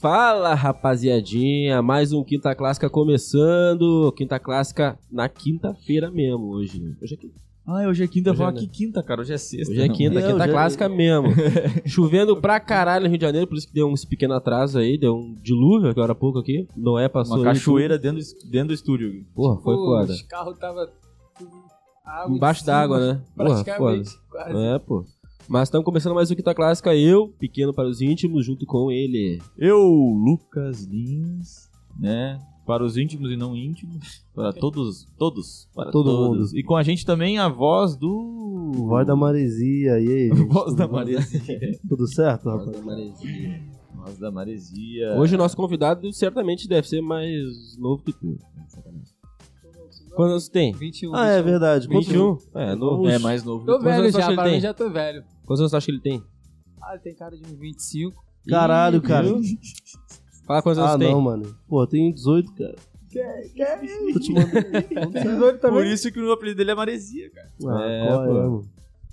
Fala rapaziadinha, mais um Quinta Clássica começando. Quinta Clássica na quinta-feira mesmo hoje. né? Hoje é quinta, Ah, hoje é quinta. Hoje Hoje é, né? que quinta, cara. Hoje é sexta. hoje é não. quinta, Não, quinta hoje é- clássica mesmo. Chovendo pra caralho no Rio de Janeiro, por isso que deu uns pequeno atraso aí, deu um dilúvio agora há pouco aqui. Noé passou Uma aí, cachoeira dentro do, es- dentro do estúdio. tudo. Porra, foi foda. Os carros tava tudo água Embaixo de cima, d'água, né? Porra, foda. Praticamente. quase. É, pô. Mas estamos começando mais um Quinta Clássica, eu, pequeno para os íntimos, junto com ele. Eu, Lucas Lins, né? Para os íntimos e não íntimos. Para todos. Todos. Para Todo todos. E com a gente também a voz do. Voz da Maresia, e aí? gente? Voz da Tudo bom? Maresia. Tudo certo, rapaz? voz da Maresia. Hoje o nosso convidado certamente deve ser mais novo que tu. né? Quantos tem? 21. Ah, é verdade. Quantos- 21? É, novo. É mais novo. Tô que tu. Quantos velho anos tu acha já, que para ele mim tem? já tô velho. Quantos anos tu acha que ele tem? Ah, tem cara de uns 25. Caralho, cara. Fala quantos anos Ah, tu tem. não, mano. Pô, tem 18, cara. Tô te mandando. 18 Por isso que o apelido dele é Maresia, cara. Ah, É, qual pô. mano?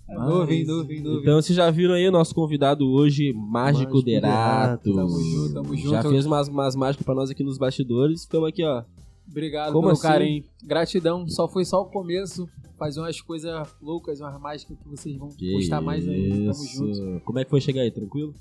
Nuvem, nuvem, nuvem. Então vocês já viram aí o nosso convidado hoje, Mágico, Mágico Derato. Derato. Tamo junto, tamo junto. Já fez umas, umas mágicas pra nós aqui nos bastidores. Ficamos aqui, ó. Obrigado Como pelo assim? carinho. Gratidão. Só foi só o começo. Fazer umas coisas loucas, umas mágicas que vocês vão gostar mais ainda. Tamo junto. Como é que foi chegar aí? Tranquilo?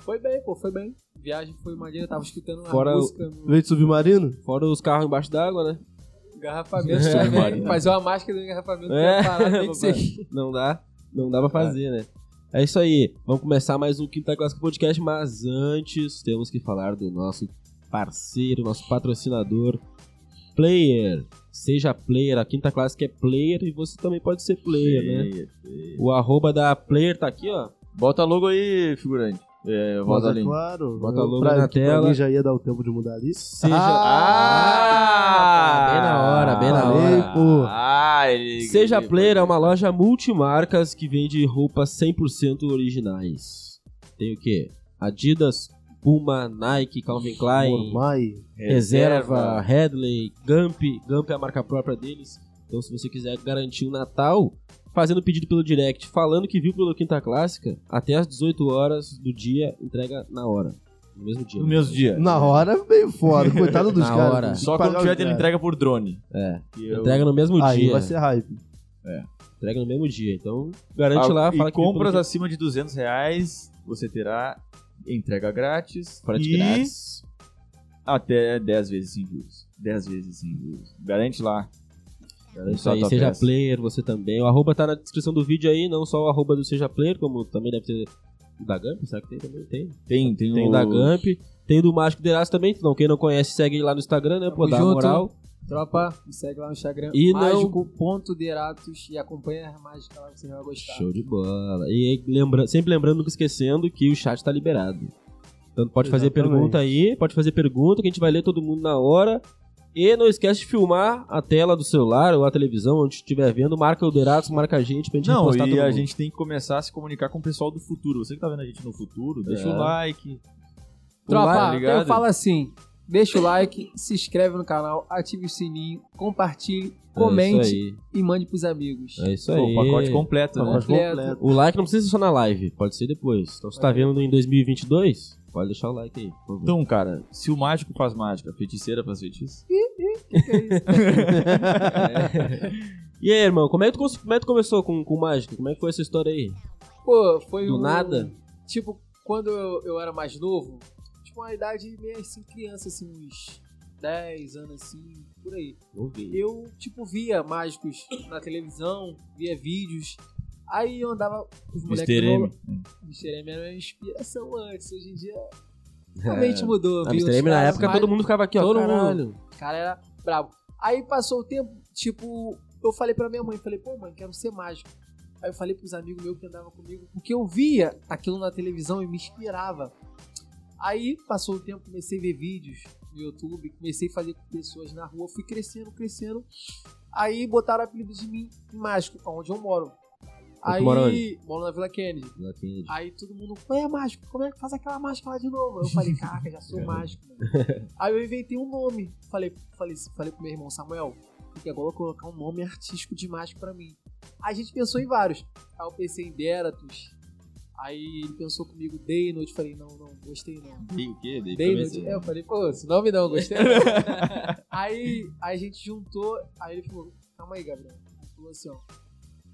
Foi bem, pô, foi bem. Viagem foi maneira, tava escutando uma Fora o- música no Veio de submarino? Fora os carros embaixo d'água, né? engarrafamento É, também. Marina. Fazer uma máscara do engarrafamento É, é, parada, tem que ser. Não dá. Não dá pra fazer, né? É isso aí. Vamos começar mais um Quinta Clássica Podcast, mas antes temos que falar do nosso parceiro, nosso patrocinador, Player. Seja player, a Quinta Clássica é player e você também pode ser player, né? O arroba da player tá aqui, ó. Bota logo aí, figurante. É, voz da Mas é Lins. claro. Bota logo pra, na que pra tela. mim já ia dar o tempo de mudar ali. Seja. Ah! Ah, bem na hora, bem na Falei, hora. pô. Ah, ele. Seja ele- Player é uma loja multimarcas que vende roupas 100% originais. Tem o quê? Adidas, Puma, Nike, Calvin Klein, Mormai. é Reserva, Headley, Gump. Gump é a marca própria deles. Então, se você quiser garantir o Natal, fazendo pedido pelo direct, falando que viu pelo Quinta Clássica, até às 18 horas do dia, entrega na hora. No mesmo dia. No mesmo dia. Na hora, é meio foda. Coitado dos Na caras. hora. tem que Só pagar quando os tiver ele caras. entrega por drone. É. Que eu- Entrega no mesmo Aí dia. vai ser hype. Entrega no mesmo dia. Então, garante Ah, lá, e fala que viu pelo compras acima de 200 reais, você terá entrega grátis. Frete e grátis. até 10 vezes sem juros. 10 vezes sem juros. Garante lá. É Garante Isso lá aí, tua seja peça. player, você também. O arroba tá na descrição do vídeo aí, não só o arroba do Seja Player, como também deve ter o da Gump, será que tem também? Tem. Tem, tem, Tem o... o da Gump, tem o do Mágico Deraço também, então quem não conhece segue ele lá no Instagram, né? Pô, Tamo dá uma junto. moral. Tropa, me segue lá no Instagram. E não- Mágico.deratos e acompanha as mágicas lá, você vai gostar. Show de bola. E lembra, sempre lembrando, nunca esquecendo que o chat tá liberado. Então pode fazer Exatamente. pergunta aí, pode fazer pergunta que a gente vai ler todo mundo na hora. E não esquece de filmar a tela do celular ou a televisão, onde estiver vendo. Marca o Deratos, marca a gente pra gente Não, repostar e todo a mundo. gente tem que começar a se comunicar com o pessoal do futuro. Você que tá vendo a gente no futuro, deixa É. o like. Tropa, ligado? eu falo assim: deixa o like, se inscreve no canal, ative o sininho, compartilhe, É isso comente aí. e mande pros amigos. É isso Pô, aí. o pacote completo, né? Pacote Completo. completo. O like não precisa ser só na live, pode ser depois. Então se tá vendo em 2022, pode deixar o like aí. por favor. Então, cara, se o mágico faz mágica, a feiticeira faz feitiço. É. E aí, irmão, como é que tu, cons- como é que tu começou com, com mágica? Como é que foi essa história aí? Pô, foi Do um- nada? Tipo, quando eu, eu era mais novo, tipo, uma idade meio assim, criança, assim, uns 10 anos, assim, por aí. Eu, tipo, via mágicos na televisão, via vídeos. Aí eu andava com os moleques. Mr. M. do meu- Mr. M era uma inspiração antes, hoje em dia realmente mudou. É. A viu? Mr. Os M na caras época mais- todo mundo ficava aqui, ó. Todo caralho. O cara era brabo. Aí passou o tempo, tipo, eu falei pra minha mãe, falei, pô, mãe, quero ser mágico. Aí eu falei pros amigos meus que andavam comigo, porque eu via aquilo na televisão e me inspirava. Aí passou o tempo, comecei a ver vídeos no YouTube, comecei a fazer com pessoas na rua, fui crescendo, crescendo. Aí botaram o apelido de mim em mágico, onde eu moro. Aí mora moro na Vila Kennedy. Aí todo mundo, ué, mágico, como é que faz aquela mágica lá de novo? Eu falei, caraca, já sou mágico. mano." Aí eu inventei um nome. Falei, falei, falei pro meu irmão Samuel, porque agora eu vou colocar um nome artístico de mágico pra mim. Aí a gente pensou em vários. Aí eu pensei em Deratus. Aí ele pensou comigo, day e noite. Falei, não, não, gostei não. Dei o quê? Dei Day e pra ver noite. se- É, Eu falei, pô, esse nome não, gostei não. aí a gente juntou, aí ele falou, calma aí, Gabriel. Ele falou assim, ó,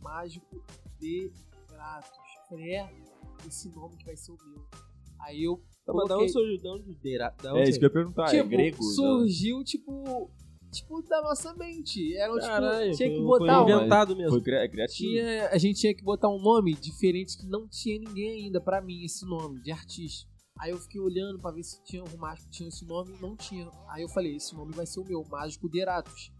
Mágico de Gratos. Eu Falei, é, esse nome que vai ser o meu. Aí eu Tá, Mas da coloquei- onde surgiu? Da onde dera- da onde É isso que eu ia perguntar. tipo, é grego? não? surgiu, tipo, tipo, da nossa mente. Era, tipo, Caralho, tinha que foi- botar foi um... inventado mesmo. Foi cri- é criativo. Tinha, a gente tinha que botar um nome diferente que não tinha ninguém ainda pra mim, esse nome de artista. Aí eu fiquei olhando pra ver se tinha algum mágico que tinha esse nome, não tinha. Aí eu falei, esse nome vai ser o meu, Mágico Deratos.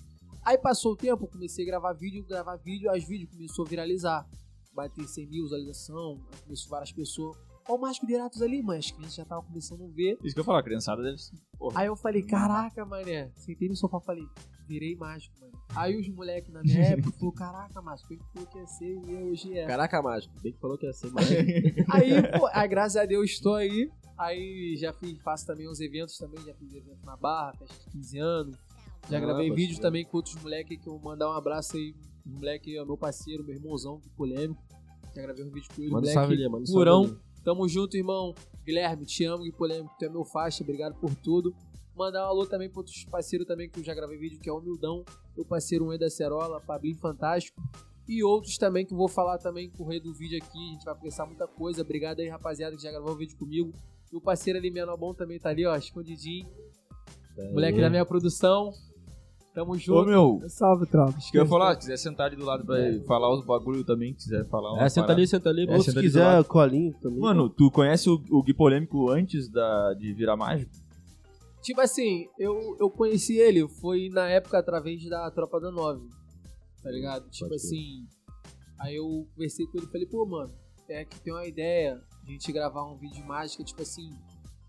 Aí passou o tempo, eu comecei a gravar vídeo, gravar vídeo, as vídeos começou a viralizar. Bater 100 mil visualização, aí começou várias pessoas. Ó o Mágico Deratos ali, mas que a gente já tava começando a ver. Isso que eu ia falar, a criançada deve ser. Aí eu falei, caraca, mané. Sentei no sofá e falei, virei mágico, mano. Aí os moleques na minha época falaram, caraca, mágico, eu que falou que ia ser e hoje é. Caraca, mágico. Bem que falou que ia ser mágico. Aí, pô, aí, graças a Deus estou aí. Aí já fiz, faço também uns eventos também, já fiz evento na Barra, festa de 15 anos. Já Ah, gravei pode vídeo crer. também com outros moleques que eu vou mandar um abraço aí. Um moleque, é meu parceiro, meu irmãozão, que polêmico. Já gravei um vídeo com ele, Manda um moleque. salve ali, manda um salve purão. ali. Tamo junto, irmão. Guilherme, te amo, que polêmico, tu é meu faixa, obrigado por tudo. Mandar um alô também pro outros parceiro também que eu já gravei vídeo, que é o Humildão, meu parceiro Eda Cerola, Pablinho Fantástico. E outros também que eu vou falar também com o rei do vídeo aqui. A gente vai conversar muita coisa. Obrigado aí, rapaziada, que já gravou o vídeo comigo. Meu parceiro ali, Menobon, também tá ali, ó, escondidinho. Moleque da minha produção. Tamo Ô junto. meu, Salve, tropa. acho que eu ia falar, se quiser sentar ali do lado pra falar os bagulho também, quiser falar uma É, senta parada. ali, senta ali. É, Ou senta se ali do quiser, lado. colinho também. Mano, tu conhece o, o Gui Polêmico antes da, de virar mágico? Tipo assim, eu, eu conheci ele, foi na época através da Tropa da Nove. Tá ligado? Tipo crer. assim. Aí eu conversei com ele e falei, pô, mano, é que tem uma ideia de a gente gravar um vídeo de mágica, tipo assim,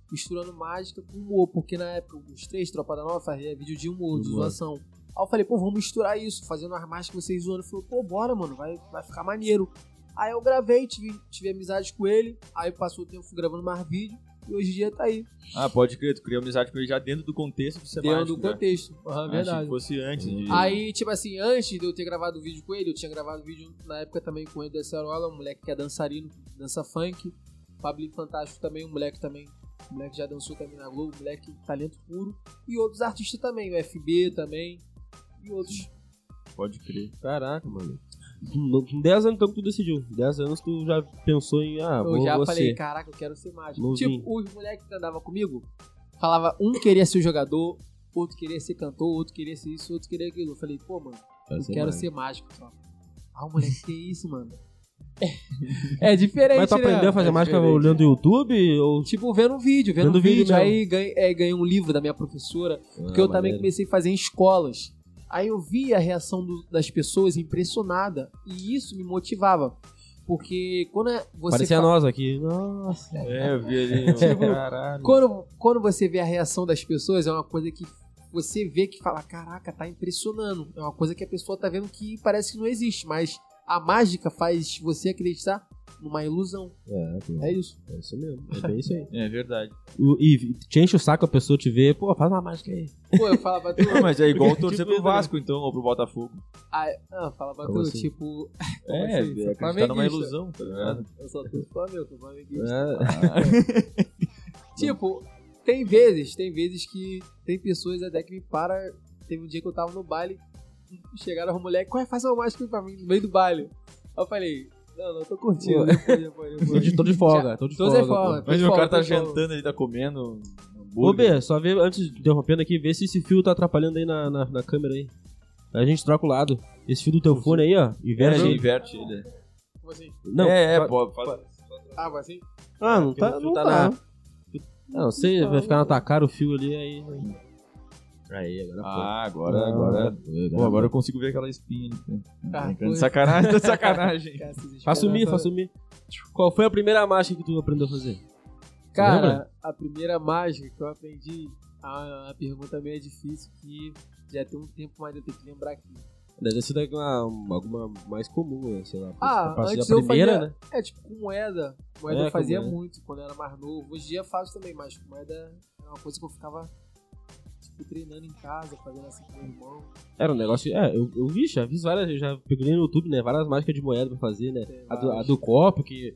misturando mágica com humor, porque na época os três Tropa da Nova fazia vídeo de humor, de Humor. zoação. Aí eu falei, pô, vamos misturar isso, fazendo umas mágicas vocês zoando. Ele falou, pô, bora, mano, vai, vai ficar maneiro. Aí eu gravei, tive, tive amizade com ele, aí passou o tempo fui gravando mais vídeo, e hoje em dia tá aí, Ah, pode crer, tu criou amizade com ele já dentro do contexto de ser dentro mágico. do já. contexto. Aham, Achei verdade. que fosse antes de... Aí, tipo assim, antes de eu ter gravado o vídeo com ele, eu tinha gravado vídeo na época também com o Eder Cerola, um moleque que é dançarino, dança funk. Pablo Fantástico também, um moleque também, um moleque que já dançou também na Globo, um moleque talento puro. E outros artistas também, o FB também, e outros. Pode crer. Caraca, mano. No- Com 10 anos então que tu decidiu. 10 anos tu já pensou em. Ah, eu vou, já vou falei, ser. caraca, eu quero ser mágico. Vou vir. Tipo, os moleques que andavam comigo, falava, um queria ser jogador, outro queria ser cantor, outro queria ser isso, outro queria aquilo. Eu falei, pô, mano, Vai Eu ser quero mágico. ser mágico, tropa. Ah, moleque, que isso, mano? É, é diferente, Mas tu né? aprendeu a fazer É mágica diferente. olhando YouTube? Ou... Tipo, vendo vídeo, vendo, Vendo vídeo Ah, vídeo. mesmo. aí ganhei, é, ganhei um livro da minha professora, porque eu também comecei a fazer em escolas. Aí eu via a reação do- das pessoas impressionada. E isso me motivava. Porque quando é- você. Parecia fa- nós aqui. Nossa. É, eu vi ali. Tipo, caralho. Quando, quando você vê a reação das pessoas, é uma coisa que você vê que fala: caraca, tá impressionando. É uma coisa que a pessoa tá vendo que parece que não existe, mas a mágica faz você acreditar numa ilusão. É, pô, É isso. é isso mesmo. É bem isso aí. É verdade. O- E te enche o saco a pessoa te ver, pô, faz uma mágica aí. Pô, eu falava tu. Ah, mas é igual torcer Tipo pro isso, né? Vasco, então, ou pro Botafogo. Ah, ah, falava Como tu, assim? tipo. Como É, assim? Sou é acreditar numa flamenguista. ilusão, tá ligado? Eu assim, só tô Flamengo, tô Flamenguista. É, Tipo, tem vezes, tem vezes que tem pessoas até que me param. Teve um dia que eu tava no baile, chegaram os moleques, corre, faz uma mágica pra mim no meio do baile. Aí eu falei, não, não, tô curtindo. Ué. Depois, depois, tô depois. de, tô de folga, tô de Tô sem folga. forma. pô. Mas o cara tá Tô de folga. jantando, ele tá comendo. Ô, hambúrguer. B, só vê, antes de interrompendo aqui, vê se esse fio tá atrapalhando aí na, na, na câmera aí. A gente troca o lado. Esse fio do teu fone aí, ó, inverte Inverte, aí. inverte ele. Como assim? Não, é, é, pô, faz- Ah, mas Tipo assim? ah, não porque tá, o não fio tá tá. na- não sei, vai ficar na tua cara o fio ali, aí... Aí, agora foi. Ah, agora, Ah, agora. né? foi, Pô, agora eu consigo ver aquela espinha ali. Ah, Tá brincando. foi. sacanagem, tá assim, sacanagem. Cara, vocês Faça o mi, esperam- faça o mi. Qual foi a primeira mágica que tu aprendeu a fazer? Cara, Lembra? a primeira mágica que eu aprendi, a, a pergunta meio difícil que já tem um tempo, mas eu tenho que lembrar aqui. Deve ter sido alguma, alguma mais comum, né, sei lá. Ah, pra ser antes a eu primeira, fazia- né? É, tipo, com moeda. Moeda É, eu fazia com moeda. muito quando eu era mais novo. Hoje em dia eu faço também, mas com moeda é uma coisa que eu ficava, tipo, treinando em casa, fazendo assim com meu irmão. Era um negócio. É, eu, eu vi, já fiz várias, eu já peguei no YouTube, né? Várias mágicas de moeda pra fazer, né? Tem A do, a várias. do copo, que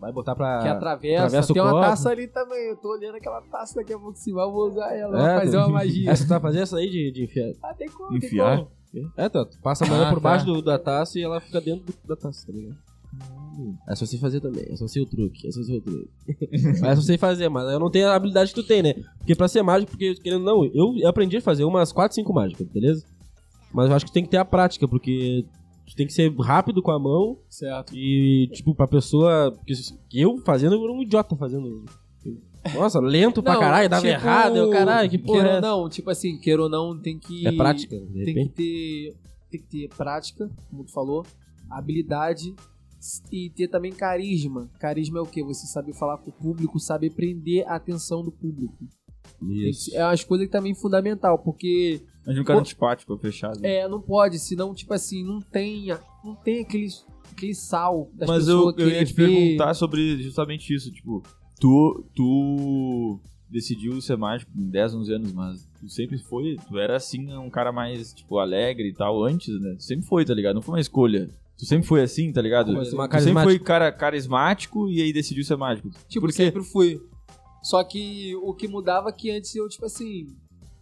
Vai botar pra. Que atravessa. atravessa o Tem uma copo. taça ali também. Eu tô olhando aquela taça daqui a pouco. Se vai, eu vou usar ela. É, vou fazer uma magia. Essa tu tá fazendo essa aí de, de enfiar. Ah, tem como, tem Enfiar. como. É, tá, tu passa a mão Ah, por baixo tá. do- da taça e ela fica dentro do- da taça, tá ligado? Hum. É só você fazer também, é só você o truque, é só você o truque. mas é só você fazer, mas eu não tenho a habilidade que tu tem, né? Porque pra ser mágico, porque querendo ou não, eu eu aprendi a fazer umas 4, 5 mágicas, beleza? Mas eu acho que tem que ter a prática, porque tu tem que ser rápido com a mão Certo. e, tipo, pra pessoa. Porque se- eu fazendo, eu era um idiota fazendo. Nossa, lento pra Não, caralho, dava tipo, errado, eu, caralho, que porra. queira é ou essa? não, tipo assim, queira ou não, tem que... É prática, de Tem repente. que ter... Tem que ter prática, como tu falou, habilidade e ter também carisma. Carisma é o quê? Você saber falar com o público, saber prender a atenção do público. Tem Isso. que- É umas coisas que também é fundamental, porque Mas um cara Pô. antipático, fechado. é, não pode, senão, tipo assim, não tem, não tem aquele, aquele sal das Mas eu, pessoas eu ia querer te ver- perguntar sobre justamente isso, tipo, tu, tu decidiu ser mágico com 10, 11 anos, mas tu sempre foi, tu era assim, um cara mais, tipo, alegre e tal antes, né? Tu sempre foi, tá ligado? Não foi uma escolha. Tu sempre foi assim, tá ligado? Mas uma Tu sempre carismática. foi cara carismático e aí decidiu ser mágico. Tipo, sempre fui. Só que o que mudava é que antes eu, tipo assim.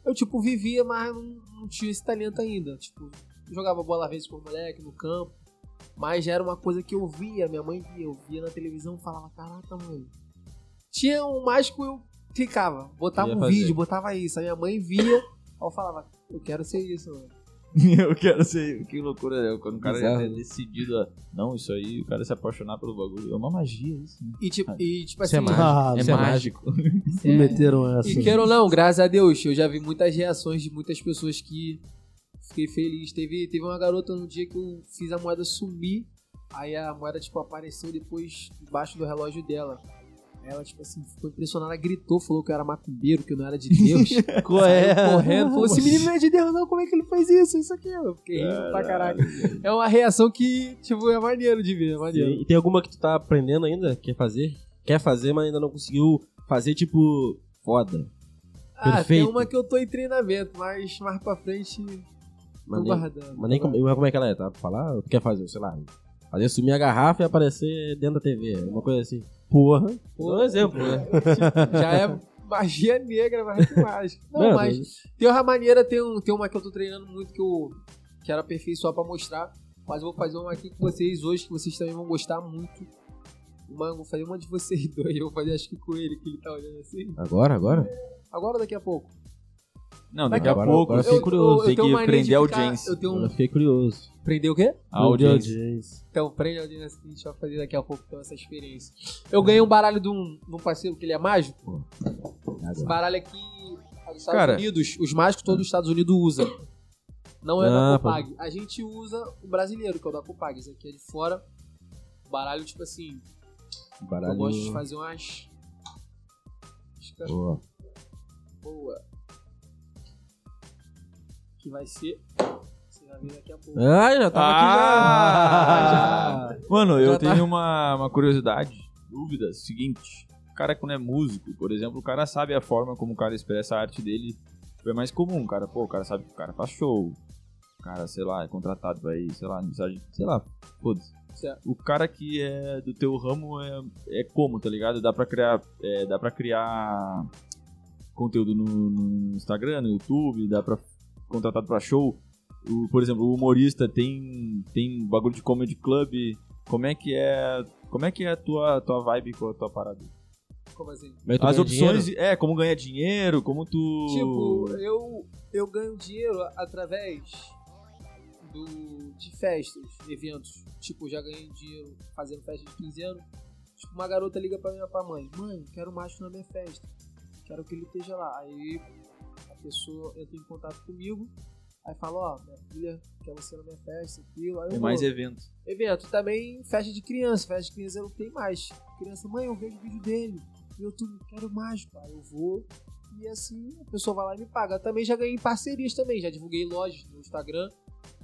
Eu, tipo, vivia, mas não, não tinha esse talento ainda. Tipo, jogava bola às vezes com o moleque no campo. Mas já era uma coisa que eu via, minha mãe via. Eu via na televisão e falava: Caraca, mãe. Tinha um mágico, eu clicava, botava Ia um fazer. vídeo, botava isso. A minha mãe via, aí eu falava: Eu quero ser isso, mano. eu quero ser. Que loucura, né? Quando o cara Bizarro, é decidido a. Não, isso aí, o cara se apaixonar pelo bagulho. É uma magia isso, né? E tipo, e, tipo Isso é assim. mágico. Ah, Isso mano, é- meteram essa. E queira ou não, graças a Deus, eu já vi muitas reações de muitas pessoas que fiquei feliz. Teve, teve uma garota no dia que eu fiz a moeda sumir, aí a moeda tipo apareceu depois embaixo do relógio dela. Aí Ela, tipo assim, ficou impressionada, ela gritou, falou que eu era macumbeiro, que eu não era de Deus. Qual Saiu é? correndo, falou, esse menino não é de Deus não, como é que ele faz isso, isso, aquilo. Eu Fiquei rindo pra caralho. É uma reação que, tipo, é maneiro de ver, é maneiro. E, e tem alguma que tu tá aprendendo ainda? Quer fazer? Quer fazer, mas ainda não conseguiu fazer, tipo, foda. Ah, tem perfeito. uma que eu tô em treinamento, mas mais pra frente, tô Mas nem, guardando. mas nem como, mas como é que ela é, tá? Pra Falar, ou tu quer fazer, sei lá. Fazer sumir a garrafa e aparecer dentro da TV, uma coisa assim. Porra. Por exemplo, né? Já é magia negra, mais que mágica. Não, Não, mas tem uma maneira, tem, um, tem uma que eu tô treinando muito que eu quero aperfeiçoar pra mostrar. Mas eu vou fazer uma aqui com vocês hoje, que vocês também vão gostar muito. Uma, vou fazer uma de vocês dois, eu vou fazer acho que com ele, que ele tá olhando assim. Agora, agora? Agora ou daqui a pouco? Não, daqui Agora- a pouco. agora eu fiquei curioso, tem tenho que mania de prender a ficar- audiência. Eu tenho Agora eu um... fiquei curioso. Prender o quê? A audiência. audiência. Então, prende a audiência que a gente vai fazer daqui a pouco então, essa experiência. Eu ganhei um baralho de um, de um parceiro que ele é mágico. Esse Agora. baralho aqui é dos Estados Cara. Unidos, os mágicos todos dos Estados Unidos usam. Não é Ah, da Copag. A gente usa o brasileiro, que é o da Copag. Esse aqui é de fora. O baralho, tipo assim, eu gosto de Baralho. fazer umas. Acho que Boa. boa. Que vai ser. Você vai ver daqui a pouco. Ah, já tava Ah! aqui já. Mano, Já eu tá. tenho uma, uma curiosidade, dúvida, seguinte. O cara que não é músico, por exemplo, o cara sabe a forma como o cara expressa a arte dele. É mais comum, cara. Pô, o cara sabe que o cara faz show. O cara, sei lá, é contratado pra ir, sei lá, mensagem, sei lá, foda-se. Certo. O cara que é do teu ramo é, é como, tá ligado? Dá pra criar, é, dá pra criar conteúdo no, no Instagram, no YouTube, dá pra contratado pra show. O- por exemplo, o humorista tem tem bagulho de comedy club. Como é que é? Como é que é a tua tua vibe com a tua parada? Como assim? Mas tu As ganha opções, dinheiro? é, como ganhar dinheiro, como tu Tipo, eu, eu ganho dinheiro através do, de festas, eventos. Tipo, já ganhei dinheiro fazendo festa de 15 anos. Tipo, uma garota liga pra minha pra mãe: Mãe, quero um macho na minha festa. Quero que ele esteja lá. Aí a pessoa entra em contato comigo. Aí fala: Ó, minha filha quer você na minha festa. Aquilo. Aí eu é vou. mais evento. Evento também, festa de criança. Festa de criança não tem mais. Criança, mãe, eu vejo o vídeo dele. No YouTube, quero mágico. Aí eu vou, E assim a pessoa vai lá e me paga. Também já ganhei parcerias também, já divulguei lojas no Instagram,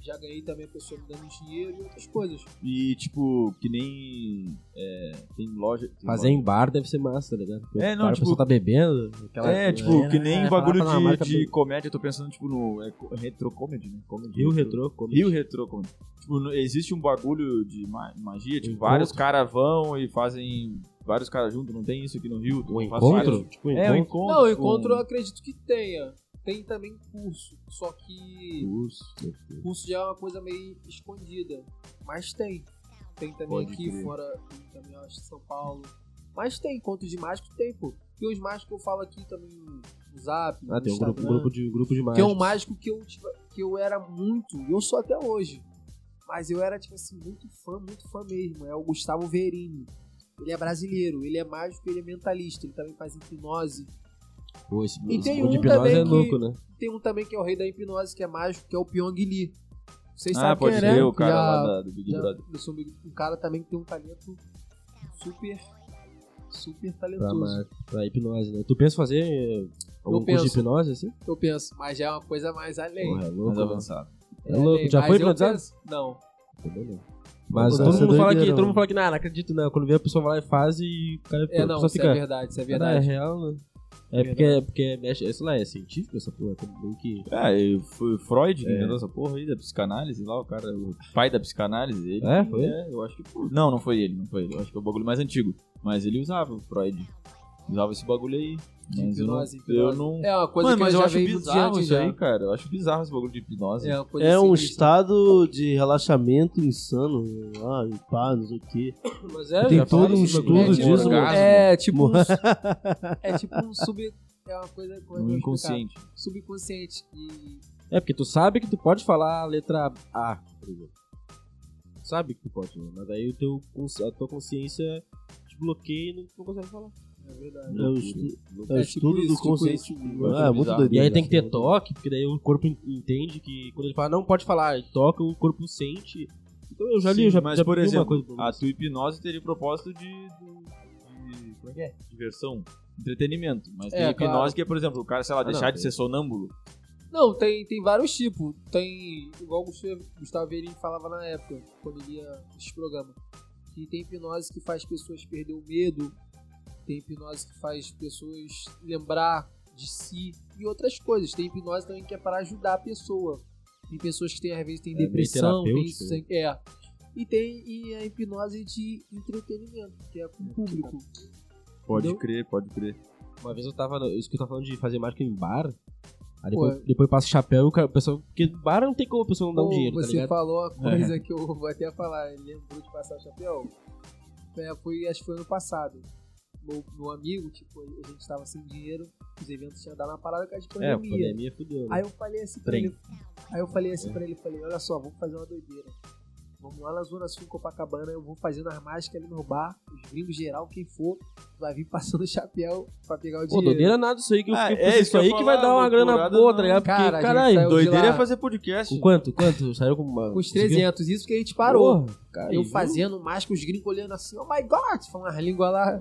já ganhei também a pessoa me dando dinheiro e outras coisas. E, tipo, que nem. é, tem loja. tem Fazer loja- em bar deve ser massa, tá ligado? Porque É, não, para tipo- a pessoa tá bebendo. Aquela, É, tipo, que nem é, o bagulho falar pra de, marca de do- comédia, eu tô pensando, tipo, no. É, co- retro comedy, né? Comedy, Rio Retro. como- Rio Retro Comedy. Tipo, no- existe um bagulho de ma- magia, tipo, Um Encontro. vários caras vão e fazem vários caras juntos, não tem isso aqui no Rio? O Faz encontro? vários- Tipo, um É, encontro. o é encontro. um- Não, com- eu encontro, eu acredito que tenha. Tem também curso, só que Curso. curso já é uma coisa meio escondida. Mas tem. Tem também Pode aqui crer. fora, tem também acho em São Paulo. Mas tem, encontro de mágico tem, pô. E os mágicos eu falo aqui também no zap, no Ah, tem um grupo, Instagram. grupo de, grupo de Que é mágicos. um mágico que eu, tipo, que eu era muito, e eu sou até hoje. Mas eu era, tipo assim, muito fã, muito fã mesmo. É o Gustavo Verini. Ele é brasileiro, ele é mágico, ele é mentalista, ele também faz hipnose. Pô, esse, E esse tem grupo de um hipnose também é que- louco, né? Tem um também que é o rei da hipnose, que é mágico, que é o Pyong Lee. Vocês Ah, tá sabem pode quem ser é, né? o cara Já- lá da- do Big já- Brother. eu sou um- um cara também que tem um talento super, super Pra, talentoso. má- pra hipnose, né? Tu pensa fazer eh, algum curso de penso. hipnose, assim? Eu penso, mas já é uma coisa mais além. Porra, é Mais louco. né? avançado. É louco. Já mas foi eu hipnotizado? penso- Não. Também não. Mas Mas todo deve ser mundo, fala que, doideira, todo mundo mano. fala que, não, não acredito, não. Quando vê a pessoa vai lá e faz e o cara É, a não, pessoa isso fica. é verdade, isso é "Cara, é verdade. real, né? É porque, é porque mexe, sei lá, é científico essa porra, como meio que. Ah, e foi o Freud É. que inventou essa porra aí da psicanálise lá, o cara, o pai da psicanálise. Ele, É, foi? eu acho que foi. Não, não foi ele, não foi ele. Eu acho que é o bagulho mais antigo. Mas ele usava o Freud. Usava esse bagulho aí. De Mas eu não- hipnose, eu hipnose. não. É uma coisa Ah, Mano, que mas eu eu já acho vi muito bizarro diante isso já. aí, cara. Eu acho bizarro esse bagulho de hipnose. É, uma coisa assim, né? É um sinistra. estado de relaxamento insano, ah, e pá, não sei o quê. Mas é, Tem já todo falaram um isso, estudo é tipo- disso. É tipo, um, Orgasmo. é tipo um sub. É uma coisa como é que eu No vou Um inconsciente. explicar? subconsciente. E É porque tu sabe que tu pode falar a letra A, por exemplo. Tu sabe que tu pode, né? mas aí o teu, cons- a tua consciência te bloqueia e não, não consegue falar. é um verdade. É o estu- é o É tipo estudo isso, do tipo consciente. isso. Ah, é muito Bizarro. doideiro. E aí tem que ter toque, porque daí o corpo en- entende que quando ele fala não pode falar, ele toca, o corpo sente. Então eu já li, Sim, eu já, mas, já por li uma exemplo, coisa pra A você. tua Ah, hipnose teria o propósito de, de- Como é que é? Diversão. Entretenimento. Mas tem É, hipnose claro. Ah, que é, por exemplo, o cara, sei lá, não, deixar de tem. ser sonâmbulo. Não, tem, tem vários tipos. Tem, igual o Gustavo Gustavo Verini falava na época, quando ele ia nesse programa. Que tem hipnose que faz pessoas perder o medo, tem hipnose que faz pessoas lembrar de si e outras coisas. Tem hipnose também que é para ajudar a pessoa. Tem pessoas que têm, às vezes, tem meio depressão, tem terapêutico, isso, tem- é. E tem e a hipnose de entretenimento, que é com o público. Pode Entendeu? crer, pode crer. Uma vez eu tava. no- Isso que eu tava falando de fazer mágica em bar. Aí Pô, é. depois, depois passa o chapéu e o cara. o pessoal- porque bar não tem como a pessoa não dar um Pô, dinheiro, tá Você ligado? falou uma coisa que eu vou até falar, ele lembrou de passar o chapéu. É, foi, acho que foi ano passado. Meu, meu amigo, tipo, a gente tava sem dinheiro, os eventos tinham dado na parada por causa de É, a pandemia. pandemia fudeu. né? aí eu falei assim pra Trem. É. ele. Aí eu falei assim pra ele, falei, olha só, vamos fazer uma doideira. Vamos lá na Zona Sul em Copacabana, eu vou fazendo as mágicas é ali no bar, os gringos geral, quem for, vai vir passando o chapéu pra pegar o Pô, dinheiro. doideira nada isso aí que eu Ah, fiquei é pensando, isso isso que eu aí ia que vai falar, dar uma grana loucurada boa, não. tá ligado? Porque, Cara, a gente caralho, saiu de Doideira lá é fazer podcast. com quanto? Quanto? Saiu com uma. Com os 300, isso que a gente parou. Porra, cara, Eu viu? fazendo mais que os gringos olhando assim, oh my god, falando as línguas lá.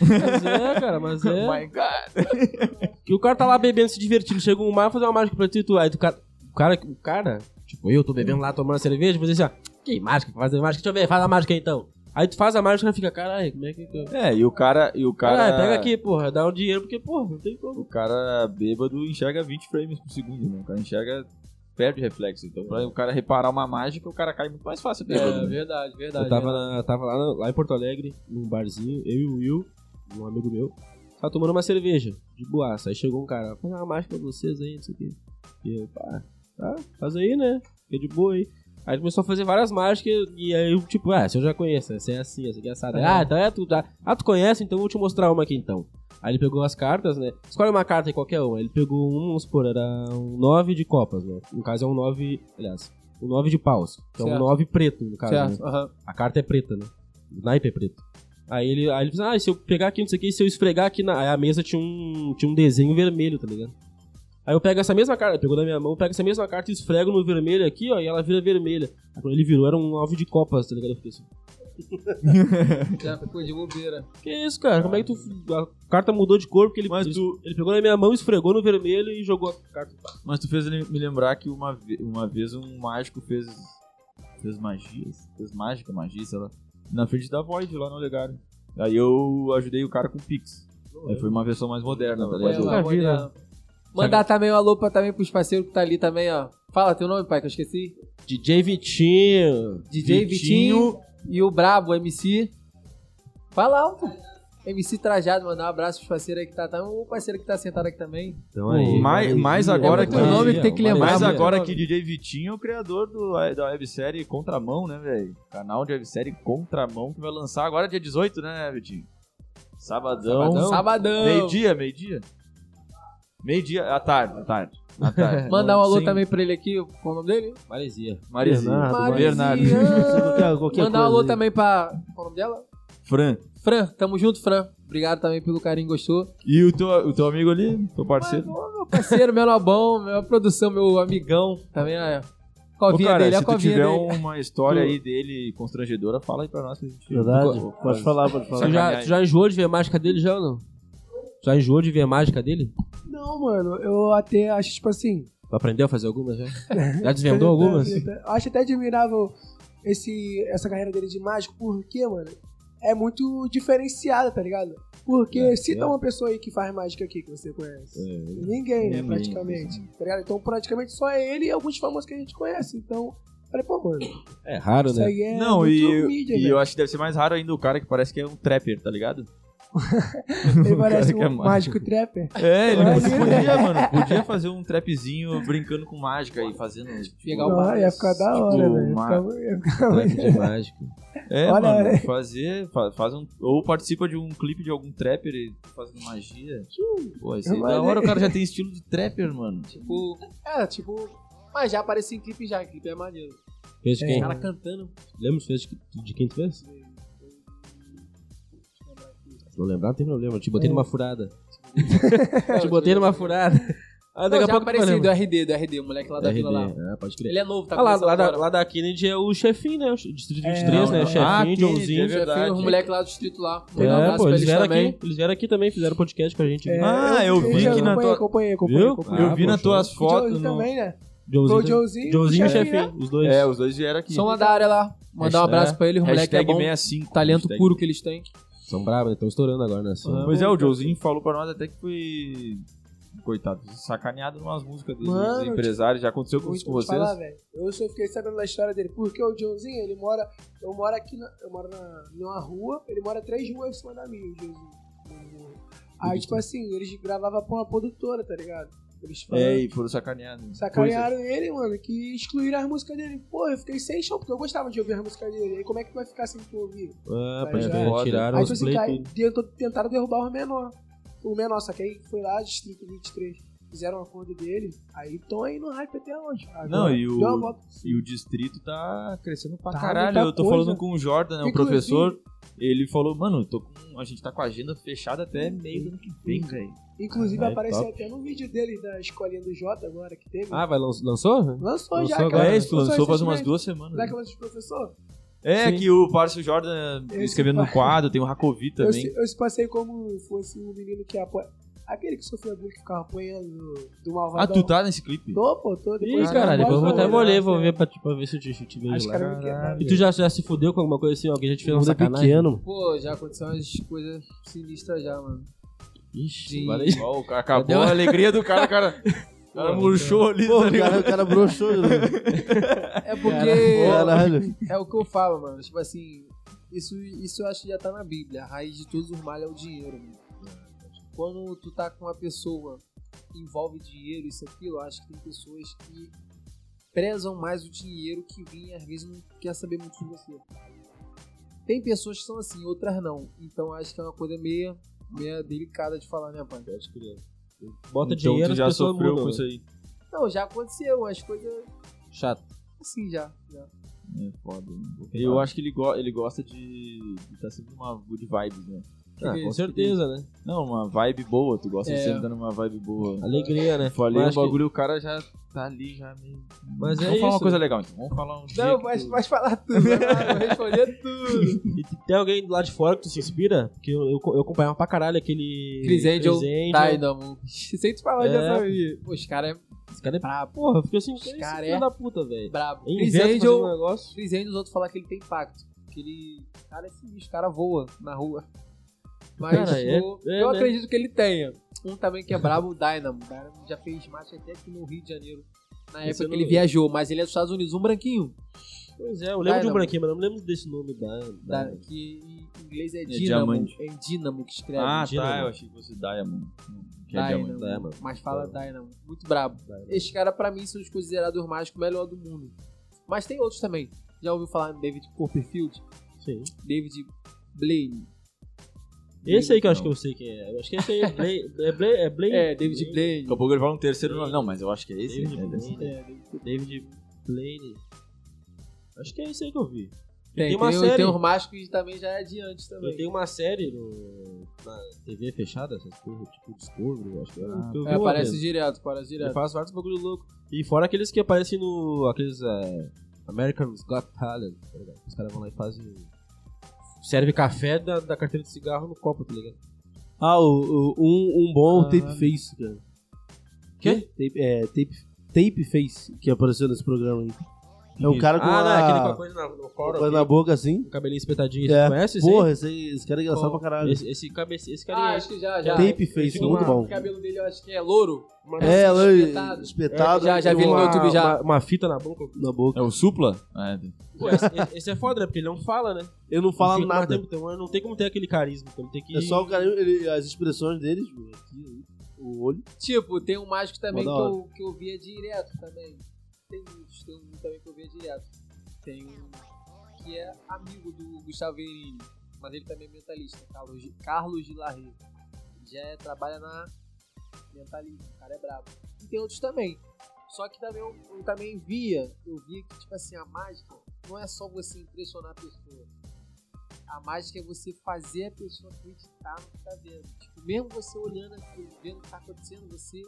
Mas é, cara, mas é. Oh my god. Que o cara tá lá bebendo, se divertindo, chega um mar fazer uma mágica pra ti, e tu. Aí tu cara, o cara. O cara, tipo, eu tô bebendo lá, tomando cerveja, vou dizer assim, ó, que mágica, fazer mágica, deixa eu ver, faz a mágica aí então. Aí tu faz a mágica e fica, caralho, como é que. É, e o cara. E o cara Caralho, pega aqui, porra, dá um dinheiro, porque, porra, não tem como. O cara bêbado enxerga 20 frames por segundo, né? O cara enxerga. Perde reflexo. Então, pra o cara reparar uma mágica, o cara cai muito mais fácil. É, bêbado, né? verdade, verdade. Eu tava, na- tava lá, na- lá em Porto Alegre, num barzinho, eu e o Will, um amigo meu, tava tomando uma cerveja de boaça. Aí chegou um cara, vou fazer uma mágica pra vocês aí, não sei o quê. E eu, pá, tá, faz aí, né? Fica de boa aí. Aí ele começou a fazer várias mágicas e aí eu, tipo, ah, se eu já conheço, essa é assim, essa aqui é assada. Aham. Ah, então é tu, tá. Ah, tu conhece? Então eu vou te mostrar uma aqui então. Aí ele pegou as cartas, né? Escolhe uma carta aí, qualquer uma. Ele pegou um, vamos supor, era um 9 de copas, né? No caso é um 9, aliás, um 9 de paus. Que é um Certo. 9 preto, no caso. né? Certo, aham. A carta é preta, né? O naipe é preto. Aí ele, aí ele pensa, ah, se eu pegar aqui, não sei o que, se eu esfregar aqui na. Aí a mesa tinha um, tinha um desenho vermelho, tá ligado? Aí eu pego essa mesma carta, pegou da minha mão, pego essa mesma carta e esfrego no vermelho aqui, ó, e ela vira vermelha. Aí quando ele virou, era um alvo de copas, tá ligado? Eu fiquei assim. Já ficou de bobeira. Que isso, cara? Como é que tu. A carta mudou de cor porque ele, Mas tu, ele pegou na minha mão, esfregou no vermelho e jogou a carta. mas tu fez ele me lembrar que uma, ve- uma vez um mágico fez. Fez magia? Fez mágica, magia, sei lá. Na frente da Void lá no Olegário. Aí eu ajudei o cara com Pix. Aí é. foi uma versão mais moderna, tá Olha ligado? lá, vi, olha né? lá. Mandar também um alô pra, também pros parceiros que tá ali também, ó. Fala teu nome, pai, que eu esqueci. DJ Vitinho. DJ Vitinho, e o Brabo, MC. Fala alto. MC Trajado, mandar um abraço pros parceiros aí que tá também. O parceiro que tá sentado aqui também. Então aí, Mais, mais agora É que. muito nome que tem que lembrar, mais mano. agora que DJ Vitinho é o criador do, da websérie Contramão, né, velho? Canal de websérie Contramão que vai lançar agora dia 18, né, Vitinho? Sabadão. Sabadão. Meio-dia, meio-dia? Meio-dia, à tarde, à tarde. À tarde. Mandar um alô Sem- também pra ele aqui, qual é o nome dele? Maresia. Marizinho. Bernardo, Bernardo. Qualquer- qualquer Mandar um alô coisa aí. também pra. Qual é o nome dela? Fran. Fran, tamo junto, Fran. Obrigado também pelo carinho, gostou. E o teu, o teu amigo ali, teu parceiro? Mas, ô, meu parceiro, meu nobão, minha produção, meu amigão. Também é. Covinha Ô, cara, dele, é a se tu covinha tiver um- dele. uma história aí dele constrangedora, fala aí pra nós que a gente... Verdade? Co- Pode falar, pode falar. Tu já, tu já enjoou de ver a mágica dele já ou não? Tu Já enjoou de ver a mágica dele? Não, mano, eu até acho, tipo assim. Tu aprendeu a fazer algumas já? Já desvendou algumas? Eu acho até admirável esse, essa carreira dele de mágico, porque, mano, é muito diferenciada, tá ligado? Porque É, cita uma pessoa aí que faz mágica aqui que você conhece. É, Ninguém, né, Ninguém, praticamente. Tá ligado? Então, praticamente só é ele e alguns famosos que a gente conhece. Então, falei, pô, mano, É raro, isso né? aí é. Não, muito um e, mídia, e velho. eu né? acho que deve ser mais raro ainda o cara que parece que é um trapper, tá ligado? Ele parece que um é mágico. mágico trapper. É, ele Olha. podia, podia, mano, podia fazer um trapzinho brincando com mágica e fazendo... Pegar o Ah, ia ficar da hora, Tipo, velho. ma- Ficava- ia ficar- Trap de mágica. É, Olha, mano, olha. fazer, fa- faz um, ou participa de um clipe de algum trapper e fazendo magia. Pô, isso aí, é Olha. da hora o cara já tem estilo de trapper, mano. Tipo, é, tipo. Mas já apareci em clipe já, em clipe é maneiro. Fez de É. quem? O cara cantando. Lembra se fez de de quem tu fez? Se não lembrar, não tem problema. Eu te É. botei numa furada. te botei numa furada. Ah, Não, daqui a já pouco tu apareci do lembra. RD, do RD, o moleque lá da vila lá. Ah, pode crer. Ele é novo, tá Ah, lá, lá, começando da, agora. lá da Kennedy é o chefinho, né? O che- Distrito É, 23, não, né? não. Ah, Chefinho, Kennedy, Joãozinho. é Já verdade. fui os moleque lá do distrito lá. Mandar um É, abraço pô, pra eles eles vieram também. aqui. Eles vieram aqui também, fizeram podcast com a gente. né? É, Ah, eu vi que na acompanhei, tua- Acompanhei, acompanhei, Viu? acompanhei. Ah, Eu vi nas poxa. tuas O fotos. Joezinho No... também, né? Foi Joãozinho, o Joezinho. Joãozinho e Chefinho, né? chefinho, os dois. É, os dois vieram aqui. São lá da área lá. Mandar um Hashtag- abraço pra eles, o moleque é Hashtag bom. 65. Talento hashtag. puro que eles têm. São bravos, né? Estão estourando agora, né? Ah, São- Pois é, o Joãozinho falou pra nós até que foi... Coitado, sacaneado umas músicas dele, Mano, dos empresários. Já aconteceu com isso Muito com pra te vocês? falar, velho. Eu só fiquei sabendo da história dele. Porque o Joãozinho, ele mora. Eu moro aqui na, eu moro na, numa rua, ele mora três ruas em cima da minha, o Joãozinho. Aí, tipo assim, eles gravavam pra uma produtora, tá ligado? Eles é, falaram. e foram sacaneados. Sacanearam ele, mano, que excluíram as músicas dele. Pô, eu fiquei sem chão, porque eu gostava de ouvir as músicas dele. Aí como é que tu vai ficar sem tu ouvir? Ah, pode já crer, é. tiraram Aí, os tipo assim, play cara, tudo. tentou- tentaram derrubar o menor. O menor, só que aí foi lá, Distrito 23. Fizeram um acordo dele, aí estão aí no hype até hoje. Agora, Não, e o- deu uma volta. assim. E o distrito tá crescendo pra Tá, caralho. muita Eu tô coisa. falando com o Jordan, né, o Inclusive- professor. Ele falou, mano, eu tô com- a gente tá com a agenda fechada até meio do ano que vem, velho. Inclusive Ah, é apareceu top. até no vídeo dele da escolinha do Jota agora que teve. Ah, vai, lan- lançou? lançou, lançou já, agora, né? cara. É, isso lançou faz umas recentemente. duas semanas. né? Será que lançou de professor? É, Sim. que o parceiro Jordan Esse escrevendo no par- quadro, tem o Rakovi Eu, também. se- eu se passei como fosse um menino que apoia. Aquele que sofreu bullying que ficava apanhando do- do malvado. Ah, tu tá nesse clipe? Tô, pô, tô. Depois Ih, caralho, eu depois eu vou até falar. vou olhar, vou ver pra, pra ver se eu te, te vejo Acho que lá. era pequeno. E tu já, já se fudeu com alguma coisa assim, ó, que já te fez uma Mundo é sacanagem? pequeno. Pô, já aconteceu umas coisas sinistras já, mano. Ixi, Sim. agora Ó, o cara acabou a alegria do cara, o cara. Ah, O cara murchou ali, Pô, tá o ligado? cara, o cara broxou. né? É porque. Caralho. É o que eu falo, mano. Tipo assim, isso, isso eu acho que já tá na Bíblia. A raiz de todos os males é o dinheiro, mano. Quando tu tá com uma pessoa que envolve dinheiro, isso aqui, eu acho que tem pessoas que prezam mais o dinheiro que vem às vezes não quer saber muito de você. Tem pessoas que são assim, outras não. Então eu acho que é uma coisa meia, meia delicada de falar, né, pai? bota então, dinheiro tu as já pessoas sofreu mudam. com né? isso aí. Não, já aconteceu, as coisas Chato. assim já. já. Ah. tá É foda. né? Eu acho que ele, go- ele gosta de estar sempre numa good vibes, né? Ah, que com é certeza, né? Não, uma vibe boa, tu gosta É. sempre dando uma vibe boa. Alegria, né? Falei um Mas acho que- bagulho, o cara já tá ali, já meio. Mas é Vamos falar uma isso. coisa legal, então. Vamos falar um dia. Não, que mas tu- pode falar tudo. vai lá, Vou responder tudo. E tem alguém do lado de fora que tu se inspira? Porque eu, eu, eu acompanhava pra caralho aquele. Chris Angel, Angel. Dynamo. Sei tu falar É. dessa aí. Pô, os caras é Esse cara é. brabo, Porra, eu fiquei assim, esse cara filho é- da puta, velho. brabo. Chris Inventa de fazer Angel, um negócio. Chris Angel, os outros falam que ele tem impacto. Que ele. Cara, esse bicho, cara voa na rua. Mas Cara, é- eu, é, eu né? acredito que ele tenha. Um também que é brabo, o Dynamo. O Dynamo já fez marcha até aqui no Rio de Janeiro. Na Esse época eu que não ele vi. viajou, mas ele é dos Estados Unidos, um branquinho. Pois é, eu lembro de um Dynamo. branquinho, mas não lembro desse nome da. da- da- que em inglês é Dynamo. diamante. É, Dynamo que escreve. Ah, Dynamo. tá, eu achei que fosse Diamond. Que é Dynamo, Diamond. Dynamo. Mas fala Dynamo. Muito brabo. Esses caras, pra mim, são os considerados mágicos melhor do mundo. Mas tem outros também. Já ouviu falar no David Copperfield? Sim. David Blaine. Esse aí que eu acho que eu sei quem é. Eu acho que esse aí é Blaine. É Blaine. É Blaine. É, David Blaine. Daqui a pouco ele fala um terceiro nome. Não, mas eu acho que é esse. David né? Deve ser. Blaine. é, David Blaine. Acho que é esse aí que eu vi. tem Tem, tem, uma o- série. tem os mágicos que também já é de antes E também. tem uma série no, na TV fechada, essas coisas, tipo Discovery, eu acho que era. Ah, que eu É, vi uma aparece vez. direto, aparece Ele direto. faz vários bagulho louco. E fora aqueles que aparecem no. aqueles. é, Americans Got Talent, tá ligado? Os caras vão lá e fazem. Serve café da, da carteira de cigarro no copo, tá ligado? Ah, o, o- um, um bom é o Caralho. Tape Face, cara. Quê? Tape, é, tape, tape Face, que apareceu nesse programa aí. É um cara com ah, não, aquele com a uma coisa na, no com colo, a coisa na aquele boca assim. com o cabelinho espetadinho. É, Você conhece esse? Porra, esse, aí- esse cara é engraçado pra Qual? caralho. aí? Esse, esse, cabece, esse carinha. Ah, aí. é tipo acho que já, já. tape Face, Fica muito uma- bom. O cabelo dele eu acho que é louro. assim, mas É, ela espetado. É, espetado. Já- já com vi ele no uma- YouTube já. Uma, uma fita na boca. Na boca. É o Supla? É. Pô, esse, esse é foda, né? Porque ele não fala, né? Ele não fala Porque- nada. Então não tem como ter aquele carisma. Então tem que. É só o cara, ele- as expressões deles, meu, aqui, aí, o olho. Tipo, tem um mágico também que Mó da eu, que eu via direto também. Tem muitos, tem um também que eu via direto. Tem um que é amigo do Gustavo Verini, mas ele também é mentalista, Carlos, Carlos de Larre. Já é- trabalha na mentalismo, o cara é brabo. E tem outros também. Só que também eu, eu também via, eu via que, tipo assim, a mágica não é só você impressionar a pessoa. A mágica é você fazer a pessoa acreditar no que tá vendo. Tipo, mesmo você olhando aquilo, vendo o que tá acontecendo, você.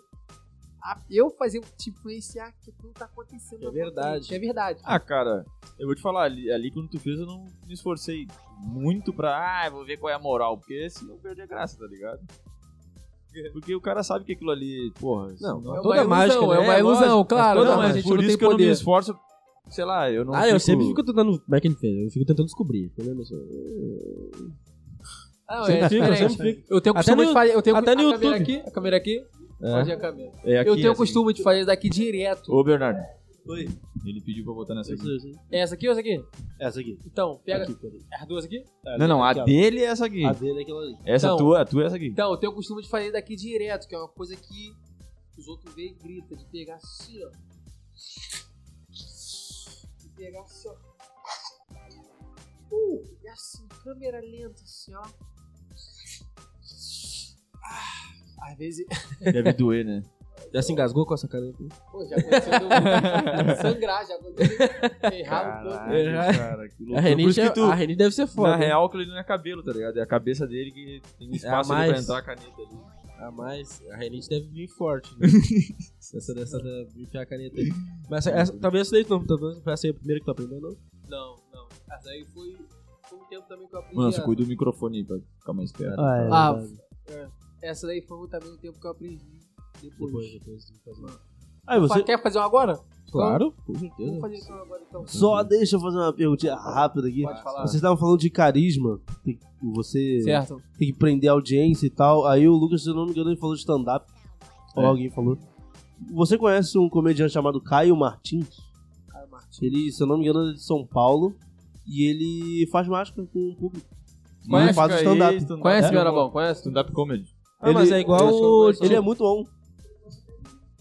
a- eu fazer te influenciar que aquilo tá acontecendo. É na tua verdade. frente. É verdade. Ah, cara, eu vou te falar, ali, ali quando tu fez eu não me esforcei muito pra, ah, eu vou ver qual é a moral, porque senão eu perdi a graça, tá ligado? Porque o cara sabe que aquilo ali, porra. Não, senão- é toda uma mágica, ilusão, né? é uma É, ilusão, lógico, claro. mas né? toda não, mas mas a gente É por não isso tem que eu não poder. me esforço, sei lá, eu não Ah, eu fico- sempre fico tentando. Como é que ele fez? Eu fico tentando descobrir. Tá vendo? Eu- Ah, não, Sempre fica, é diferente. sempre fica. Eu tenho o Até costume no- de fazer. Eu tenho até a no câmera YouTube. aqui, a câmera aqui. É. Pode ir a câmera. É aqui, eu tenho assim. o costume de fazer daqui direto. Ô, Bernardo. Oi. Ele pediu pra eu botar nessa aqui. É essa aqui ou essa aqui? Essa aqui. Então, pega Aqui, peraí. as duas aqui. Não, não, a Aquela. dele é essa aqui. A dele é aquela ali. Essa Então. tua, a tua é essa aqui. Então, eu tenho o costume de fazer daqui direto, que é uma coisa que os outros veem e grita, de pegar assim, ó. De pegar assim, ó. Uh, e assim, câmera lenta, assim, ó. Ah, às vezes. Deve doer, né? Já se engasgou com essa cara aqui? Pô, já aconteceu de eu sangrar, já aconteceu. de eu Errar um pouco. É. cara, que A loucura. Por Reni, isso que tu, deve ser foda. na real, aquilo ali não é cabelo, tá ligado? É a cabeça dele que tem espaço ali pra mais. entrar a caneta ali. A mais, Ah, a Renite deve vir forte. Né? essa dessa da enfiar a caneta aí. Mas essa, essa- talvez essa daí não, talvez não foi essa aí a primeira que tu aprendeu, não? Não, não. Essa aí foi, foi um tempo também que eu aprendi. Mano, essa. você cuida do microfone aí pra ficar mais esperto. Ah, é Ah, verdade. Essa daí foi também um tempo que eu aprendi depois. Depois, depois tá- de fazer. Aí você. Quer fazer uma agora? Claro, com Vamos certeza. fazer então agora então. Só deixa eu fazer uma perguntinha rápida aqui. Pode falar. Vocês estavam falando de carisma. tem- você Certo. tem que prender a audiência e tal. Aí o Lucas, se eu não me engano, ele falou de stand-up. Ou É. alguém falou. Você conhece um comediante chamado Caio Martins? Caio Martins. Ele, se eu não me engano, ele é de São Paulo. E ele faz máscara com o público. E Mágica ele faz o aí, stand-up. stand-up. Conhece, É? meu Arabão? Conhece? Stand-up comedy. Ah, mas Ele- é igual eu acho que eu o- conheço. Ele é muito bom.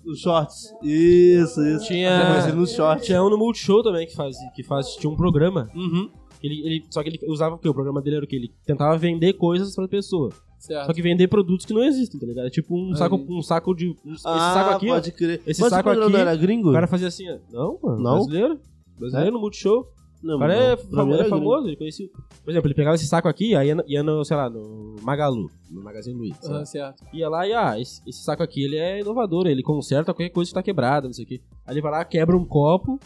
Os shorts. Isso, isso. Tinha- Mas ele nos shorts. Tinha um no Multishow também que faz, que faz, tinha um programa. Uhum. Ele, ele, só que ele usava o quê? O programa dele era o quê? Ele tentava vender coisas pra pessoa. Certo. Só que vender produtos que não existem, tá ligado? É tipo um saco, um saco de. Um, esse Ah, saco aqui, ó. pode crer. esse Mas saco o programa aqui- não era gringo? O cara fazia assim, ó. Não, mano. Não? Brasileiro. Brasileiro no Multishow. Não, O cara é, não. famo- Pra mim era é grande. famoso, ele conhecia. Por exemplo, ele pegava esse saco aqui, aí ia no- ia no, sei lá, no Magalu, no Magazine Luiza. sei lá. Ah, certo. Ia lá e, ah, esse, esse saco aqui, ele é inovador, ele conserta qualquer coisa que tá quebrada, não sei o quê. Aí ele vai lá, quebra um copo,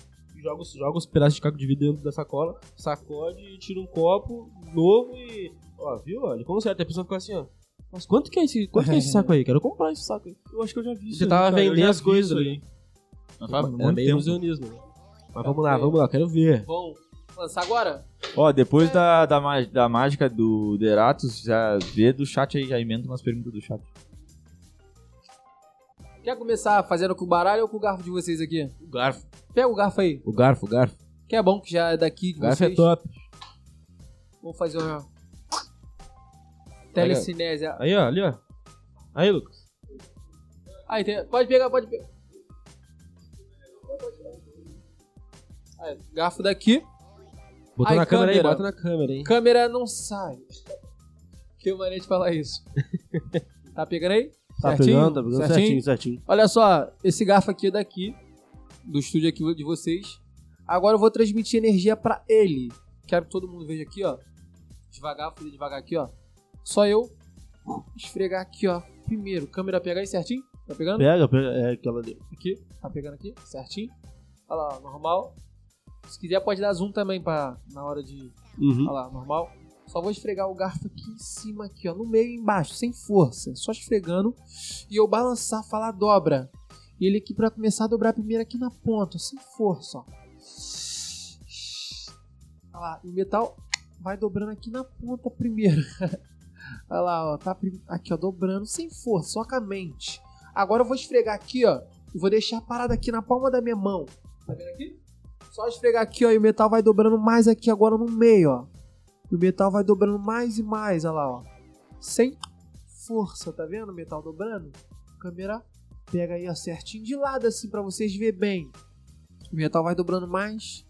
joga, os- joga os pedaços de caco de vidro dentro da sacola, sacode e tira um copo novo e... Ó, viu? ó, Ele conserta. E a pessoa fica assim, ó... Mas quanto que é esse, quanto que é esse saco aí? Quero comprar esse saco aí. Eu acho que eu já vi Você tava cara, eu vendendo já as vi coisas isso ali. aí. Mas faz É muito meio tempo. ilusionismo. né? Mas vamos lá, vamos lá, quero ver. Bom, lançar agora? Ó, depois da, da, ma- da mágica do Deratos, já vê do chat aí, já emenda umas perguntas do chat. Quer começar fazendo com o baralho ou com o garfo de vocês aqui? O garfo. Pega o garfo aí, O garfo, o garfo. que é bom que já é daqui de O garfo é vocês. top. Vamos fazer uma... Telecinésia. Aí, ó, ali, ó. Aí, Lucas. Aí, tem... Ah, pode pegar, pode pegar. Aí, Ah, garfo daqui. Botou Aí, na câmera, aí, câmera. bota na câmera, hein. Câmera não sai. Que maneira de falar isso. Tá pegando aí? Tá Certinho? pegando, tá pegando certinho, certinho. Olha só, esse garfo aqui é daqui, do estúdio aqui de vocês. Agora eu vou transmitir energia pra ele. Quero que todo mundo veja aqui, ó. Devagar, fazer devagar aqui, ó. Só eu esfregar aqui, ó. Primeiro, câmera pega aí certinho? Tá pegando? Pega, pega, é aquela ali. Aqui, tá pegando aqui, certinho. Olha lá, ó, normal. Se quiser pode dar zoom também pra, na hora de Uhum. Olha lá, normal. Só vou esfregar o garfo aqui em cima, aqui, ó. No meio e embaixo, sem força. Só esfregando. E eu balançar, falar dobra. E ele aqui pra começar a dobrar primeiro aqui na ponta, sem força, ó. Olha lá, e o metal vai dobrando aqui na ponta primeiro. Olha lá, ó. Tá prim- aqui, ó, dobrando sem força, só com a mente. Agora eu vou esfregar aqui, ó. E vou deixar parado aqui na palma da minha mão. Tá vendo aqui? Só esfregar aqui, ó, e o metal vai dobrando mais aqui agora no meio, ó. E o metal vai dobrando mais e mais, olha lá, ó. Sem força, tá vendo o metal dobrando? Câmera pega aí, ó, certinho de lado assim pra vocês verem bem. O metal vai dobrando mais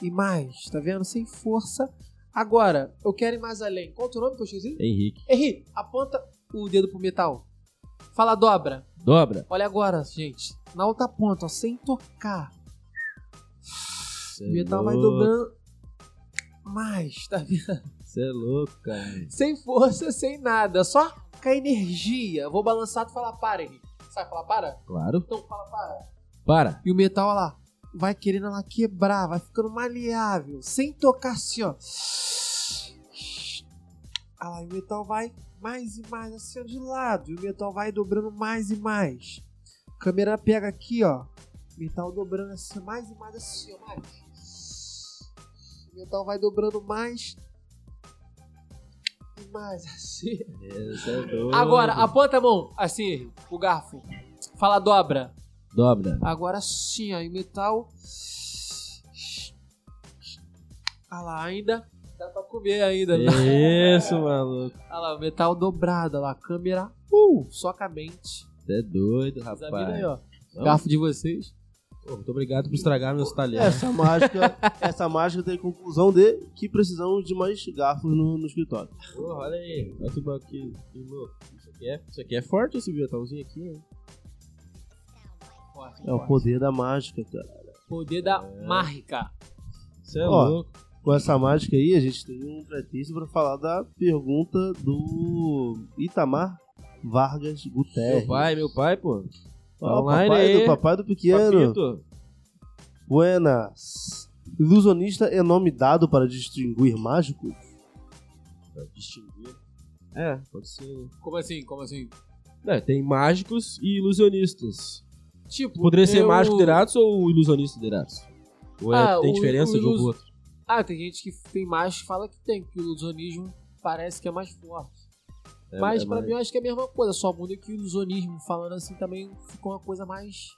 e mais, tá vendo? Sem força. Agora, eu quero ir mais além. Qual é o teu nome que eu esqueci? Henrique. Henri, aponta o dedo pro metal. Fala dobra. Dobra. Olha agora, gente. Na outra ponta, ó, sem tocar. é O metal vai louco. dobrando mais, tá vendo? Você é louco, cara. Sem força, sem nada. Só com a energia. Vou balançar e falar para, Henrique. Sabe falar para? Claro. Então fala para. Para. E o metal, olha lá, vai querendo lá quebrar, vai ficando maleável. Sem tocar assim, ó. Olha lá, e o metal vai mais e mais assim, ó, de lado. E o metal vai dobrando mais e mais. Câmera pega aqui, ó. Metal dobrando assim, mais e mais assim, ó, mais. O metal vai dobrando mais e mais assim. Você é louco. Agora, aponta a mão, assim, o garfo. Fala dobra. Dobra. Agora sim, aí o metal. Olha Ah lá, ainda. Dá pra comer ainda. Isso, maluco. Olha lá, o metal dobrado, olha lá, câmera. Uh, só com a mente. Você é doido, Vocês viram aí, rapaz. ó. Garfo de vocês. Pô, muito obrigado por estragar meus talheres. Essa mágica, essa mágica tem a conclusão de que precisamos de mais garfos no, no escritório. É. Porra, olha aí. Olha que ba- que- que louco. Isso aqui, é, isso aqui é forte, esse metalzinho aqui, hein? Forte, É o forte. poder da mágica, cara. Poder da É. marca. Você é Ó. louco. Com essa mágica aí, a gente tem um pretexto pra falar da pergunta do Itamar Vargas Guterres. é. Meu pai, meu pai, pô. Ó, Ah, o Online papai aí. do papai do pequeno. Papito. Buenas. Ilusionista é nome dado para distinguir mágico? Distinguir. É, pode ser. Como assim? Como assim? É, tem mágicos e ilusionistas. Tipo. Poderia ser eu- mágico Deratos ou ilusionista Deratos? Ou é- Ah, tem o- diferença de o um pro ilus- outro? Ah, tem gente que tem mais que fala que tem, que o ilusionismo parece que é mais forte. É- Mas é pra mais- mim eu acho que é a mesma coisa, só muda que o ilusionismo falando assim também ficou uma coisa mais.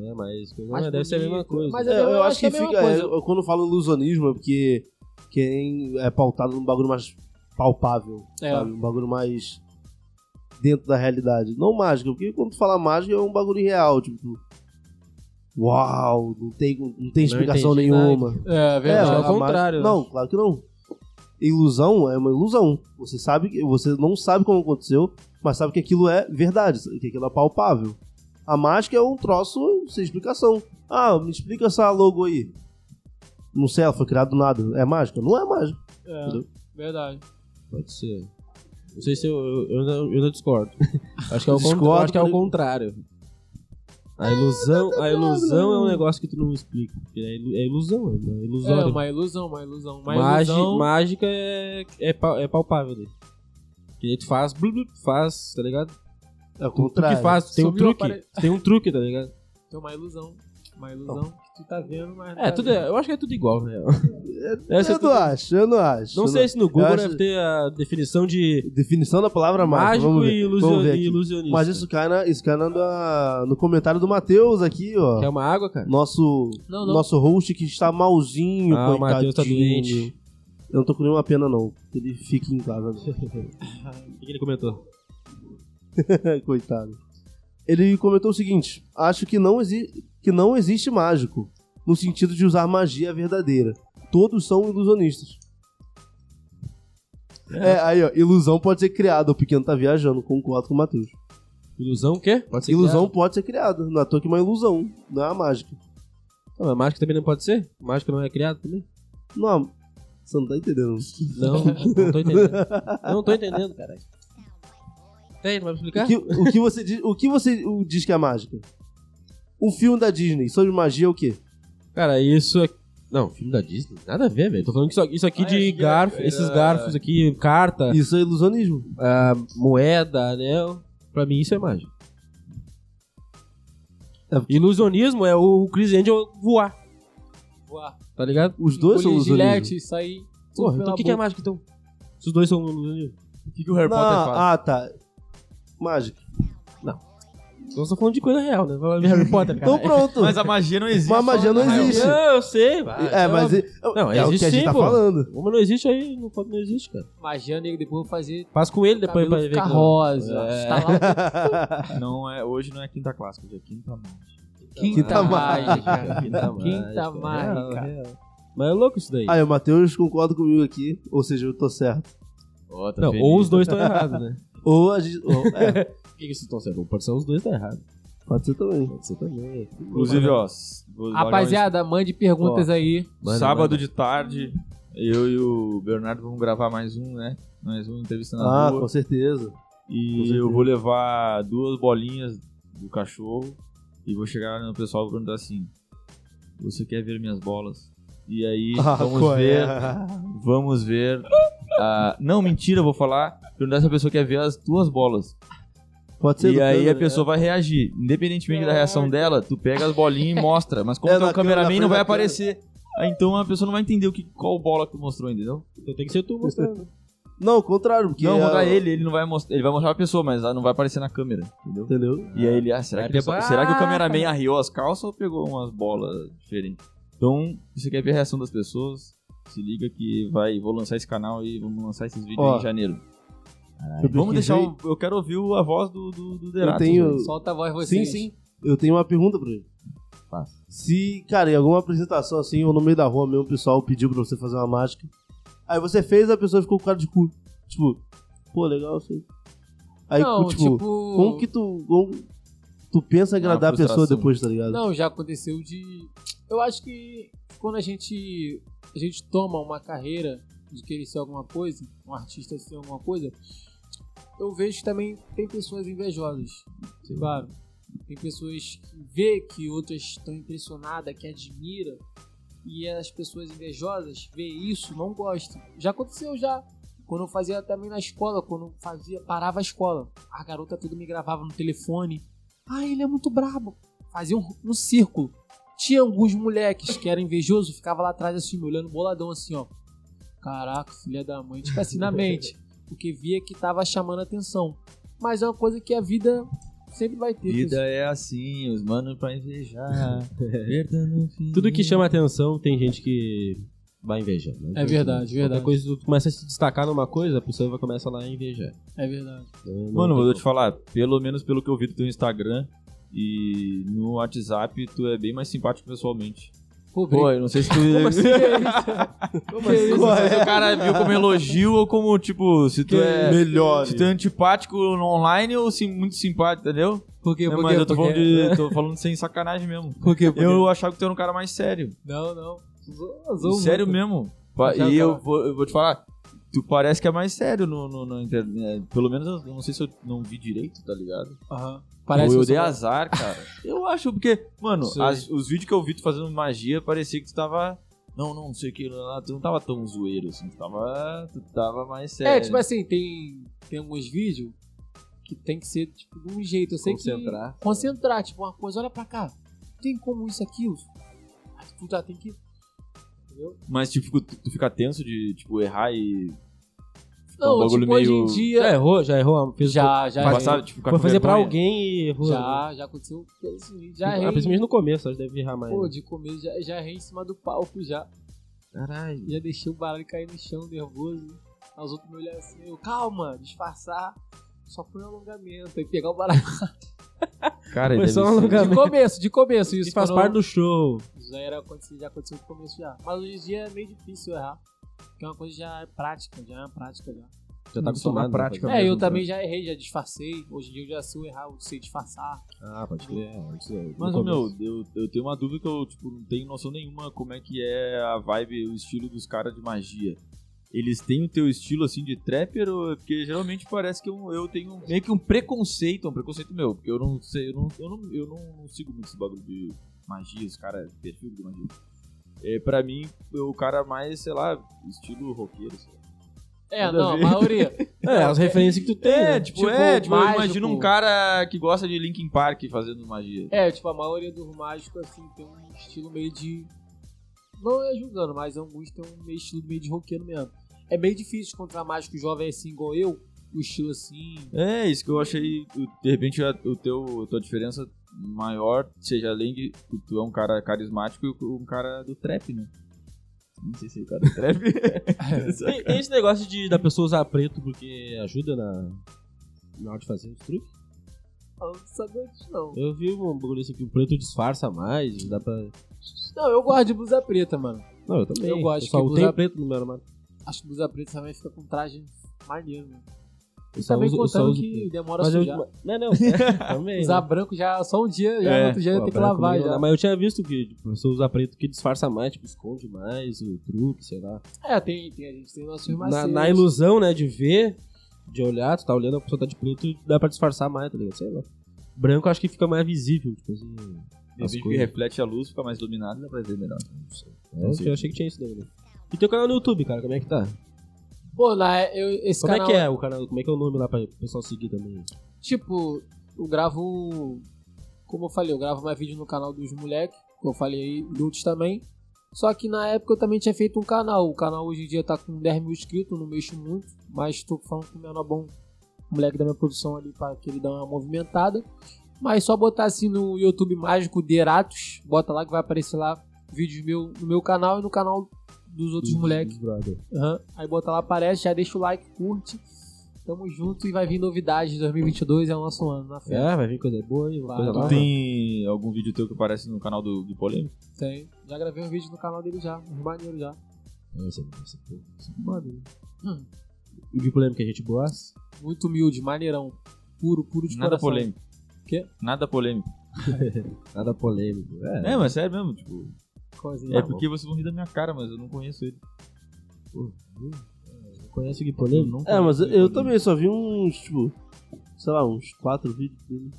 É, mas coisa- Mais mas deve ser a mesma bonito. coisa. Mas É, a mesma- eu acho que, é a mesma fica. coisa. é, eu- quando eu falo ilusionismo é porque quem é pautado num bagulho mais palpável, É. Tá sabe? Um bagulho mais dentro da realidade. Não mágica, porque quando tu fala mágica é um bagulho real, tipo. tu- Uau, não tem, não tem explicação entendi nenhuma. É, verdade. a- ao a mágica- contrário, né? Não, claro que não. Ilusão é uma ilusão. Você sabe que você não sabe como aconteceu, mas sabe que aquilo é verdade, que aquilo é palpável. A mágica é um troço sem explicação. Ah, me explica essa logo aí. Não sei, ela foi criada do nada. É mágica? Não é mágica. É, Entendeu? verdade. Pode ser. Não sei se eu. Eu, eu, não, eu não discordo. Acho que é o, Discordo, contra- acho que é o porém- contrário. A ilusão, a ilusão é um negócio que tu não explica. porque É ilu- é ilusão, é uma É, ilusória. uma ilusão, uma ilusão. Uma Magi- ilusão. Mágica é, é, pau- é palpável. Né? Que aí tu faz, blu, blu, faz, tá ligado? É o Tu, tu que contrário. faz, tu tem um Subiu a truque. parede. tu Tem um truque, tá ligado? Tem uma ilusão. Uma ilusão que tu tá vendo, mas. não É, tá tudo vendo. é, eu acho que é tudo igual, né? Essa é Eu tudo- não acho, eu não acho. Não eu sei se no Google acho- deve ter a definição de Definição da palavra mágica. mágico e Vamos ver. ilusio- Vamos ver e aqui. ilusionista. Mas isso cai, na, isso cai na, da- no comentário do Matheus aqui, ó. Quer uma água, cara? Nosso, é Não, não. nosso host que está malzinho, Ah, o Matheus tá coitadinho. doente. Eu não tô com nenhuma pena, não. que Ele fique em casa. né? O que que ele comentou? É, Coitado. Ele comentou o seguinte: acho que não, exi que não existe mágico, no sentido de usar magia verdadeira. Todos são ilusionistas. É, aí, ó, ilusão pode ser criada. O pequeno tá viajando, concordo com o Matheus. Ilusão o quê? Pode ser Ilusão pode ser criada. Não é à toa que é uma ilusão, não é uma mágica. criada? Não, mas mágica também não pode ser? Mágica não é criada também? Não, você não tá entendendo. Não, não tô entendendo. não tô entendendo, caralho. Tem, não vai me O explicar? que, o que você, diz, o que você o- diz que é mágica? Um filme da Disney sobre magia é o quê? Cara, isso aqui... Não, filme da Disney? Nada a ver, velho. Tô falando que isso- isso aqui é Ah, de achei que garfo, era- esses garfos aqui, carta, Isso é ilusionismo. ah, moeda, anel. Pra mim isso é mágica. Ilusionismo é o Chris Angel voar, Voar. tá ligado? Os dois são Engolir ilusionistas. gilete, isso aí. tudo Porra, então pela o que, que é boca. mágica então? Se os dois são ilusionismo. O que, que o Harry Não, Potter é faz? ah, tá. Mágica. Nós estamos Então falando de coisa real, né? Falar de Harry Potter, cara. Então pronto. é Mas a magia não existe. Mas a magia não Ah, existe. Não, eu sei. vai. então. é, mas é, Não, é o que existe a gente sim, tá pô. falando. Uma não existe aí, não pode não existe, cara. Magia negra, depois eu vou fazer. Faz com ele depois Depois pra cabelo ver. ficar que não. rosa. É. Tá lá Não é, hoje não é quinta clássica, hoje é quinta mágica. Quinta mágica. mágica. Ah, Quinta mágica. Quinta mágica. Real, real. Mas é louco isso daí. Aí, o Matheus concorda comigo aqui, ou seja, eu tô certo. tá não, ou os dois estão errados, né? Ou a gente. ou- é, Por que isso estão certo? Pode ser os dois estão errados. pode ser também. Pode ser também. Inclusive, ó. s- vou largar um Rapaziada, mande perguntas aí. Manda, Sábado manda. de tarde, eu e o Bernardo vamos gravar mais um, né? Mais um entrevista na Ah, rua. com certeza. com E certeza. eu vou levar duas bolinhas do cachorro e vou chegar no pessoal e vou perguntar assim: Você quer ver minhas bolas? E aí Ah, vamos qual é? ver, vamos ver. ah, não, mentira, eu vou falar. Perguntar se a pessoa quer ver as duas bolas. Pode ser. E do né? aí a Tanner, pessoa vai reagir. Independentemente da reação dela, tu pega as bolinhas e mostra. Mas como É, tu é na um câmera, na cameraman, não frente vai da câmera. aparecer. Ah, Então a pessoa não vai entender o que, qual bola que tu mostrou, entendeu? Então tem que ser tu mostrando. é. Não, o contrário, porque. não, é- mostrar ele, ele não vai mostrar. Ele vai mostrar pra pessoa, mas ela não vai aparecer na câmera, entendeu? Entendeu? E aí ele, ah, será Aí que, a pessoa, ele- será que ah, o cameraman arriou as calças ou pegou umas bolas diferentes? Então, se você quer ver a reação das pessoas, se liga que vai, vou lançar esse canal e vamos lançar esses vídeos Ó, em janeiro. Eu Vamos deixar, um- pesquisei- o, eu quero ouvir o- a voz do, do, do Derato. tenho- velho. Solta a voz Sim, vocês. sim. Eu tenho uma pergunta pra ele. Faça. Se, cara, em alguma apresentação assim, ou no meio da rua mesmo, o pessoal pediu pra você fazer uma mágica. Aí você fez, a pessoa ficou com cara de cu. Tipo, pô, legal, assim. Aí, Não, tipo, tipo. um como que tu. como tu pensa agradar a pessoa É frustração. depois, tá ligado? Não, já aconteceu de. Eu acho que quando a gente a gente toma uma carreira de querer ser alguma coisa, um artista ser alguma coisa, eu vejo que também tem pessoas invejosas. Claro. Tem pessoas que vê que outras estão impressionadas, que admira, e as pessoas invejosas vê isso, não gostam. Já aconteceu já. Quando eu fazia também na escola, quando eu fazia, parava a escola. A garota tudo me gravava no telefone. Ah, ele é muito brabo fazia um, um círculo. Tinha alguns moleques que eram invejosos, ficava lá atrás assim, me olhando boladão assim, ó. Caraca, filha da mãe. Tipo assim, na mente. Porque via que tava chamando atenção. Mas é uma coisa que a vida sempre vai ter. Vida é assim, os manos pra invejar. aperta no fim. Tudo que chama atenção tem gente que vai invejar. Né? É verdade, Qualquer verdade. coisa, tu começa a se destacar numa coisa, a pessoa vai começar lá a invejar. É verdade. Então, não Mano, tem vou te falar, pelo menos pelo que eu vi do teu Instagram e no WhatsApp, tu é bem mais simpático pessoalmente. assim? Pô, Pô, brinca- eu não sei se tu. é Como assim? Não sei é? se o cara viu como elogio ou como, tipo, se tu é. Melhor. Se tu é antipático no online ou sim, muito simpático, entendeu? Porque, Não, porque, mas né, eu tô porque- falando, de, tô falando sem sacanagem mesmo. porque- um porque- Eu achava que tu era um cara mais sério. Não, não. Zoou sério muito. mesmo. Pa- Já E eu tá. vou, eu vou te falar, tu parece que é mais sério no, no- na internet. Pelo menos eu não sei se eu não vi direito, tá ligado? Aham. Ou Parece eu que dei eu sou- azar, cara. eu acho, porque, mano, Sei. as- os vídeos que eu vi tu fazendo magia parecia que tu tava. Não, não, não sei o que lá. Tu não tava tão zoeiro assim, tu tava. Tu tava mais sério. É, tipo assim, tem, tem alguns vídeos que tem que ser tipo, de um jeito. Eu sei Concentrar. que. Concentrar. Tipo, uma coisa, olha pra cá. Tem como isso, aquilo. Aí Tu já tem que. Entendeu? Mas tipo, tu, tu fica tenso de tipo, errar e. ficar Não, tipo, bagulho hoje em meio- Já dia. errou, já errou. Fez Já, já. Passar, errei. tipo, ficar Foi com fazer pra vergonha. alguém e errou. Já, já aconteceu. é isso, né? Já Ah, errei. principalmente no começo, acho que deve errar mais. né? Pô, de comer, já, já errei em cima do palco já. Caralho. Já deixei o baralho cair no chão, nervoso. Aí os outros me olharam assim, eu, calma, disfarçar. Só foi um alongamento. Aí pegar o baralho. Cara, Foi deve só um ser- tá alongamento. De começo, de começo. Isso Isso faz pra não- parte do show. Já, era, acontecer- já aconteceu no começo já. Mas hoje em dia é meio difícil errar. Porque é uma coisa que já é prática, já é uma prática já. Já tá tá acostumado, acostumado. né, fazer. é, eu mesmo, também já errei, já disfarcei. Hoje em dia eu já sei errar, eu sei disfarçar. Ah, pode crer. é, isso é- Mas, no ô, meu, começo. eu, eu tenho uma dúvida que eu tipo, não tenho noção nenhuma como é que é a vibe, o estilo dos caras de magia. Eles têm o teu estilo, assim, de trapper? Ou... Porque geralmente parece que eu, eu tenho meio que um preconceito, um preconceito meu. Porque eu não sei, eu não, eu não, eu não, não sigo muito esse bagulho de magia, os caras, perfil de magia. É, pra mim, o cara mais, sei lá, estilo roqueiro, sei lá. É, Nada a não, a ver. maioria. É, as referências que tu tem. É, né? tipo, Tipo, é, tipo, eu mágico. imagino um cara que gosta de Linkin Park fazendo magia. É, tipo, a maioria dos mágicos, assim, tem um estilo meio de. Não é julgando, mas alguns tem um meio estilo meio de roqueiro mesmo. É meio difícil encontrar mágico jovem assim, igual eu, o estilo assim. É, isso que eu achei. o- De repente, a, o teu, a tua diferença maior seja além de que tu é um cara carismático e o- um cara do trap, né? Não sei se é o cara do trap. Tem, tem esse negócio de, da pessoa usar preto porque ajuda na, na hora de fazer os truques. Eu não sabia disso, não. Eu vi um bagulho assim que o preto disfarça mais, dá pra... Não, eu gosto de blusa preta, mano. Não, eu tipo, também. Eu gosto só que eu tenho usar- preto no meu armário. Acho que blusa preta também fica com traje maneiro, mano. Eu só Também uso- eu só contando uso que preto. demora a Mas eu... sujar. Não, não. é, também. Usar né? branco já só um dia, já É, no outro dia Pô, tem que branco lavar comigo não já. dá, Mas eu tinha visto que tipo, a pessoa usa preto que disfarça mais, tipo, esconde mais o truque, sei lá. É, tem, tem, a gente tem nossos Na, macetes. na ilusão, né, de ver, de olhar, tu tá olhando, a pessoa tá de preto, dá pra disfarçar mais, tá ligado? Sei lá. Branco eu acho que fica mais visível, tipo assim. Eu as vejo que coisas. reflete a luz, fica mais iluminado, dá pra ver melhor. Não sei. É, eu achei que tinha isso daí, né? E teu canal no YouTube, cara, como é que tá? Pô, lá, eu, esse como canal, é que é o canal? Como é que é o nome lá pra o pessoal seguir também? Tipo, eu gravo. um Como eu falei, eu gravo mais vídeo no canal dos moleques, que eu falei aí, adultos também. Só que na época eu também tinha feito um canal. O canal hoje em dia tá com 10 mil inscritos, não mexo muito, mas tô falando com o menor bom, o moleque da minha produção ali, pra que ele dá uma movimentada. Mas só botar assim no YouTube Mágico Deratos, bota lá que vai aparecer lá vídeos meu no meu canal e no canal dos outros moleques. brother. Aham. Aí bota lá, aparece, já deixa o like, curte. Tamo junto e vai vir novidades. 2022 é o nosso ano na fé. É, vai vir coisa boa e Vai, coisa tu lá. Tem algum vídeo teu que aparece no canal do, do Polêmico? Tem. Já gravei um vídeo no canal dele já. Um maneiro já. Essa, essa, porra, essa foda, né? Hum. E o que polêmica a gente boa? Muito humilde, maneirão. Puro, puro de Nada coração. polêmico. Quê? Nada polêmico. Nada polêmico. É, É, mas sério mesmo, tipo. Coisinha. É porque vocês vão rir da minha cara, mas eu não conheço ele. conhece o Gui Polêmico? É, mas eu também só vi uns, tipo, sei lá, uns quatro vídeos dele.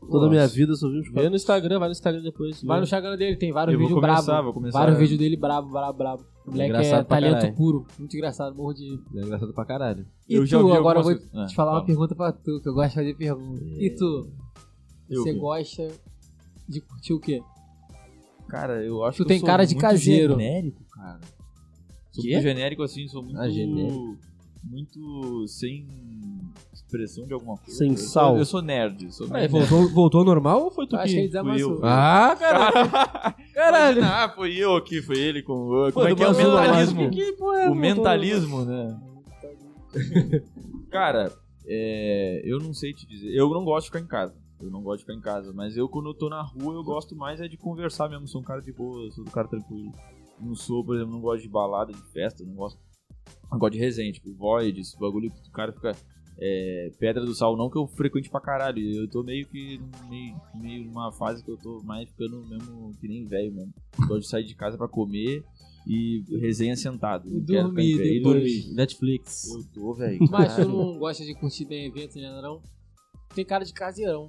Toda a minha vida eu só vi uns Vê quatro. no Instagram, vai no Instagram depois. Vai no Instagram dele, tem vários Eu vou vídeos começar, brabo. vou começar. Vários vídeos dele brabo, brabo, brabo. O moleque é Engraçado pra talento caralho. puro. Muito engraçado, morro de. É engraçado pra caralho. E Eu tu, já vi agora eu algumas vou coisas. É, te falar uma fala. É, pergunta pra tu, que eu gosto de fazer pergunta. E tu? Eu Você vi. gosta de curtir o quê? Cara, eu acho Tu que tem eu sou cara de muito né? caseiro. genérico, cara. Sou Quê? muito genérico assim, sou muito Ah, genérico. muito sem expressão de alguma coisa. Sem Eu sou- sal. Eu sou nerd, sou Mas nerd. voltou, voltou ao normal ou foi tu Eu acho que é ele que... desamassou. eu. Ah, caralho. Caralho. Ah, foi eu aqui, foi ele com Como é que é o Bolsonaro. mentalismo? Que porra é, o voltou ao mentalismo, né? Cara, é, eu não sei te dizer. Eu não gosto de ficar em casa. Eu não gosto de ficar em casa. Mas eu, quando eu tô na rua, eu gosto mais é de conversar mesmo. Sou um cara de boa, eu sou um cara tranquilo. Não sou, por exemplo, não gosto de balada, de festa, não gosto. Não gosto de resenha, tipo, void, esse bagulho que o cara fica é, Pedra do Sal, não que eu frequente pra caralho. Eu tô meio que meio, meio numa fase que eu tô mais ficando mesmo que nem velho, mano. Gosto de sair de casa pra comer e resenha sentado. E Não quero ficar em dormir pé. E depois. é? Netflix. Eu tô, velho. Mas tu caralho. não gosta de curtir bem eventos, né, não? Tem cara de caseirão.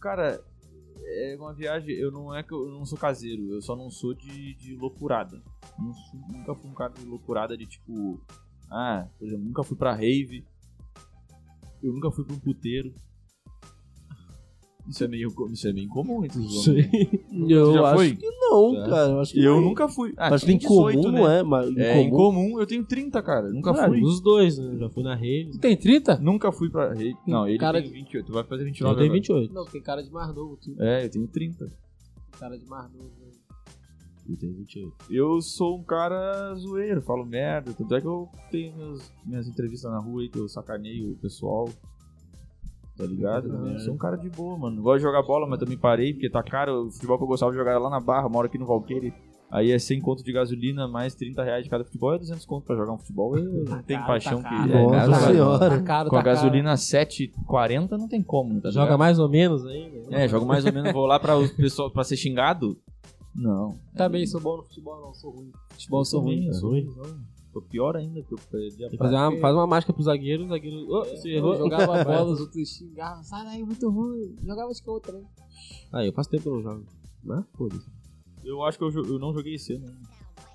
Cara, é uma viagem. Eu não é que eu eu não sou caseiro, eu só não sou de, de loucurada. Não sou- nunca fui um cara de loucurada de tipo. Ah, por exemplo, nunca fui pra rave. Eu nunca fui pra um puteiro. Isso é meio, co- isso é meio incomum entre os homens. Eu já acho foi? que não, Já. cara. Eu, acho que Eu não. nunca fui. Ah, Mas tem em comum 18, não né? é, mas em É, comum. em comum eu tenho 30, cara. Nunca Cara, fui. os dois, né? Já fui na rave. Tem 30? Nunca fui pra rave. Não, ele Cara tem 28. Tu vai fazer Eu 29 tenho agora. 28. Não, tem cara de mais novo. Tu É, eu tenho 30. tem cara de mais novo. né? Eu tenho 28. Eu sou um cara zoeiro, falo merda. Tanto é que eu tenho meus- minhas entrevistas na rua aí que eu sacaneio o pessoal. Tá ligado? Eu sou um cara de boa, mano. Gosto de jogar bola, mas também parei, porque tá caro. O futebol que eu gostava de jogar era lá na Barra, moro aqui no Valqueire. Aí é 100 conto de gasolina, mais 30 reais de cada futebol. É 200 conto pra jogar um futebol. Eu não tenho caro, paixão tá que... caro. é, Nossa cara, senhora. Tá caro, Com a tá caro. gasolina 7,40 não tem como, tá Joga ligado? mais ou menos ainda. É, jogo mais ou menos. Vou lá pra, o pessoal, pra ser xingado? Não. Também sou bom no futebol, não. Sou ruim. Futebol, sou sou ruim. eu é sou ruim. ruim. Tô pior ainda, porque eu perdi a Tem que fazer uma, faz uma mágica pro zagueiro, o zagueiro. Oh, se Eu errou. jogava bola, os outros xingavam. Sai daí, muito ruim. Jogava de outra, né? Aí, eu faço tempo que eu não jogo. Mas, foda-se. Eu acho que eu, jo- eu não joguei esse ano. ainda.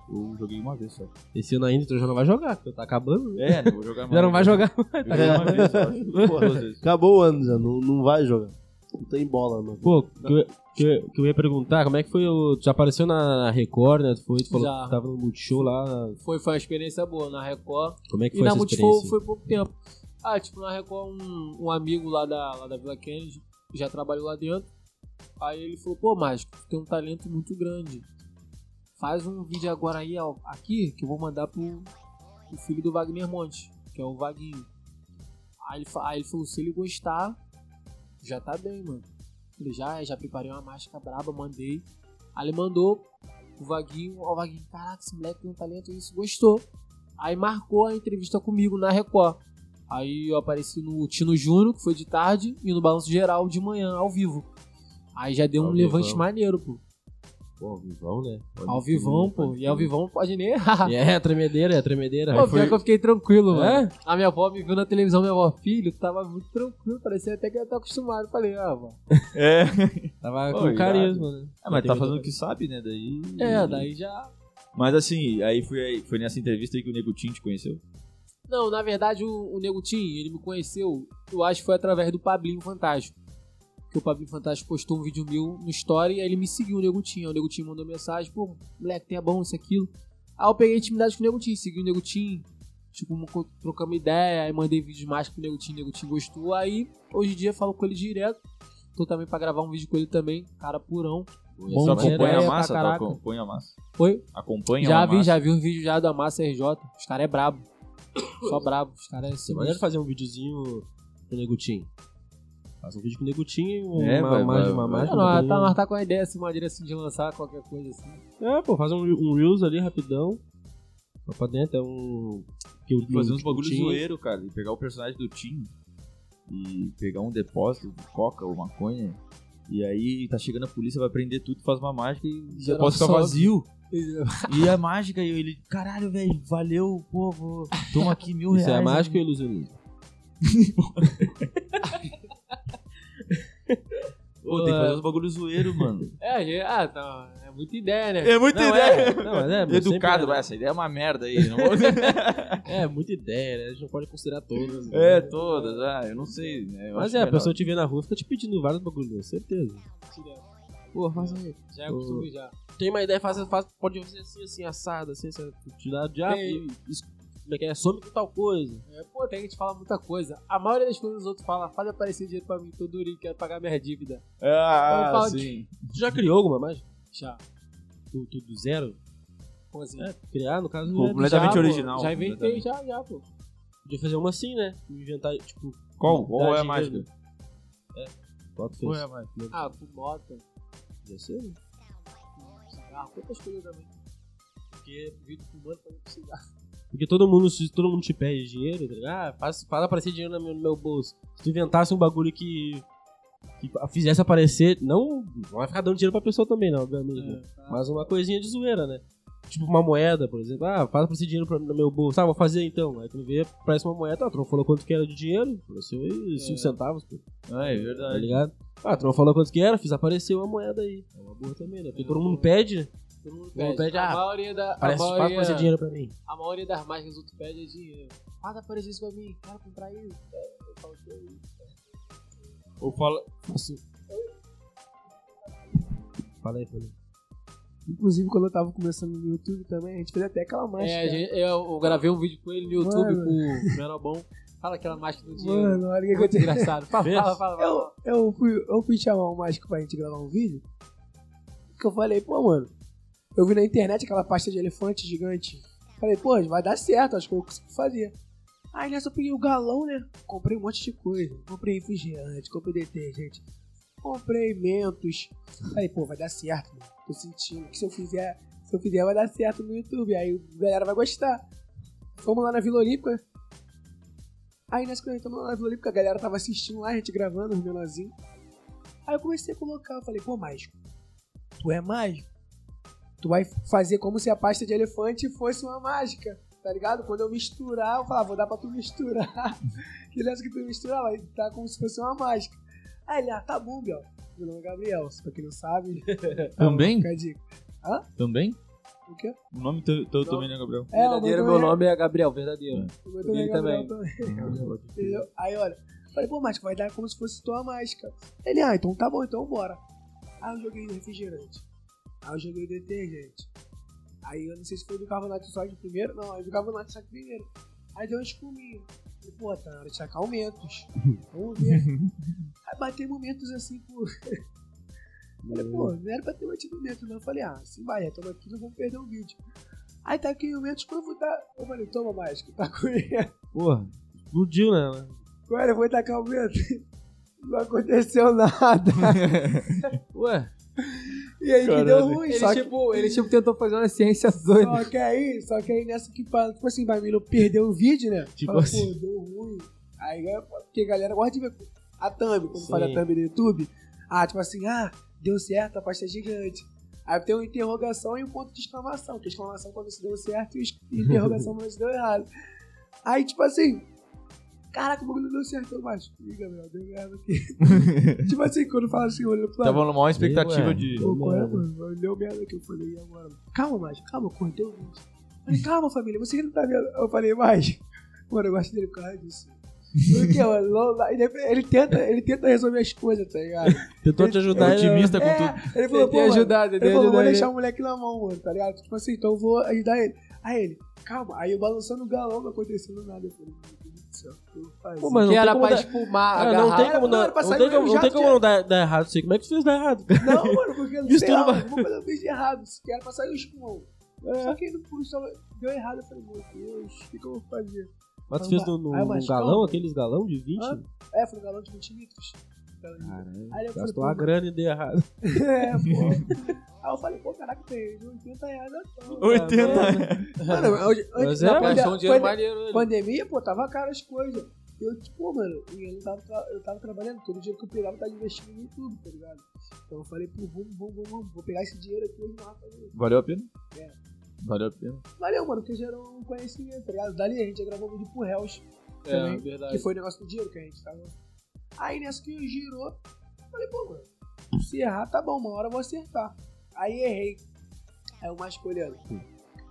Eu joguei uma vez só. Esse ano ainda tu já não vai jogar, porque tá acabando. né? É, não vou jogar mais. Já não vai jogar. Eu joguei uma vez, eu acho. Porra, duas vezes. Acabou o ano já, não, não vai jogar. Não tem bola, não. Pô, que eu, que, eu- que eu ia perguntar, como é que foi o. Tu já apareceu na Record, né? Tu foi, tu falou Já. que tava no Multishow lá. Foi, foi uma experiência boa na Record. Como é que E foi na essa Multishow experiência? foi pouco tempo. Ah, tipo, na Record, um, um amigo lá da, lá da Vila Kennedy já trabalhou lá dentro. Aí ele falou, pô, Mágico, tu tem um talento muito grande. Faz um vídeo agora aí, ó, aqui, que eu vou mandar pro, pro filho do Wagner Monte, que é o Vaguinho. Aí ele, fa- aí ele falou, se ele gostar, já tá bem, mano. Ele já, já preparei uma máscara braba, mandei. Aí ele mandou o Vaguinho, ó, o Vaguinho, caraca, esse moleque tem um talento, isso, gostou. Aí marcou a entrevista comigo na Record. Aí eu apareci no Tino Júnior, que foi de tarde, e no Balanço Geral de manhã, ao vivo. Aí já deu Ao um levante vivão. maneiro, pô. Pô, ao vivão, né? Olha Ao que vivão, lindo, pô. olha E ao que lindo. vivão não pode nem errar. É, a tremedeira, é a tremedeira. Pô, pior que eu fiquei tranquilo, É? mano. A minha avó me viu na televisão, minha avó, filho, tu tava muito tranquilo, parecia até que eu tava acostumado. Eu Falei, ah, vó. É. Tava Pô, com irado. carisma, né? Ah, mas tá fazendo o que sabe, né? Daí. É, daí já. Mas assim, aí foi, aí- foi nessa entrevista aí que o Nego Tim te conheceu. Não, na verdade, o, o Nego Tim, ele me conheceu, eu acho que foi através do Pablinho Fantástico. Que o Pablinho Fantástico postou um vídeo meu no Story, aí ele me seguiu, o Nego Tim. Aí O Nego Tim mandou mensagem, pô, moleque, tem bom isso, aquilo. Aí eu peguei intimidade com o Nego Tim, segui o Nego Tim, tipo, mo- trocamos ideia, aí mandei vídeos mais pro Nego Tim, o Nego Tim gostou. Aí, hoje em dia, eu falo com ele direto. Tô também pra gravar um vídeo com ele também, cara purão. Bom tu dinheiro, acompanha é, a pra massa? Tu caraca. acompanha a massa. Oi? Acompanha já a vi, massa. já vi um vídeo já da Massa RJ. Os caras é brabo. Só brabo. Os caras é Você sinistro. maneiro fazer um videozinho com o Negutinho. Faz um vídeo com o Negutinho, É, uma vai, imagem, uma vai, um vai. imagem. Não, nós botando- tá, nós tá com a ideia assim, maneira assim de lançar qualquer coisa assim. É, pô, faz um, um Reels ali rapidão. Lá pra dentro, é um. Que o- fazer uns o bagulho Tim- zoeiro, cara. E pegar o personagem do Tim e pegar um depósito de coca ou maconha. E aí tá chegando a polícia, vai prender tudo, faz uma mágica e o Geral depósito fica sobe. vazio. E a mágica, e ele, caralho, velho, valeu, pô, vou- toma aqui mil reais. né? Isso é mágico ou ilusionismo? Pô, tem que fazer uns bagulho zoeiro, mano. É, é, ah, tá, é muita ideia, né? É muita Não, ideia. é, não, mas é, mas Educado, sempre vai, é, essa ideia é uma merda aí. Não vou... É, muita ideia, né? A gente não pode considerar todas. né? é, todas, ah, eu não sei. Né? Eu Mas acho é, a melhor. pessoa te vê na rua fica te pedindo vários bagulhos, certeza. Pô, faz aí. Já é costume já. Tem uma ideia, faz, faz, pode fazer assim, assim, assado, assim, assim tirar de ar, Tem. e- isso- como é que é? Some com tal coisa. É, pô, tem que te falar muita coisa. A maioria das coisas os outros falam, faz aparecer dinheiro pra mim, tô durinho, quero pagar minha dívida. Eu Ah, falo sim. Tu já criou alguma mágica? Já. Tu, tu do zero? Como assim? É, criar, no caso, né? Completamente Já, pô, original. Já inventei, já, já, pô. Podia fazer uma assim, né? Inventar, tipo, Qual? Qual é a verdade mágica? mesmo. É, qual tu Qual é fez? a mágica? Ah, com moto, Podia ser, né? com cigarro, quantas coisas também. Porque vivo fumando pra ir pro cigarro. Porque todo mundo, se todo mundo te pede dinheiro, tá ligado? Ah, faz, faz aparecer dinheiro no meu, no meu bolso. Se tu inventasse um bagulho que, que fizesse aparecer, não, não vai ficar dando dinheiro pra pessoa também, não, obviamente. né? Mas uma coisinha de zoeira, né? Tipo uma moeda, por exemplo. Ah, faz aparecer dinheiro pra, no meu bolso. Ah, vou fazer então. Aí tu vê, parece uma moeda. Ah, tu não falou quanto que era de dinheiro. Apareceu aí 5 centavos, pô. Ah, é Tá verdade. ligado? Ah, tu não falou quanto que era, fiz aparecer uma moeda aí. É uma boa também, né? Porque todo mundo pede. Todo mundo pede. a ah, maioria da. A parece fácil maioria, pra dinheiro pra mim. a maioria das marcas que tu pede é dinheiro. Ah, tá aparecendo isso pra mim. Quero comprar isso. É, Eu falo, "Que isso?" Ou fala. Fala aí, fala aí. Inclusive, quando eu tava começando no YouTube também, a gente fez até aquela né? mágica. É, a gente- eu gravei um vídeo com ele no YouTube Mano. com o Menobão. Fala aquela mágica do dinheiro. Mano, olha o que Muito aconteceu. engraçado. Fala, Vê? fala, fala. fala. Eu, eu, fui, eu fui chamar o mágico pra gente gravar um vídeo. Que eu falei, pô, mano, eu vi na internet aquela pasta de elefante gigante. Falei, pô, vai dar certo, acho que eu consigo fazer. Aí nessa eu peguei o galão, né? Comprei um monte de coisa. Comprei refrigerante, comprei detergente, comprei mentos. Falei, pô, vai dar certo, mano. Tô sentindo que se eu fizer, se eu fizer, vai dar certo no YouTube. Aí a galera vai gostar. Fomos lá na Vila Olímpica. Aí nós conectamos lá na Vila Olímpica, a galera tava assistindo lá, a gente gravando, os menorzinhos. Aí eu comecei a colocar, eu falei, pô, mágico, tu é mágico. Tu vai fazer como se a pasta de elefante fosse uma mágica, tá ligado? Quando eu misturar, eu falava, "Ah, vou dar pra tu misturar. que lance que tu misturar, vai tá como se fosse uma mágica. Aí ele, ah, tá bom, Biel. Meu nome é Gabriel, se pra quem não sabe, Então, Também? fica a dica. Também? O quê? O nome teu teu também, né, Gabriel? É, o verdadeiro, meu meu nome nome é Gabriel, verdadeiro. O meu também é Ele Gabriel também. também. Entendeu? Aí olha, falei, pô, mágica, vai dar como se fosse tua mágica. Ele, ah, então tá bom, então bora. Aí eu joguei refrigerante. Aí eu joguei detergente. Aí eu não sei se foi do carbonato de sódio primeiro. Não, aí do carbonato de sódio primeiro. Aí deu uma espuminha. Falei, pô, tá na hora de sacar aumentos. Vamos ver. aí batei momentos assim, pô. Falei, pô, não era pra ter batido dentro, não. Eu falei, ah, se vai, toma aqui, não vamos perder o vídeo. Aí tá aqui o momentos, quando eu vou dar. Eu falei, toma mágica, tá com ele. Porra, explodiu, né? Agora eu vou tacar o vento. Não aconteceu nada. Ué, E aí que Caralho. deu ruim, ele só que, tipo, ele tipo tentou fazer uma ciência doida. só que aí, só que aí nessa que fala, tipo assim, Bamilo perdeu o vídeo, né? Tipo Fala, assim. Pô, deu ruim. Aí é porque a galera gosta de ver a thumb, quando Sim. fala a thumb no YouTube. Ah, tipo assim, ah, deu certo, a pasta é gigante. Aí tem uma interrogação e um ponto de exclamação, porque exclamação quando isso deu certo e ex- e interrogação quando isso deu errado. Aí, tipo assim, caraca, o bagulho deu certo, eu acho. Ih, Gabriel, deu merda aqui. tipo assim, quando fala assim, olhando pro lado. Tava numa maior expectativa Ué. de. Pô, qual é, merda. mano? Deu merda que eu falei e agora. Calma, Mágico, calma, cortei o vídeo. Falei, calma, família, você que não tá vendo. Eu falei, Mágico, mano, eu gosto dele por causa disso. Porque, mano, não dá. ele, é, ele tenta, ele tenta resolver as coisas, tá ligado? Tentou te ajudar. É otimista com tudo. É, ele falou, Ele pô, mano, ajudado, ele né? ele falou, vou ajudado. deixar o moleque na mão, mano, tá ligado? Tipo assim, então eu vou ajudar ele. Aí ele, calma, aí eu balançando o galão, não acontecendo nada. Eu falei, meu Deus do céu, o que eu faço? Pô, mas não que tem era como pra dar- espumar a Cara, Ah, não tem garrafa. como, Ah, Não, não, era pra não sair tem mesmo como, não, tem jato, como já. não dar, dar errado isso aí. Como é que tu fez dar errado? Não, mano, porque não sei Mistura lá, uma- É. mano, vou fazer um vídeo errado, se quer passar eu espumão. Só que ele pô, só deu errado, eu falei, meu Deus, o que, que eu vou fazer? Mas tu fez no, no- Ah, mas num galão, calma. aqueles galão de 20? Hã? É, foi um galão de 20 litros. Caralho, Aí eu falei, gastou pô, uma grana e deu errado. É, pô. Aí eu falei, pô, caraca, tem 80 reais à toa. Tá 80 Mano, hoje- antes Mas da é, pande- Gastou um dinheiro pande- maneiro. ele. pandemia, pô, tava caro as coisas. Eu, tipo, mano, eu não tava, tra- eu tava trabalhando, todo dinheiro que eu pegava eu tava investindo no YouTube, tá ligado? Então eu falei, pô, vamos, vamos, vamos, vamos, vou pegar esse dinheiro aqui hoje na fazer isso. Valeu a pena? É. Valeu a pena. Valeu, mano, porque gerou um conhecimento, tá ligado? Dali a gente já gravou um vídeo pro Hells. É, também, que verdade. foi o negócio do dinheiro que a gente tava. Aí nessa que girou, eu falei, pô, mano, se errar, tá bom, uma hora eu vou acertar. Aí errei. Aí eu mais olhando. Hum.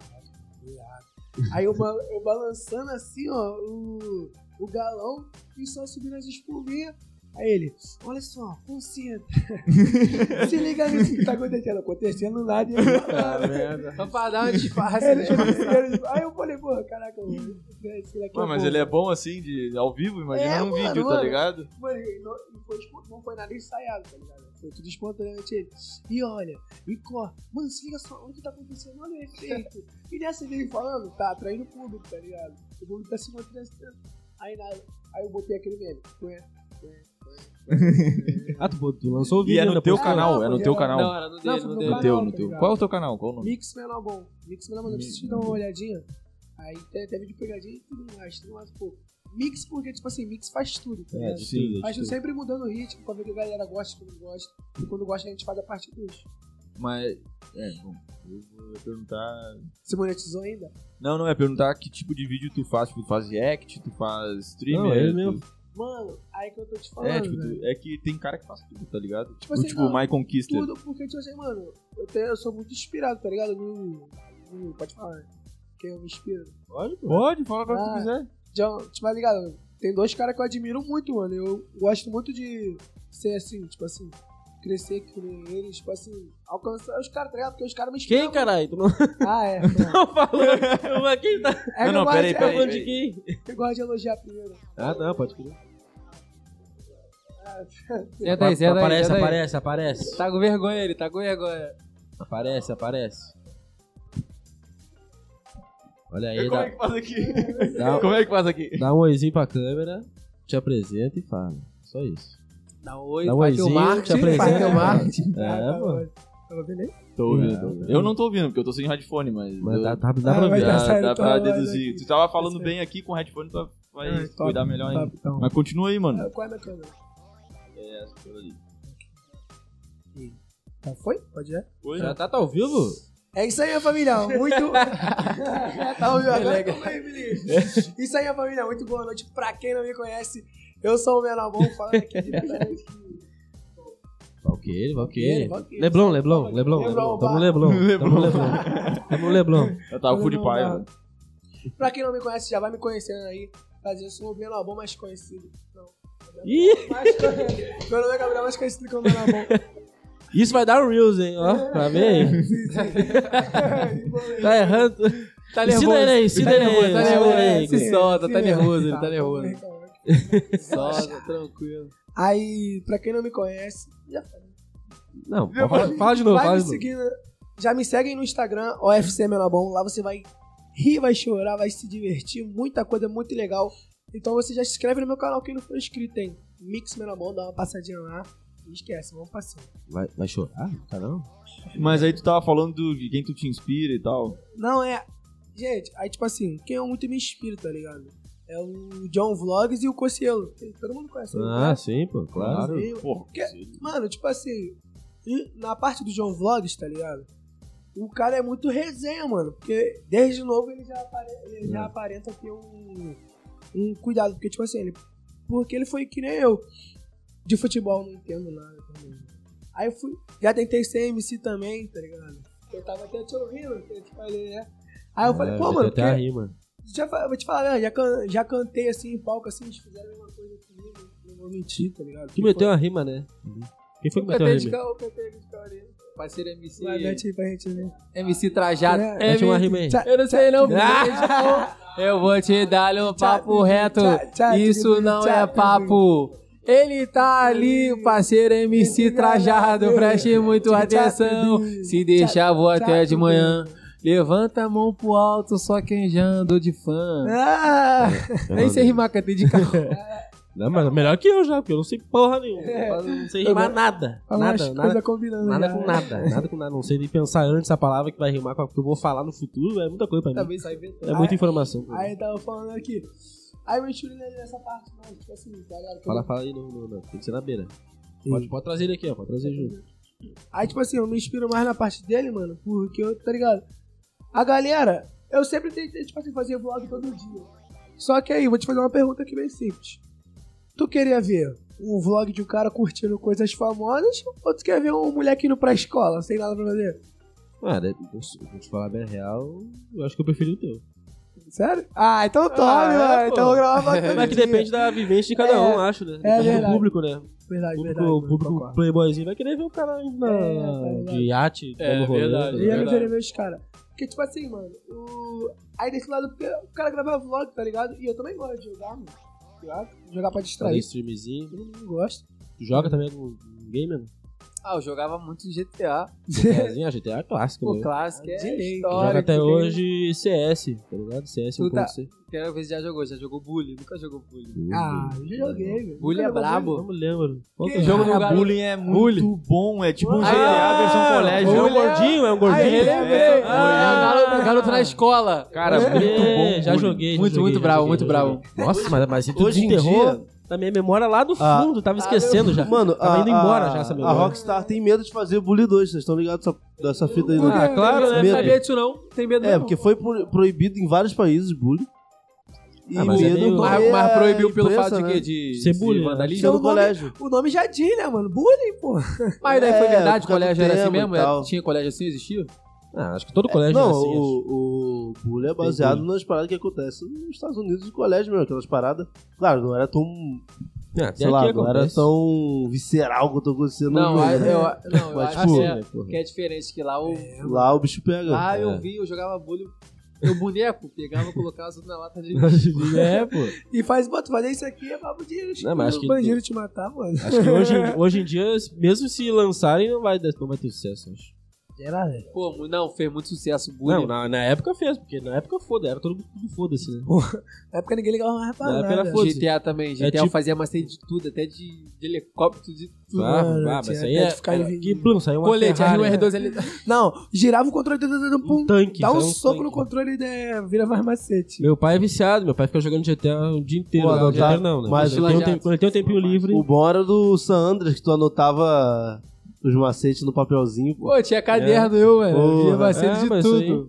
Caraca, deu errado. Aí eu, ba- eu balançando assim, ó, o, o galão e só subindo as espuminhas. Aí ele, olha só, concentra. Se liga nisso que tá acontecendo. Acontecendo nada e eu- Ah, merda. Só pra dar uma disfarce. Ele- né? ele- Aí eu falei, pô, caraca, mano, será que Ué, eu Hum. mas vou? ele é bom assim, de ao vivo, imagina Tipo, É, num mano, vídeo, mano. tá ligado? Mano, e não, e foi espo- não foi nada ensaiado, tá ligado? Foi tudo espontaneamente ele. E olha, e corre. Mano, se liga só, olha o que tá acontecendo, olha o efeito. e nessa dele falando, tá atraindo o público, tá ligado? O público tá se mostrando. Aí, nada, aí eu botei aquele meme. é Ué, ué, ué. Ah, tu, tu lançou o E vídeo né, é no ainda, teu pô. canal, é no teu Não, canal. Não, era no Não, dele, é foi no pro dele. No canal, teu, no tá teu. ligado? Qual é o teu canal? Qual o nome? Mix Menor Bom. Mix Menor Bom, eu preciso dar uma olhadinha. Aí tem até vídeo pegadinha e tudo mais, tudo mais, pô. Mix, porque, tipo assim, mix faz tudo, tá É, ligado? de sim. tudo, de Mas eu tudo. sempre mudando o ritmo, pra ver o que a galera gosta, quando gosta. E quando gosta, a gente faz a parte 2. assim- Mas, é, bom, eu vou perguntar... Você monetizou ainda? Não, não, é perguntar que tipo de vídeo tu faz. Tipo, tu faz react, tu faz streamer... Não, ele tu- mesmo. Mano, aí que eu tô te falando, É, tipo, velho. tu- é que tem cara que faz tudo, tá ligado? Tipo, assim, tipo não, My Conquista. tudo, porque, tipo assim, mano, eu, tenho- eu sou muito inspirado, tá ligado? No, no- pode falar, né? Quem eu me inspiro. Pode, Pode, fala agora o que tu Ah. quiser. John, tipo, tá ligado? Tem dois caras que eu admiro muito, mano. Eu gosto muito de ser assim, tipo assim, crescer que nem eles, tipo assim, alcançar os caras, tá ligado? Porque os caras me inspiram. Quem, caralho? Tu não Ah, é. Não. falou? Mas quem tá É que não, eu gosto- peraí, é, peraí. falando de quem? Eu gosto de elogiar primeiro. Ah, não, pode crer. É Senta aí, senta aí. aparece, senta aí. aparece, aparece. Tá com vergonha ele, tá com vergonha. Aparece, aparece. Olha aí, Como dá, é que faz aqui? dá- Como é que faz aqui? dá um oizinho pra câmera, te apresenta e fala. Só isso. Dá um oi, Dá um faz teu oizinho, te marketing, apresenta. faz teu É. marketing. É, mano. Tá ouvindo aí? Tô ouvindo, tô ouvindo. É, Eu não tô ouvindo, porque eu tô sem headphone, mas. Mas eu- dá, dá, dá pra Ah, vai ver. dar dá, certo, dá tá pra rolando deduzir. aqui. Tu tava falando bem aqui com headphone, tu tá- vai Ah, top, cuidar melhor ainda. Top, então. Mas continua aí, mano. Ah, Qual é a câmera? Tá, foi? Pode ir? Oi? Já tá, tá ao vivo? É isso aí, minha família. Muito. tá ouvindo agora? Calma aí, Vinícius. Isso aí, minha família. Muito boa noite. Pra quem não me conhece, eu sou o Menabon, falando aqui diretamente. Valqueire, Valqueire. Valqueire, Valqueire. Leblon, Leblon, Leblon. Leblon, Leblon. pá. Tamo no Leblon. Tamo no Leblon. Leblon. Tamo no Leblon. Eu tava full de Não, pai. não. Pra quem não me conhece, já vai me conhecendo aí. Mas eu sou o Menabon mais conhecido. Não. Ih, Mais conhecido. Meu nome é Gabriel, mais conhecido que o Menabon. isso vai dar um Reels, hein? Ó, pra ver. É, Tá errando. Tá nervoso. Ensina ele aí, ensina ele aí. Tá ensina ele aí. nervoso, Igor. se solta, tá nervoso, ele tá É, Tá, nervoso. calma aí, calma aí. Solta, tranquilo. Aí, pra quem não me conhece, já Não, pode falar- fala de novo, vai fala me de novo. seguindo. Já me seguem no Instagram, OFC Menabon. Lá você vai rir, vai chorar, vai se divertir. Muita coisa muito legal. Então você já se inscreve no meu canal quem não for inscrito, hein? Mix Menabon, dá uma passadinha lá. Não esquece, vamos passando. Vai, vai chorar? Tá Caramba. Mas aí tu tava falando do- de quem tu te inspira e tal. Não, é... Gente, aí tipo assim, quem eu muito me inspiro, tá ligado? É o John Vlogs e o Cocielo. que Todo mundo conhece. né? um Ah, sim, pô, claro. É, Eu- Pô, que- Mano, tipo assim, e na parte do John Vlogs, tá ligado? O cara é muito resenha, mano. Porque desde novo ele já, apare... ele É. já aparenta ter um... um cuidado. Porque, tipo assim, ele... porque ele foi que nem eu. De futebol, não entendo nada também. Aí eu fui. Já tentei ser MC também, tá ligado? Eu tava até te ouvindo, que eu te falei, né? Aí eu falei, É, pô, tem mano, até porque- a rima. já, fa- vou te falar, né? já, can- já cantei assim em palco, assim, eles fizeram uma coisa comigo, não vou mentir, tá ligado? Tu meteu uma rima, né? Quem foi que meteu a Cadê de rima? cá? Eu cantei de carinho. Parceiro MC. Vai, mete aí pra gente ver. MC trajado. É, mete uma rima aí. Tchau, Eu não sei não, Ah! eu vou te dar um papo tchau, reto. tchau, tchau, Isso tchau, não tchau, é tchau. papo. Ele tá ali, o parceiro MC trajado. Preste muito Tchau, atenção. tchau, Se deixar, vou até tchau, de manhã. Levanta a mão pro alto, só quem já andou de fã. Ah! Nem sei rimar, cantei de carro. Não, mas melhor que eu já, porque eu não sei porra nenhuma. Eu Não sei rimar Eu- nada. Algumas Nada, nada. coisas combinando. Nada já. com nada, nada com nada. Não sei nem pensar antes a palavra que vai rimar com a que eu vou falar no futuro. É muita coisa pra mim. Talvez só inventando. É muita informação. pra mim. Aí eu tava falando aqui. Aí meu estilo é nessa parte, mano. Tipo assim, tá ligado? Fala, fala aí, não, não, não. Tem que ser na beira. Pode, pode trazer ele aqui, ó. Pode trazer junto. Aí, tipo assim, eu me inspiro mais na parte dele, mano, porque eu, tá ligado? A galera, eu sempre tentei, tipo assim, fazer vlog todo dia. Só que aí, vou te fazer uma pergunta aqui bem simples. Tu queria ver um vlog de um cara curtindo coisas famosas ou tu quer ver um moleque indo pra escola sem nada pra fazer? Cara, eu vou eu vou te falar bem a real, eu acho que eu preferi o teu. Sério? Ah, então tome, é, mano. pô. então eu vou gravar uma coisa Mas é que de dia. depende da vivência de cada É, um, acho, né? Depende do verdade. público, né? Verdade, O verdade. público, o mano, público concordo. playboyzinho vai querer ver o cara indo na, É, tá ligado. de iate, É, dando rolê, verdade, tá E ligado? eu verdade. queria ver os caras. Porque, tipo assim, mano, o... aí desse lado, porque o cara grava vlog, tá ligado? E eu também gosto de jogar, mano. tá ligado? Jogar pra Fazer distrair. streamzinho. Todo mundo gosta. Tu joga também com game, né? mano? Ah, eu jogava muito GTA. GTAzinho, GTA é clássico, O né? clássico é Direito. história. Joga até que vem- hoje CS, tá ligado? CS Tu 1.6. tá- Primeira vez já jogou, já jogou Bully, nunca jogou Bully. Uhum. Ah, eu já joguei, velho. Bully é Nunca jogou brabo. Não me lembro. O jogo do garoto- bullying é muito bom, é tipo um Ah, GTA versão colégio. É um Bullying. gordinho, é um gordinho. Aí, lembrei. É, É, o garoto, o garoto na escola. É. Cara, muito já bom. bullying. joguei. já Muito, joguei, muito já bravo, joguei, muito já bravo. joguei. Nossa, mas, mas tu Hoje em desenterrou dia- da minha memória lá do Ah. fundo, tava esquecendo já. Mano, Tava a, indo embora a- já essa A memória. Rockstar tem medo de fazer Bully 2, vocês estão ligados dessa, dessa fita aí, né? Ah, claro, né? Medo. velho? disso não, tem medo É, porque foi pro- proibido em vários países bullying. E Ah, mas é meio- porque Mas, mas proibiu é pelo imprensa, fato de né? quê? De Ser de bullying, né? Tinha vandalismo? no Então, colégio. O nome já diz, né, mano? Bullying, pô. Mas daí foi É, verdade, por causa colégio do era assim tempo e mesmo? tal. Tinha colégio assim, existia? Ah, acho que todo colégio Não, é assim. acho. o, o bullying é baseado nas paradas que acontecem nos Estados Unidos no colégio mesmo, aquelas paradas. Claro, não era tão, Ah, aqui sei lá, não acontece. era tão visceral quanto aconteceu no Não, jogo, aí né? eu, não, eu Mas, acho tipo, que, né, é, porra. que é diferente, que lá, o, É, Lá o bicho pega. lá é. eu vi, eu jogava bullying, meu boneco pegava, colocava tudo na lata de... É, pô. E faz, bota, fazer isso aqui é papo de Não, mas acho que- bandido te matar, mano. Acho que hoje, hoje em dia, mesmo se lançarem, não vai, dar- não vai ter sucesso, acho. Era, velho. Pô, não, fez muito sucesso o Não, bullying. na, na época fez, porque na época foda, era todo mundo foda-se, né? Na época ninguém ligava mais pra Na época era nada. foda. foda-se. GTA também, GTA É tipo- fazia master de tudo, até de, de helicóptero, de tudo. Ah, Tipo, mano, ah, mas tinha isso aí até é. de ficar era- em- que um plum, saiu uma Colete, Ferrari, né? R2 ali. Não, girava o controle, tum, tum, tum, um pum, tanque. dá um saiu soco no tanque. controle e né, vira mais macete. Meu pai é viciado, meu pai fica jogando GTA o dia inteiro. Pô, não, adotar- GTA não, né? Quando mas ele tem um lá já- tempo- quando ele tem um tempinho livre. O bom era do San Andreas, que tu anotava os macetes no papelzinho, pô. Pô, É. tinha caderno eu, velho. Eu Porra. via vacilo É, de mas isso É. tudo.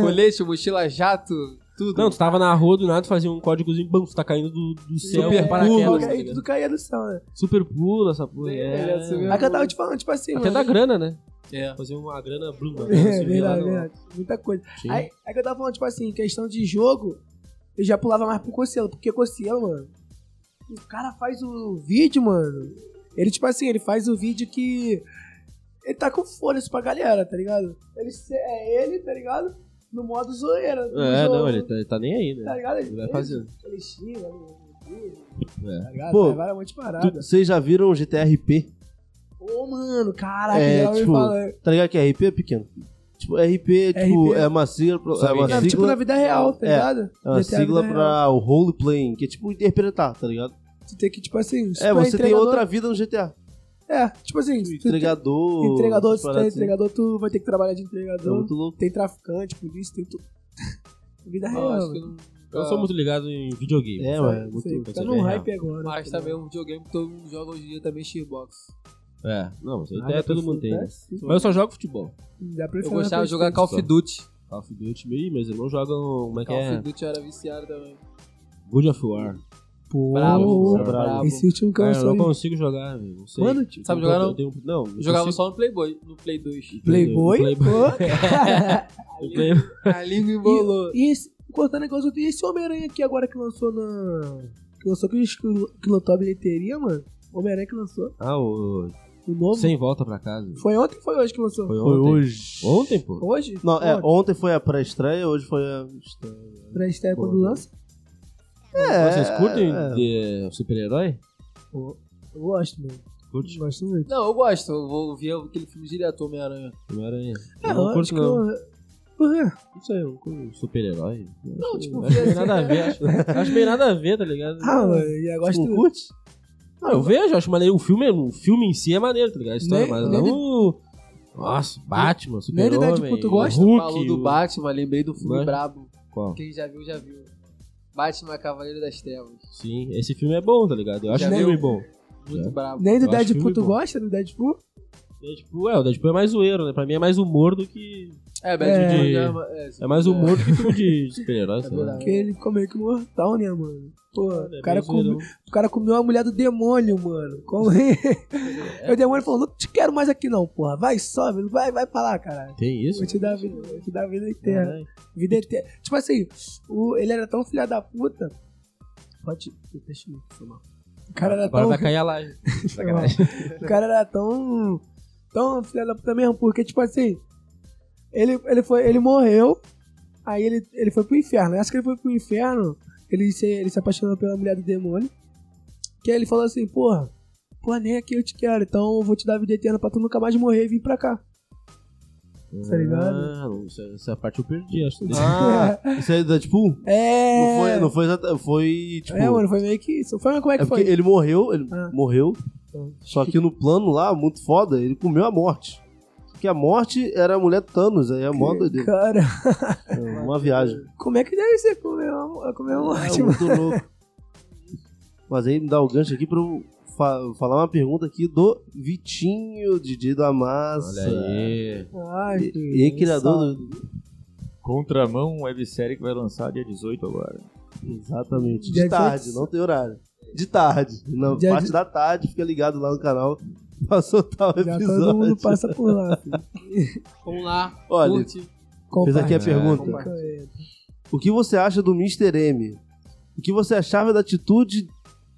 Colete, mochila jato, tudo. Não, tu tava na rua do nada, tu fazia um códigozinho, bam, tu tá caindo do, do céu. Super paraquedas, pulo. tá Aí ligado? tudo É um caía do céu, né? Super pulo, essa porra. É, É, ele assumiu. Aí que eu tava te falando, tipo assim, Até mano. da grana, né? É. Fazer uma grana né? blum. É, verdade, verdade. Muita coisa. Sim. Aí, aí que eu tava falando, tipo assim, em questão de jogo, eu já pulava mais pro Cocielo, porque Cocielo, mano, o cara faz o vídeo, mano. Ele, tipo assim, ele faz o vídeo que. Ele tá com foda-se pra galera, tá ligado? Ele se- é ele, tá ligado? No modo zoeira. no É, jogo, não, ele tá, ele tá nem aí, Tá né? ligado? Ele vai fazendo. Ele xinga, ele- É. tá ligado? Pô, Pô, vai um monte de Tu- parada. Vocês já viram o GTRP? Ô, mano, caraca, É, já ouvi tipo, falar. Tá ligado que RP é pequeno? Tipo, RP, tipo, é uma sigla, é uma Não, sigla, tipo na vida real, tá É, ligado? é uma GTA vida sigla real. pra o role playing, que é tipo interpretar, tá ligado? Tu tem que, tipo assim, se É, tu você tem entregador- outra vida no GTA. É, tipo assim, tu- Entregador. entregador, se tu parada é assim. entregador, tu vai ter que trabalhar de É entregador. muito louco. Tem traficante, polícia, tem tudo. Vida Ah, real. acho que mano. não. Eu sou muito ligado em videogame. É, Sabe? ué, é muito Sei, louco. Tá você num vê hype agora. Mas tá também é um videogame que todo mundo joga hoje em dia também, Xbox. É, não, mas ligado? até Ah, todo dá mundo pra- tem. né? dá sim. Mas eu só jogo futebol. Dá pra é Eu falar gostava de bastante. jogar Call of só. Duty. Call of Duty, ih, meus irmãos jogam, como é que Call of é? Duty eu era viciado também. Good of War. Pô, Bravo, bravo. bravo. Esse É, último Cara, canção eu não aí. consigo jogar, velho, não sei. Mano, Tipo, sabe eu jogar, não? tenho- Não, não Jogava consigo. só no Playboy, no Play 2. Playboy? Playboy. Pô, cara. Eu tenho- A língua embolou. E esse, cortando aquelas outras, e esse Homem-Aranha aqui agora que lançou na... Que lançou que, que lotou a bilheteria, mano? Homem-Aranha que lançou. Ah, o... O novo. Sem volta pra casa. Foi ontem ou foi hoje que lançou? Foi Foi ontem. hoje. Ontem, pô. Hoje? Não, é, Ontem. ontem foi a pré-estreia, hoje foi a estreia. Pra estreia quando Boa. lança? É, Vocês curtem é. de super-herói? Eu gosto, mano. Curte? Gosto muito. Não, eu gosto. Eu vou ver aquele filme direto, Homem-Aranha. Homem-Aranha. É, Eu não curto, acho que não. eu- Por quê? Não sei, eu não curto super-herói. Não, tipo, Acho ver bem assim, nada a ver. Acho, acho bem nada a ver, tá ligado? Ah, mano, eu Tu tipo, gosto não curte? Ah, eu vejo, acho maneiro. O filme, o filme em si é maneiro, tá ligado? A história, Nem- mas nem não. Nossa, Batman, nem de Super-Homem. Deadpool tu gosta? Hulk, Né? Falou do o- Batman, lembrei do filme Mas- brabo. Qual? Quem já viu, já viu. Batman Cavaleiro das Trevas. Sim, esse filme é bom, tá ligado? Eu acho Já o viu? filme bom. Muito Já. brabo. Nem do Eu acho Deadpool filme tu bom. gosta do Deadpool? Deadpool, é, o Deadpool é mais zoeiro, né? Pra mim é mais humor do que. É, Bad É. Boy já ama- é, É mais humor né? do que filme de de super-herói, tá É sei lá. verdade. Porque ele ficou meio que mortal, né, mano? Pô, É bem o, cara zoeirão. come, o cara comeu a mulher do demônio, mano. Como é? Aí o demônio falou, não te quero mais aqui não, porra. Vai, sobe, vai, vai pra lá, caralho. Tem isso? Vou te dar vida, vou te dar vida eterna. Caralho. Vida eterna. Tipo assim, o, ele era tão filha da puta. Pode. Deixa eu filmar. O cara era Agora tão. vai cair a live. Sacanagem. O cara era tão. tão filha da puta mesmo, porque, tipo assim. Ele, ele, foi, ele morreu, aí ele, ele foi pro inferno. Acho que ele foi pro inferno, ele se, ele se apaixonou pela mulher do demônio. Que aí ele falou assim: porra, pô, nem aqui eu te quero, então eu vou te dar vida eterna pra tu nunca mais morrer e vir pra cá. Tá ligado? Hum. Ah, não, isso- essa parte eu perdi, acho. que- Ah, isso aí é da Deadpool? É. Não foi, não foi, exata- foi tipo. É, mano, foi meio que isso. Foi, mas como é que é foi? porque ele morreu, ele Ah. morreu. Só que no plano lá, muito foda, ele comeu a morte. Porque a morte era a mulher Thanos, aí é a moda dele. Cara, É uma viagem. como é que deve ser comer uma, comer uma morte, É mano? muito louco. Mas aí me dá o gancho aqui pra eu fa- falar uma pergunta aqui do Vitinho, DJ da Massa. Olha aí. Ai, E, filho, e criador do. Contramão, websérie que vai lançar dia 18 agora. Exatamente. De Dia tarde, 18. não tem horário. De tarde. Na Dia parte de- da tarde, fica ligado lá no canal. Passou tal Já tá todo mundo episódio. passa por lá, filho. Vamos lá. Olha, curte. fez é aqui a Compartilha. pergunta. compartilha. O que você acha do Mr. M? O que você achava da atitude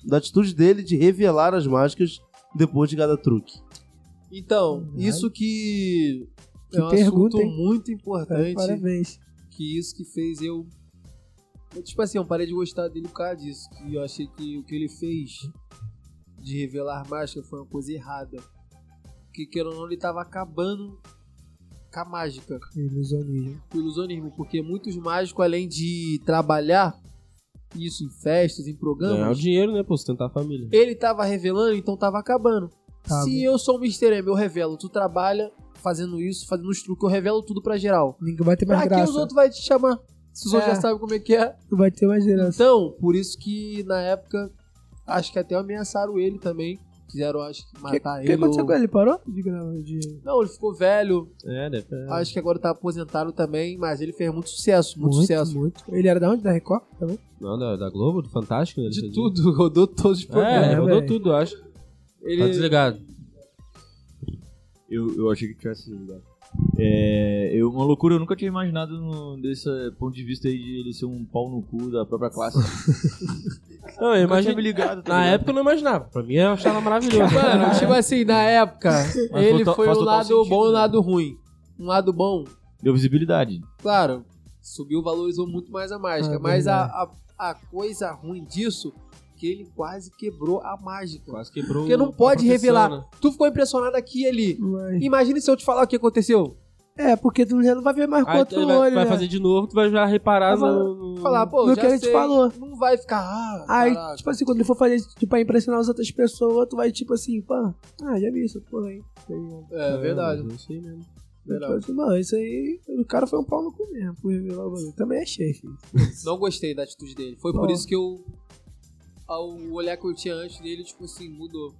da atitude dele de revelar as máscaras depois de cada truque? Então, Caralho. isso que, Que é um pergunta, assunto hein? muito Cara, importante, Parabéns. que isso que fez eu, eu, tipo assim, eu parei de gostar dele por causa disso, que eu achei que o que ele fez de revelar mágica foi uma coisa errada, porque queira ou não, ele tava acabando com a mágica, Ilusionismo. com o ilusionismo, porque muitos mágicos, além de trabalhar isso em festas, em Ganhar o programas, dinheiro, né, pra sustentar a família. ele tava revelando, então tava acabando. Tava. Se eu sou o Mr. M, eu revelo, tu trabalha fazendo isso, fazendo os truques, eu revelo tudo pra geral. Ninguém vai ter mais Pra que graça. os outros vai te chamar? Se os outros É. já sabem como é que é. Não vai ter mais graça. Então, por isso que na época, acho que até ameaçaram ele também. Quiseram, acho que, O que, matar que Ah, tá, ele. aconteceu ou- com ele? Parou de gravar? De... Não, ele ficou velho. É, né? pra- Acho que agora tá aposentado também, mas ele fez muito sucesso, muito, sucesso. muito. Ele era da onde? Da Record? Tá Também? Não, da, da Globo, do Fantástico, né? ele De fazia. tudo, rodou todos os É, programas. É, rodou velho. tudo, eu acho. Tá ele... desligado. Eu, eu achei que tivesse ligado. É, eu, uma loucura, eu nunca tinha imaginado no- desse ponto de vista aí de ele ser um pau no cu da própria classe. Não, eu Nunca tinha imagino. me ligado. tá Na ligado? época eu não imaginava. Pra mim eu achava maravilhoso. um Mano, tipo assim, na época, faz ele total- foi faz o total lado sentido, bom e o né? lado ruim. Um lado bom, Deu visibilidade. claro, subiu, valorizou muito mais a mágica. Ah, mas a, a, a coisa ruim disso que ele quase quebrou a mágica. Quase quebrou. Porque não a pode profissão, revelar. né? Tu ficou impressionado aqui e ali. Mas... Imagina se eu te falar o que aconteceu. É, porque tu já não vai ver mais com Aí tu outro vai, olho, vai né? fazer de novo, tu vai já reparar Vai falar- Hum, no. no- Falar, pô, No já que ele te sei. falou. Não vai ficar, ah, Aí, caraca. tipo assim, quando ele for fazer isso, tipo, pra impressionar as outras pessoas, tu vai, tipo assim, pô, ah, já vi isso, porra, hein? Tá ligado? É verdade, mas é isso aí mesmo. Tipo verdade. assim, mano, isso aí, o cara foi um pau no cu mesmo, por revelar o bagulho. Também achei, filho. Não gostei da atitude dele. Foi por Bom. isso que eu. ao- O olhar que eu tinha antes dele, tipo assim, mudou.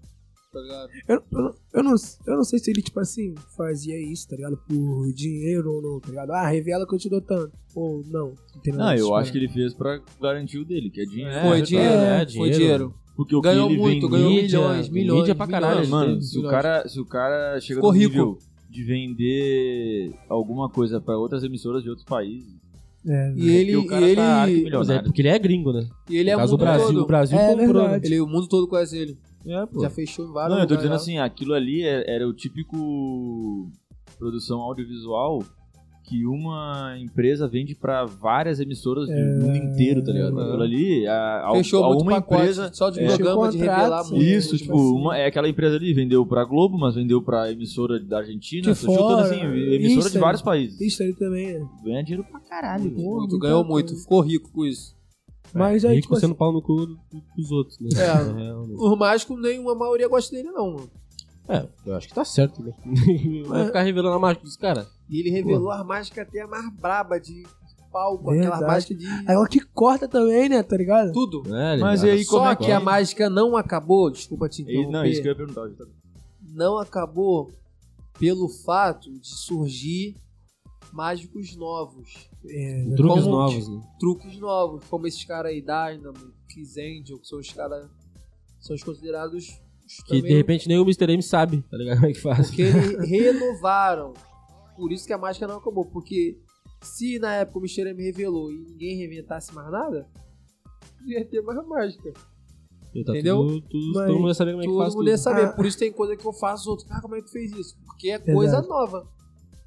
Tá ligado? Eu, eu, não- eu, não, eu não sei se ele, tipo assim, fazia isso, tá ligado? Por dinheiro ou não, tá ligado? Ah, revela que eu te dou tanto. Ou não. Não, tem nada Não, Ah, disso, né? eu né? acho que cara. ele fez pra garantir o dele, que é dinheiro. É, foi, verdade, dinheiro, né? é, foi dinheiro. dinheiro. Porque o que Ganhou ele vendia- muito, Ah, ganhou mídia, milhões, milhões. mídia pra caralho, milhões. mano, se o Milhões. cara, se o cara chega Ficou no rico. nível de vender alguma coisa pra outras emissoras de outros países, É, E ele, porque o cara e ele, tá Mas é arquimilionário. porque ele é gringo, né? e ele é no caso, o mundo Brasil. O todo. Brasil É comprou. verdade. Ele, o mundo todo conhece ele. É, pô. Já fechou em vários Não, eu tô lugares dizendo lá. assim, aquilo ali é- era o típico produção audiovisual que uma empresa vende pra várias emissoras do mundo inteiro, tá ligado? É. Aquilo ali, a, a, É. Fechou a muito uma pacote empresa... só de é. programa, de Contrato, revelar sim. muito. Isso, tipo, assim. uma, é aquela empresa ali, vendeu pra Globo, mas vendeu pra emissora da Argentina, De essas chutando fora, assim, emissora isso de aí. vários países. Isso aí também, né? Ganha dinheiro pra caralho, velho. Porra, Muito, ganhou né? muito, muita coisa. ficou rico com isso. Mas aí, Rico tipo assim, sendo pau no cu dos outros, né? É. Na real, né? O mágico, nenhuma maioria gosta dele, não. mano. É, eu acho que tá certo, né? Vai ficar revelando a mágica dos caras. E ele revelou a mágica até a mais braba de palco, Verdade. aquela mágica de Ela é que corta também, né? Tá ligado? tudo. É, ele Mas já e aí, tá como Só é que que a é? mágica não acabou, desculpa te E- interromper, Não, isso que eu ia perguntar. justamente. não acabou pelo fato de surgir mágicos novos, É, com Truques Como- novos, né? truques novos, como esses caras aí, Dynamo, Kiss Angel, que são os caras, são os considerados... os Que de também- repente nem o Mr. M sabe, tá ligado? Como é que faz? Porque eles renovaram. Por isso que a mágica não acabou. Porque se na época o Mr. M revelou e ninguém reventasse mais nada, não ia ter mais mágica. E tá Entendeu? Tudo, tudo, Mas todo mundo ia saber como é que Todo faz mundo tudo. ia saber. Ah. Por isso tem coisa que eu faço, os outros, cara, como é que tu fez isso? Porque é coisa nova.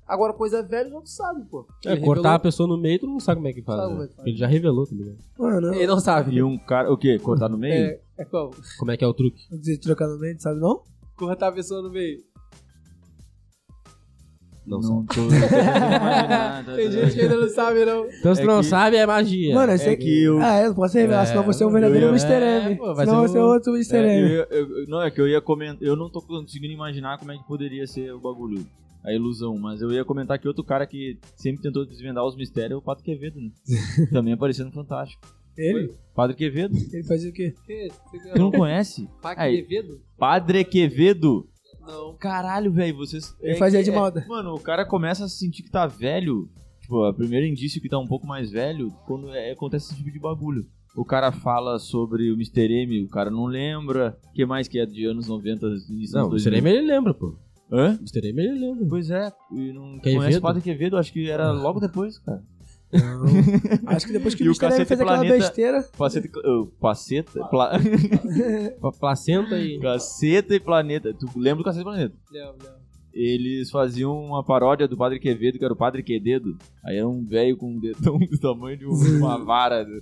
Agora, coisa velha, não sabe, pô. É, cortar a pessoa no meio, tu não sabe como é que faz. Sabe né? como é que faz. Ele já revelou, tá ligado? Mano, Ele não É. sabe. E um cara. O quê? Cortar no meio? É, é como? Como é que é o truque? não precisa trocar no meio, sabe não? Cortar a pessoa no meio. Não, sabe. Não tô. tô tentando imaginar, tá- Tem gente que ainda não sabe, não. Então se É tu não que- sabe, é magia. Mano, eu sei que eu- Ah, eu não posso revelar, senão você é um eu verdadeiro ia- Mr. M. É, pô, vai senão ser você é um- outro Mr. É, M. eu- eu- eu- não, é que eu ia comentar. Eu não tô conseguindo imaginar como é que poderia ser o bagulho. A ilusão, mas eu ia comentar que outro cara que sempre tentou desvendar os mistérios é o Padre Quevedo, né? Também aparecendo fantástico. Ele? Padre Quevedo? Ele fazia o quê? Que? Você Tu não ganhou conhece? Pac Aí. Devedo? Padre Quevedo? Não. Caralho, velho, vocês. Ele é fazia que- de malda. Mano, o cara começa a sentir que tá velho. Tipo, o primeiro indício que tá um pouco mais velho quando é- acontece esse tipo de bagulho. O cara fala sobre o Mr. M, o cara não lembra. O que mais que é de anos 90, início Não, o dos Mr. M, ele lembra, pô. Hã? O Mr. M, ele lembra. Pois é, e não Quevedo? conhece o Padre é Quevedo, acho que era logo depois, cara. Acho que depois que E o o Mr. M Cacete fez aquela Planeta- besteira. Paceta, e cl- ô, paceta, pla- Pra placenta e. Caceta e Planeta. Tu lembra do Caceta e Planeta? Não, não. Eles faziam uma paródia do Padre Quevedo, que era o Padre Quededo. Aí era um velho com um dedão do tamanho de um- de uma vara. né?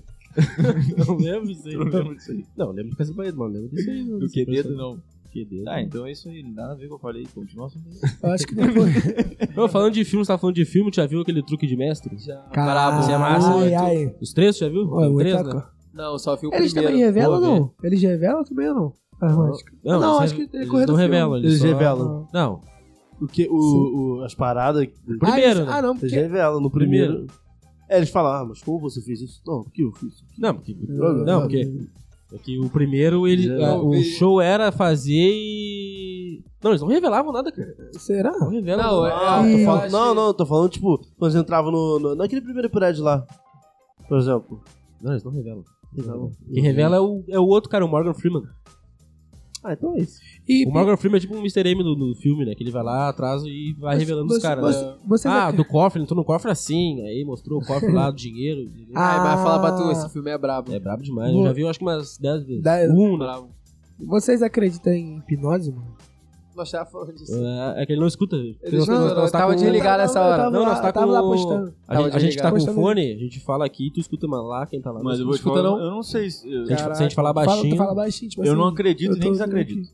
Não lembro disso aí. então. Eu não lembro disso aí. Não, lembro do Castle Bahia, mano. Lembro disso aí. Do dessa Quevedo, pessoa. não. Quevedo. Ah, então é isso aí. Nada a ver com o que eu falei. Continua assim. Eu acho que depois. Não, falando de filme, você tá falando de filme, tu já viu aquele truque de mestre? Já. Brabo, você é massa, Ai, né? ai. Os três, tu já viu? Ué, Tem o três, Otaku. né? Não, só vi o Eles primeiro. também revelam ou Vou não? Eles revelam também ou não? Ah, mas- Não, Não, eles acho rev- que ele eles correu não do filme. revelam. Eles só- revelam. Não. O que, o, o- as paradas. Primeiro, Ah, né? Ah, não, Eles porque. revelam no primeiro. É, eles falam, ah, mas como você fez isso? Não, porque eu fiz isso. Não, porque, não, porque é que o primeiro ele, Não, a- o vi. show era fazer e não, eles não revelavam nada, cara. Será? Não revelam. Não, nada. Ah, é- tô eu falando- acho não, que- não, tô falando, tipo, quando entrava no, no- naquele primeiro prédio lá. Por exemplo. não, eles não revelam. Revelam. Quem revela é o, é o outro cara, o Morgan Freeman. Ah, então é isso. E O Morgan Freeman é tipo um Mr. M do, do filme, né? Que ele vai lá atrás e vai revelando os você- caras. Você, né? você Ah, do cofre, ele entrou no cofre assim. Aí mostrou o cofre lá, do dinheiro. Ah. Ai, mas fala pra tu, esse filme é brabo. É brabo demais. Boa. Eu já vi, eu acho que umas 10 vezes. Dez. Um, né? brabo. Vocês acreditam em hipnose, mano? Nós tava falando disso. É, é que ele não escuta. Ele não escuta, nós- não, nós tá tava com- desligado. Ligar nessa Eu hora. tava Não, lá- nós tá eu tava lá com- apostando. A, gente- a gente tá com Postando. fone, a gente fala aqui, tu escuta mais lá, quem tá lá. Mas não eu vou te escuta, falar. não. Eu não sei. se- Eu, Se a gente- se a gente falar Fala- baixinho, Fala baixinho, tipo eu não assim, acredito e eu nem tô- desacredito.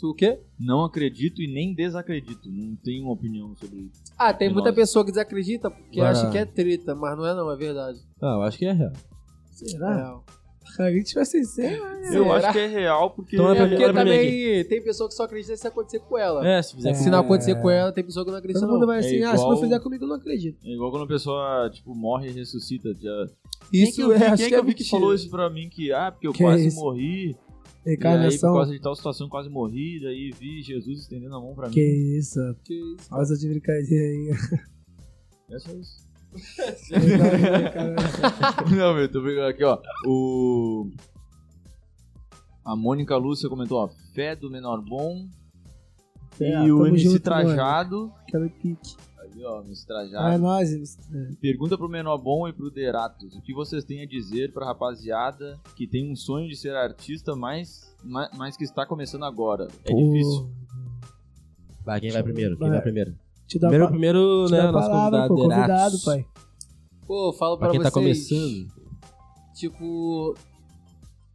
Tu o quê? Não acredito e nem desacredito. Não tenho uma opinião sobre isso. Ah, tem muita Nossa. pessoa que desacredita porque Bora. acha que é treta, mas não é não, é verdade. É Ah, eu acho que é real. Será? Real. A gente vai ser sério. Eu Será? acho que é real porque. tá- Então é Olha É pra mim, porque olha pra mim também tem pessoa que só acredita se acontecer com ela. É, se fizer É. com- Se não acontecer com ela, tem pessoa que não acredita Todo mundo não. vai assim, É ah, se não igual- fizer comigo, eu não acredito. É igual quando a pessoa, tipo, morre e ressuscita. Já... Isso quem é que eu vi, é, quem acho é que, que é eu vi que mentira. falou isso pra mim? Que, ah, porque eu Que quase isso? morri. E aí, por Reencarnação. causa de tal situação, quase morri. Daí vi Jesus estendendo a mão pra mim. Que isso. Que isso. Olha essa de brincadeira aí. É só isso. cara. Não, meu, tô brincando aqui, ó. O. A Mônica Lúcia comentou, ó, fé do menor bom. É, e o tamo MC junto, Trajado. Aquela pique. Ali, ó, MC Trajado. Ah, nós. eles- Pergunta pro menor bom e pro Deratos. O que vocês têm a dizer pra rapaziada que tem um sonho de ser artista, mas, ma- mas que está começando agora? É Pô, difícil. Vai, quem vai primeiro? Quem Vai. vai primeiro? Te dá Primeiro, pa- primeiro, te né, dá nosso convidado, palavra, pô, convidado, Deratos. pai. Pô, falo pra, Pra quem vocês. tá começando. Tipo,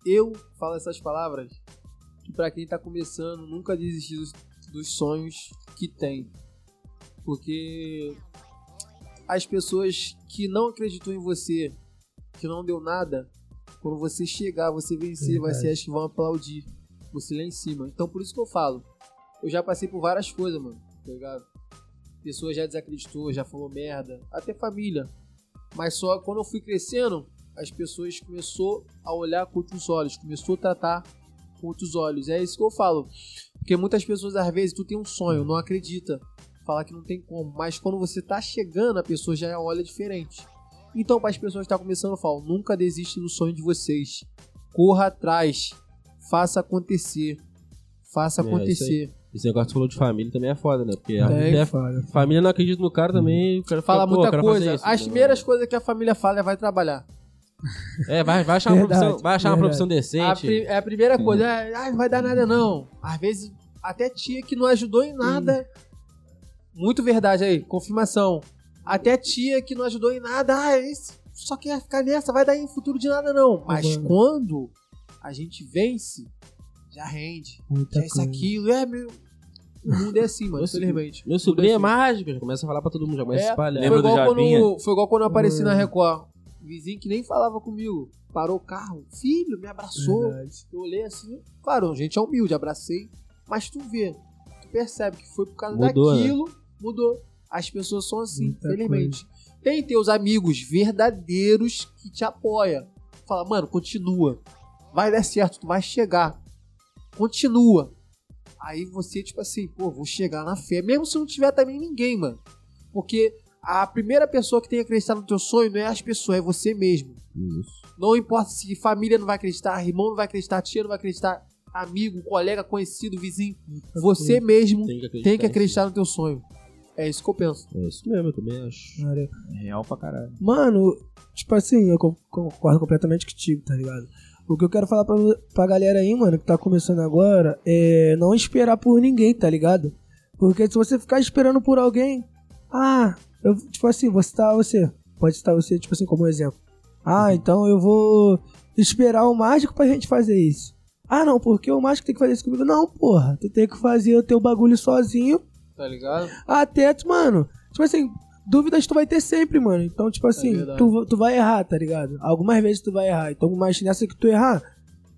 eu falo essas palavras que pra quem tá começando, nunca desistir dos, dos sonhos que tem. Porque as pessoas que não acreditam em você, que não deu nada, quando você chegar, você vencer, vai Verdade. ser as que vão aplaudir você lá em cima. Então por isso que eu falo. Eu já passei por várias coisas, mano, tá ligado? Pessoa já desacreditou, já falou merda, até família. Mas só quando eu fui crescendo, as pessoas começou a olhar com outros olhos, começou a tratar com outros olhos. É isso que eu falo. Porque muitas pessoas, às vezes, tu tem um sonho, não acredita. Falar que não tem como. Mas quando você tá chegando, a pessoa já olha diferente. Então, para as pessoas que estão começando, eu falo, nunca desiste do sonho de vocês. Corra atrás. Faça acontecer. Faça É, isso aí. acontecer. Esse negócio que tu falou de família também é foda, né? Porque a É, até foda. a família não acredita no cara também, o cara fica, Fala pô, eu muita quero coisa. fazer isso, As né? primeiras coisas que a família fala é vai trabalhar. É, vai, vai achar uma Verdade, profissão, vai achar uma verdade. profissão A decente. pri- é a primeira coisa. Ah, não vai dar nada, não. Às vezes, até tia que não ajudou em nada Muito verdade aí, confirmação. Até a tia que não ajudou em nada, ah, esse só quer ficar nessa, vai dar em futuro de Tá nada não. Mas Agora. quando a gente vence, já rende. Tá Muita Já isso, aquilo, é meu. O mundo é assim, mano, Meu sobrinho- infelizmente. Meu sobrinho é mágico, já começa a falar pra todo mundo, já começa É, a espalhar. Lembra foi, do igual Japinha? quando, foi igual quando eu apareci na Hum. Mano. Record. Vizinho que nem falava comigo. Parou o carro. Filho, me abraçou. Verdade. Eu olhei assim. Claro, a gente é humilde, abracei. Mas tu vê, tu percebe que foi por causa Mudou, né? daquilo, mudou. As pessoas são assim, Muita infelizmente. Tem teus amigos verdadeiros que te apoiam. Fala, mano, continua. Vai dar certo, tu vai chegar. Continua. Aí você, tipo assim, pô, vou chegar na fé. Mesmo se não tiver também ninguém, mano. Porque a primeira pessoa que tem que acreditar no teu sonho não é as pessoas, é você mesmo. Isso. Não importa se família não vai acreditar, irmão não vai acreditar, tia não vai acreditar, amigo, colega, conhecido, vizinho. Você mesmo Tem que acreditar. tem que acreditar no teu sonho. É isso que eu penso. É isso mesmo, eu também acho. Cara, É real pra caralho. Mano, tipo assim, eu co- concordo completamente contigo, tá ligado? O que eu quero falar pra, pra galera aí, mano, que tá começando agora, é não esperar por ninguém, tá ligado? Porque se você ficar esperando por alguém, ah, eu, tipo assim, vou citar você, pode citar você, tipo assim, como um exemplo. Ah, então eu vou esperar o mágico pra gente fazer isso. Ah, não, porque o mágico tem que fazer isso comigo. Não, porra, tu tem que fazer o teu bagulho sozinho Tá ligado? até, tu, mano, tipo assim, dúvidas tu vai ter sempre, mano. Então, tipo assim, É verdade. tu, tu vai errar, tá ligado? Algumas vezes tu vai errar. Então, mas nessa que tu errar,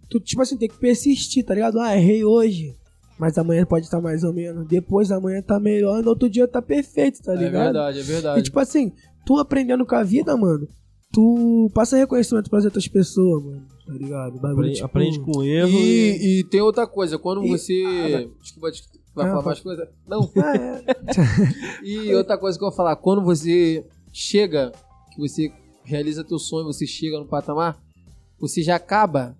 tu, tipo assim, tem que persistir, tá ligado? Ah, errei hoje. Mas amanhã pode estar mais ou menos. Depois amanhã tá melhor. E no outro dia tá perfeito, tá é ligado? verdade, é E verdade. tipo assim, tu aprendendo com a vida, mano, tu passa reconhecimento pras outras pessoas, mano. Tá ligado? O bagulho, Apre- tipo, Aprende com erro e... É, E, e tem outra coisa, quando E- você. Ah, Desculpa, desculpa, vai Não, falar pô. mais coisa? Não. Ah, é. E outra coisa que eu vou falar, quando você chega, que você realiza teu sonho, você chega no patamar, você já acaba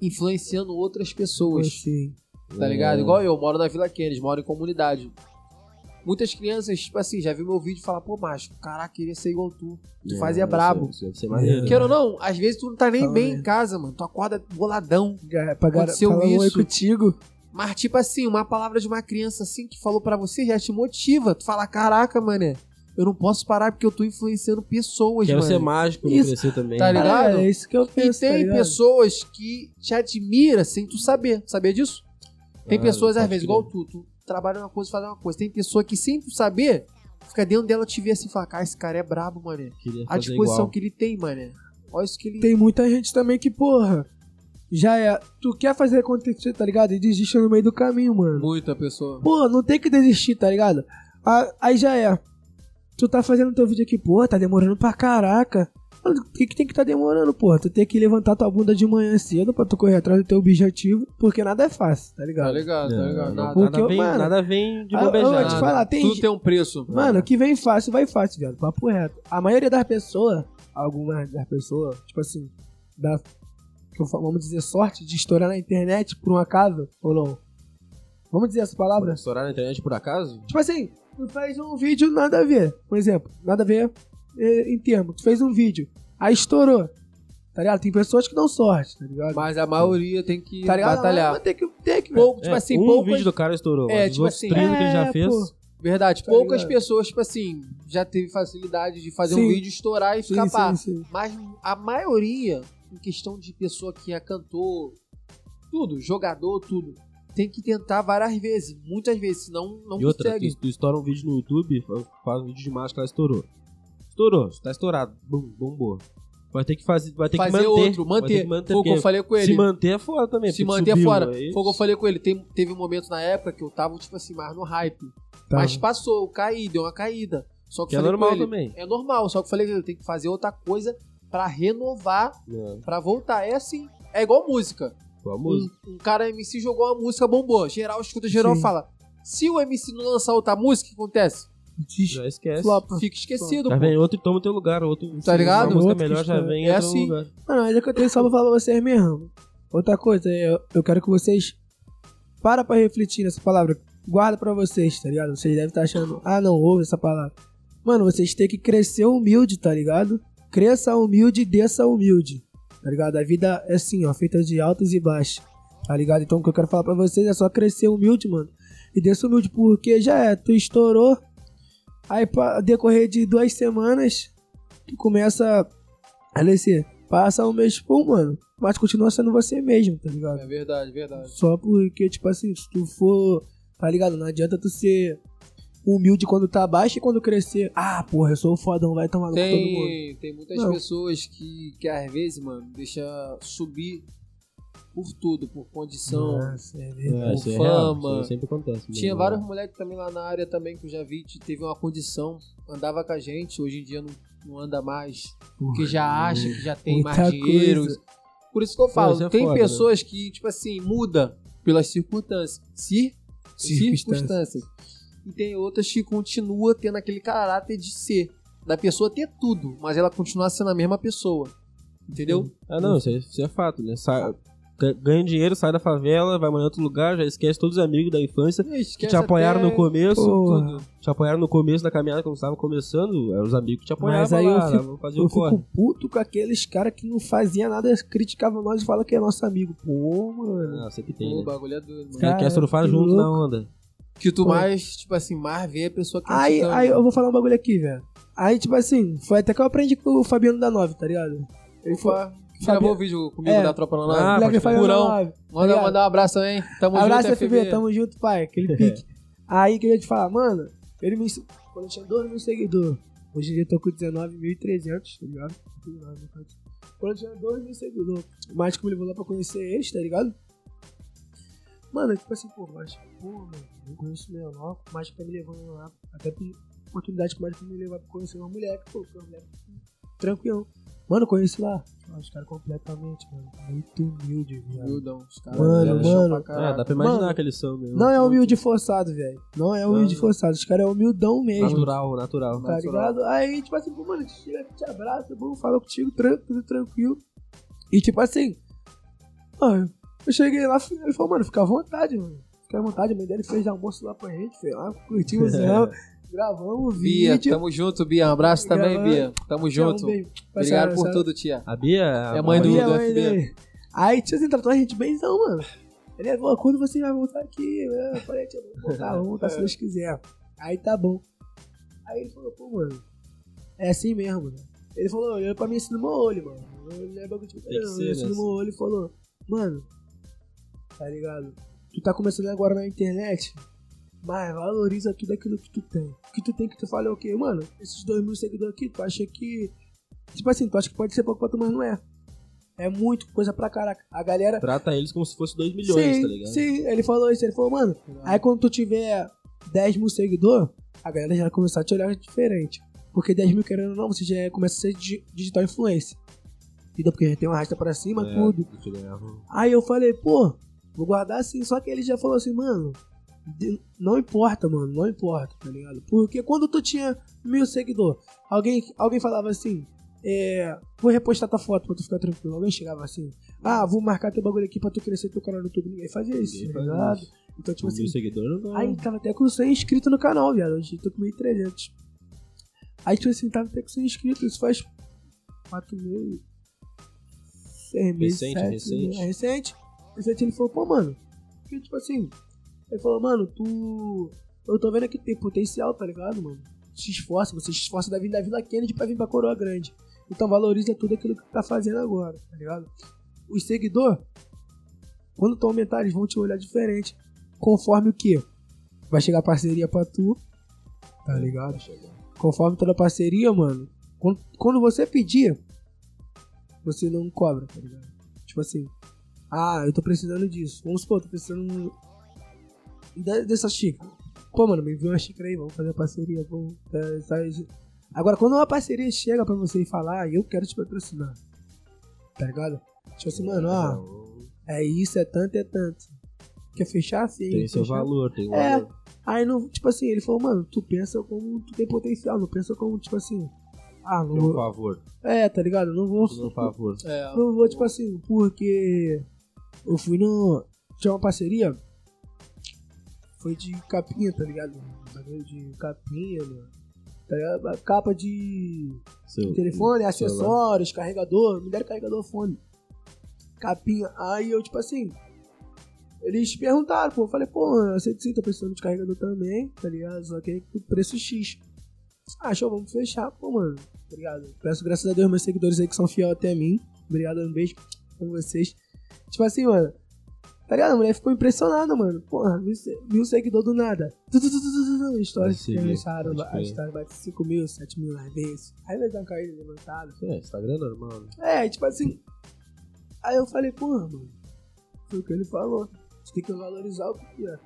influenciando outras pessoas. Assim, tá ligado? Igual eu, moro na Vila Kennedy, moro em comunidade. Muitas crianças, tipo assim, já viu meu vídeo e falam, pô, macho, caraca, queria ser igual tu. Tu É, fazia brabo. Isso, isso deve ser maneiro. Queira ou não, às vezes tu não tá nem É. Fala bem mesmo. em casa, mano. Tu acorda boladão. ga- pra gar- Aconteceu falar um oi isso. contigo. Mas, tipo assim, uma palavra de uma criança assim que falou pra você já te motiva. Tu fala, caraca, mané, eu não posso parar porque eu tô influenciando pessoas, Quero mano. ser mágico, vou Isso. crescer também. Tá ligado? É, é isso que eu E penso, tá tem ligado? pessoas que te admiram sem tu saber. Sabia disso? Tem Ah, pessoas, às pode vezes, crer. igual tu, tu trabalha uma coisa, faz uma coisa. Tem pessoa que sem tu saber, fica dentro dela te vê assim e fala, cara, esse cara é brabo, mané. Queria A fazer disposição igual. que ele tem, mané. Olha isso que ele... Tem muita gente também que, porra, já é. Tu quer fazer acontecer, tá ligado? E desiste no meio do caminho, mano. Muita pessoa. Pô, não tem que desistir, tá ligado? A- Aí já é. Tu tá fazendo teu vídeo aqui, porra, tá demorando pra caraca. Mano, Por que, que tem que tá demorando, porra? Tu tem que levantar tua bunda de manhã cedo pra tu correr atrás do teu objetivo, porque nada é fácil, tá Tá ligado? ligado, tá Não, ligado. É, não, Nada, Porque nada, eu- vem, mano, nada vem de Ah, eu- boa eu vou te beijada. nada. falar, tem Tudo ge- tem um preço. Mano, o que vem fácil, vai fácil, viado. Papo reto. A maioria das pessoas, algumas das pessoas, tipo assim, dá, que eu falo, vamos dizer, sorte de estourar na internet por um acaso, ou não? Vamos dizer essa palavra? Estourar na internet por acaso? Tipo assim, tu fez um vídeo nada a ver. Um exemplo, nada a ver eh, em termo. Tu fez um vídeo, aí estourou. Tá ligado? Tem pessoas que dão sorte, tá ligado? Mas a maioria tem que tá ligado? batalhar. Mas tem que, tem que, Pouco, tipo É, assim, um poucas... vídeo do cara estourou. É, mas os tipo outros assim, 30 que ele já é, fez. pô. Verdade, Tá poucas ligado? pessoas, tipo assim, já teve facilidade de fazer um Sim. vídeo, estourar e Sim, ficar pá. sim, sim. Mas a maioria, em questão de pessoa que é cantor, tudo, jogador, tudo, tem que tentar várias vezes, muitas vezes, senão não E outra, consegue. tu, tu estoura um vídeo no YouTube, fa- faz um vídeo de mágica, ela estourou. Estourou, tá estourado. Bum, bombou. Vai ter que fazer, vai ter Fazer que manter. outro, vai ter manter. que manter Foi o que eu porque falei com ele. se manter é fora também. Se porque manter subiu, é fora. aí- Foi o que eu falei com ele. Tem- teve um momento na época que eu tava, tipo assim, mais no hype. Tá. Mas passou, eu caí, deu uma caída. Só que, Que eu é falei normal com ele, também. É normal, só que eu falei que eu tenho que fazer outra coisa pra renovar, É, pra voltar. É assim. É igual música. com a música. Um, um cara MC jogou uma música, bombou. Geral escuta, geral Sim. fala. Se o MC não lançar outra música, o que acontece? Diz- Já esquece. Flopa. Fica esquecido, Já pô. vem outro e toma teu lugar. Outro, Tá ligado? Uma música Outro melhor que já estoura. vem É entra no assim. lugar. Mano, mas é que eu tenho só pra falar pra vocês mesmo. Outra coisa, eu, eu quero que vocês para pra refletir nessa palavra. Guarda pra vocês, tá ligado? Vocês devem estar achando, ah, não ouve essa palavra. Mano, vocês têm que crescer humilde, tá ligado? Cresça humilde e desça humilde, tá ligado? A vida é assim, ó, feita de altos e baixos, tá ligado? Então o que eu quero falar pra vocês é só crescer humilde, mano. E desse humilde, porque já é, tu estourou, aí pa- decorrer de duas semanas, tu começa a descer. Passa um mês, pô, mano, mas continua sendo você mesmo, tá ligado? É verdade, verdade. Só porque, tipo assim, se tu for, tá ligado? Não adianta tu ser humilde quando tá baixo e quando crescer. Ah, porra, eu sou o fodão, vai tomar no cu todo mundo. Tem, tem muitas Não. pessoas que, que às vezes, mano, deixa subir por tudo, por condição. Nossa, é verdade. É, isso é real, fama. isso aí sempre acontece. mesmo, Tinha né? vários moleques também lá na área também que eu já vi, que teve uma condição, andava com a gente, hoje em dia não, não anda mais, porque já acha que já tem né? Muita mais dinheiro. coisa. Por isso que eu isso falo, é tem foda, né? pessoas que, tipo assim, muda pelas circunstâncias. Cir- Circunstâncias. circunstâncias. E tem outras que continua tendo aquele caráter de ser. Da pessoa ter tudo, mas ela continuar sendo a mesma pessoa. Entendeu? Ah, não, isso é, isso é fato, né? Sa- ga- ganha dinheiro, sai da favela, vai morar em outro lugar, já esquece todos os amigos da infância que te apoiaram no começo. Porra. tudo. Te apoiaram no começo da caminhada quando estava começando, eram os amigos que te apoiavam aí eu lá, fico- lá, vamos fazer Eu o corre. fico puto com aqueles caras que não fazia nada, criticavam nós e falavam que é nosso amigo. Pô, mano. Ah, sempre tem, Pô, O né? bagulho é doido, mano. Cara, Cara, quer surfar que junto louco. na onda. Que tu Pô. mais, tipo assim, mais vê a pessoa que Aí, aí eu vou falar um bagulho aqui, velho. Aí, tipo assim, foi até que eu aprendi com o Fabiano da Nove, tá ligado? Ele foi. Opa, gravou o vídeo comigo É. da Tropa lá Ah, Moleque pode Fabiano da Purão. Nove. tá Manda Obrigado. mandar um abraço aí. Tamo Abraço, junto, FB. Tamo junto, pai. Aquele pique. Aí que eu ia te falar, mano, ele me ensinou. Quando eu tinha 2 mil seguidores, hoje em dia eu tô com 19.300, tá ligado? 19.000, tá ligado? Quando eu tinha 2 mil seguidores, o Mágico me levou lá pra conhecer eles, tá ligado? Mano, tipo assim, pô, mas, pô, mano, não conheço o menor, o Mágico tá me levando lá, até por oportunidade que o Mágico me levar pra conhecer uma mulher, que, pô, que é uma mulher tranquilo. Mano, eu conheci lá. Ah, Os caras completamente, mano, muito humilde, viado. Humildão, os caras. Mano, eles são mano. pra Ah, caralho. dá pra imaginar Mano, que eles são mesmo. Não é humilde forçado, velho. Não é humilde Não. forçado. Os caras é humildão mesmo. Natural, natural. Tá ligado? Aí, tipo assim, pô, mano, te chega, te abraça, bom, fala contigo, tran- tudo tranquilo. E tipo assim, mano, eu cheguei lá, fui- ele falou, mano, fica à vontade, mano. Fica à vontade, a mãe dele fez almoço lá pra gente, foi lá, curtimos ela, gravamos o Bia, vídeo. tamo junto, Bia. Um abraço também, Gravando. Bia. Tamo Tchau, um junto. beijo. Obrigado Essa- por essa- tudo, tia. A Bia é a mãe do- Minha do mãe FB. dele. Aí, tio, você tratou a gente bemzão, mano. Ele falou, quando você vai voltar aqui? né, Eu falei, tio, vamos voltar, vamos voltar se Deus quiser. Aí tá bom. Aí ele falou, pô, mano, é assim mesmo, mano. Ele falou, olhando pra mim assim no meu olho, mano. Eu não é bagulho de Tem que ser, olhando assim né? no meu olho e falou, mano, tá ligado? Tu tá começando agora na internet, mas valoriza tudo aquilo que tu tem. O que tu tem que tu fala é o quê? Mano, esses dois mil seguidores aqui, tu acha que. Tipo assim, tu acha que pode ser pouco pra tu, mas não é. É muito coisa pra caraca. A galera. Trata eles como se fosse 2 milhões, sim, tá ligado? sim, ele falou isso. Ele falou, mano, aí quando tu tiver 10 mil seguidores, a galera já vai começar a te olhar diferente. Porque 10 mil, querendo ou não, você já começa a ser di- digital influencer. Entendeu? Porque já tem uma rasta pra cima, É, tudo. que ganhavam. Aí eu falei, pô, vou guardar assim. Só que ele já falou assim, mano, de- não importa, mano, não importa, tá ligado? Porque quando tu tinha mil seguidores, alguém, alguém falava assim, é, vou repostar tua foto pra tu ficar tranquilo. Alguém chegava assim, ah, vou marcar teu bagulho aqui pra tu crescer teu canal no YouTube. Ninguém fazia isso, Ninguém tá faz ligado? isso. Então, tipo Um assim, mil seguidores não Aí tava até com 100 inscritos no canal, viado. Hoje eu tô com 1.300. Aí, tipo assim, tava até com 100 inscritos. Isso faz 4 meses. 6 meses. Recente, sete recente. meses. É recente. Recente ele falou, pô, mano. Porque, tipo assim. Ele falou, mano, tu. Eu tô vendo que tem potencial, tá ligado, mano? Se esforça, você se esforça da vinda da Vila Kennedy pra vir pra Coroa Grande. Então valoriza tudo aquilo que tu tá fazendo agora, tá ligado? Os seguidor, quando tu aumentar, eles vão te olhar diferente. Conforme o que? Vai chegar parceria pra tu, tá ligado? Conforme toda parceria, mano. Quando, quando você pedir, você não cobra, tá ligado? Tipo assim, ah, eu tô precisando disso. Vamos supor, eu tô precisando um, de- dessa xícara. Pô, mano, me envia uma xícara aí, vamos fazer a parceria. Vamos, tá, sabe? Agora, quando uma parceria chega pra você e falar, "Ah, eu quero te patrocinar, tá ligado? Tipo assim, mano, ah, é isso, é tanto, é tanto. Quer fechar? Sim. Tem seu fechar. valor, tem um É. valor. Aí não, tipo assim, ele falou, mano, tu pensa como tu tem potencial, não pensa como, tipo assim. Ah, não Tem um vou. favor. É, tá ligado? Não vou. Tem um favor. É, Não vou, tipo assim, porque eu fui no. Tinha uma parceria. Foi de capinha, tá ligado? Bagulho De capinha, mano. Tá ligado? Capa de Seu- telefone, celular. acessórios, carregador, me deram carregador fone. Capinha. Aí eu, tipo assim, Eles perguntaram, pô, eu falei, pô, eu aceito sim, tô precisando de carregador também, tá ligado? Só que aí o preço X. Ah, show, vamos fechar, pô, mano. Tá ligado? Peço graças a Deus meus seguidores aí que são fiel até mim. Obrigado, um beijo pra vocês. Tipo assim, mano. Tá ligado? A mulher ficou impressionada, mano. Porra, mil, se- mil seguidor do nada. Tu, tu, tu, tu, tu, tu, tu, Histórias Vai que seguir, deixaram, pode a crer. história bate 5 mil, 7 mil lá vezes. Aí vai dar uma caída levantada. É, Instagram é normal, né? É, tipo assim. Aí eu falei, porra, mano. Foi o que ele falou. Você tem que valorizar o que é.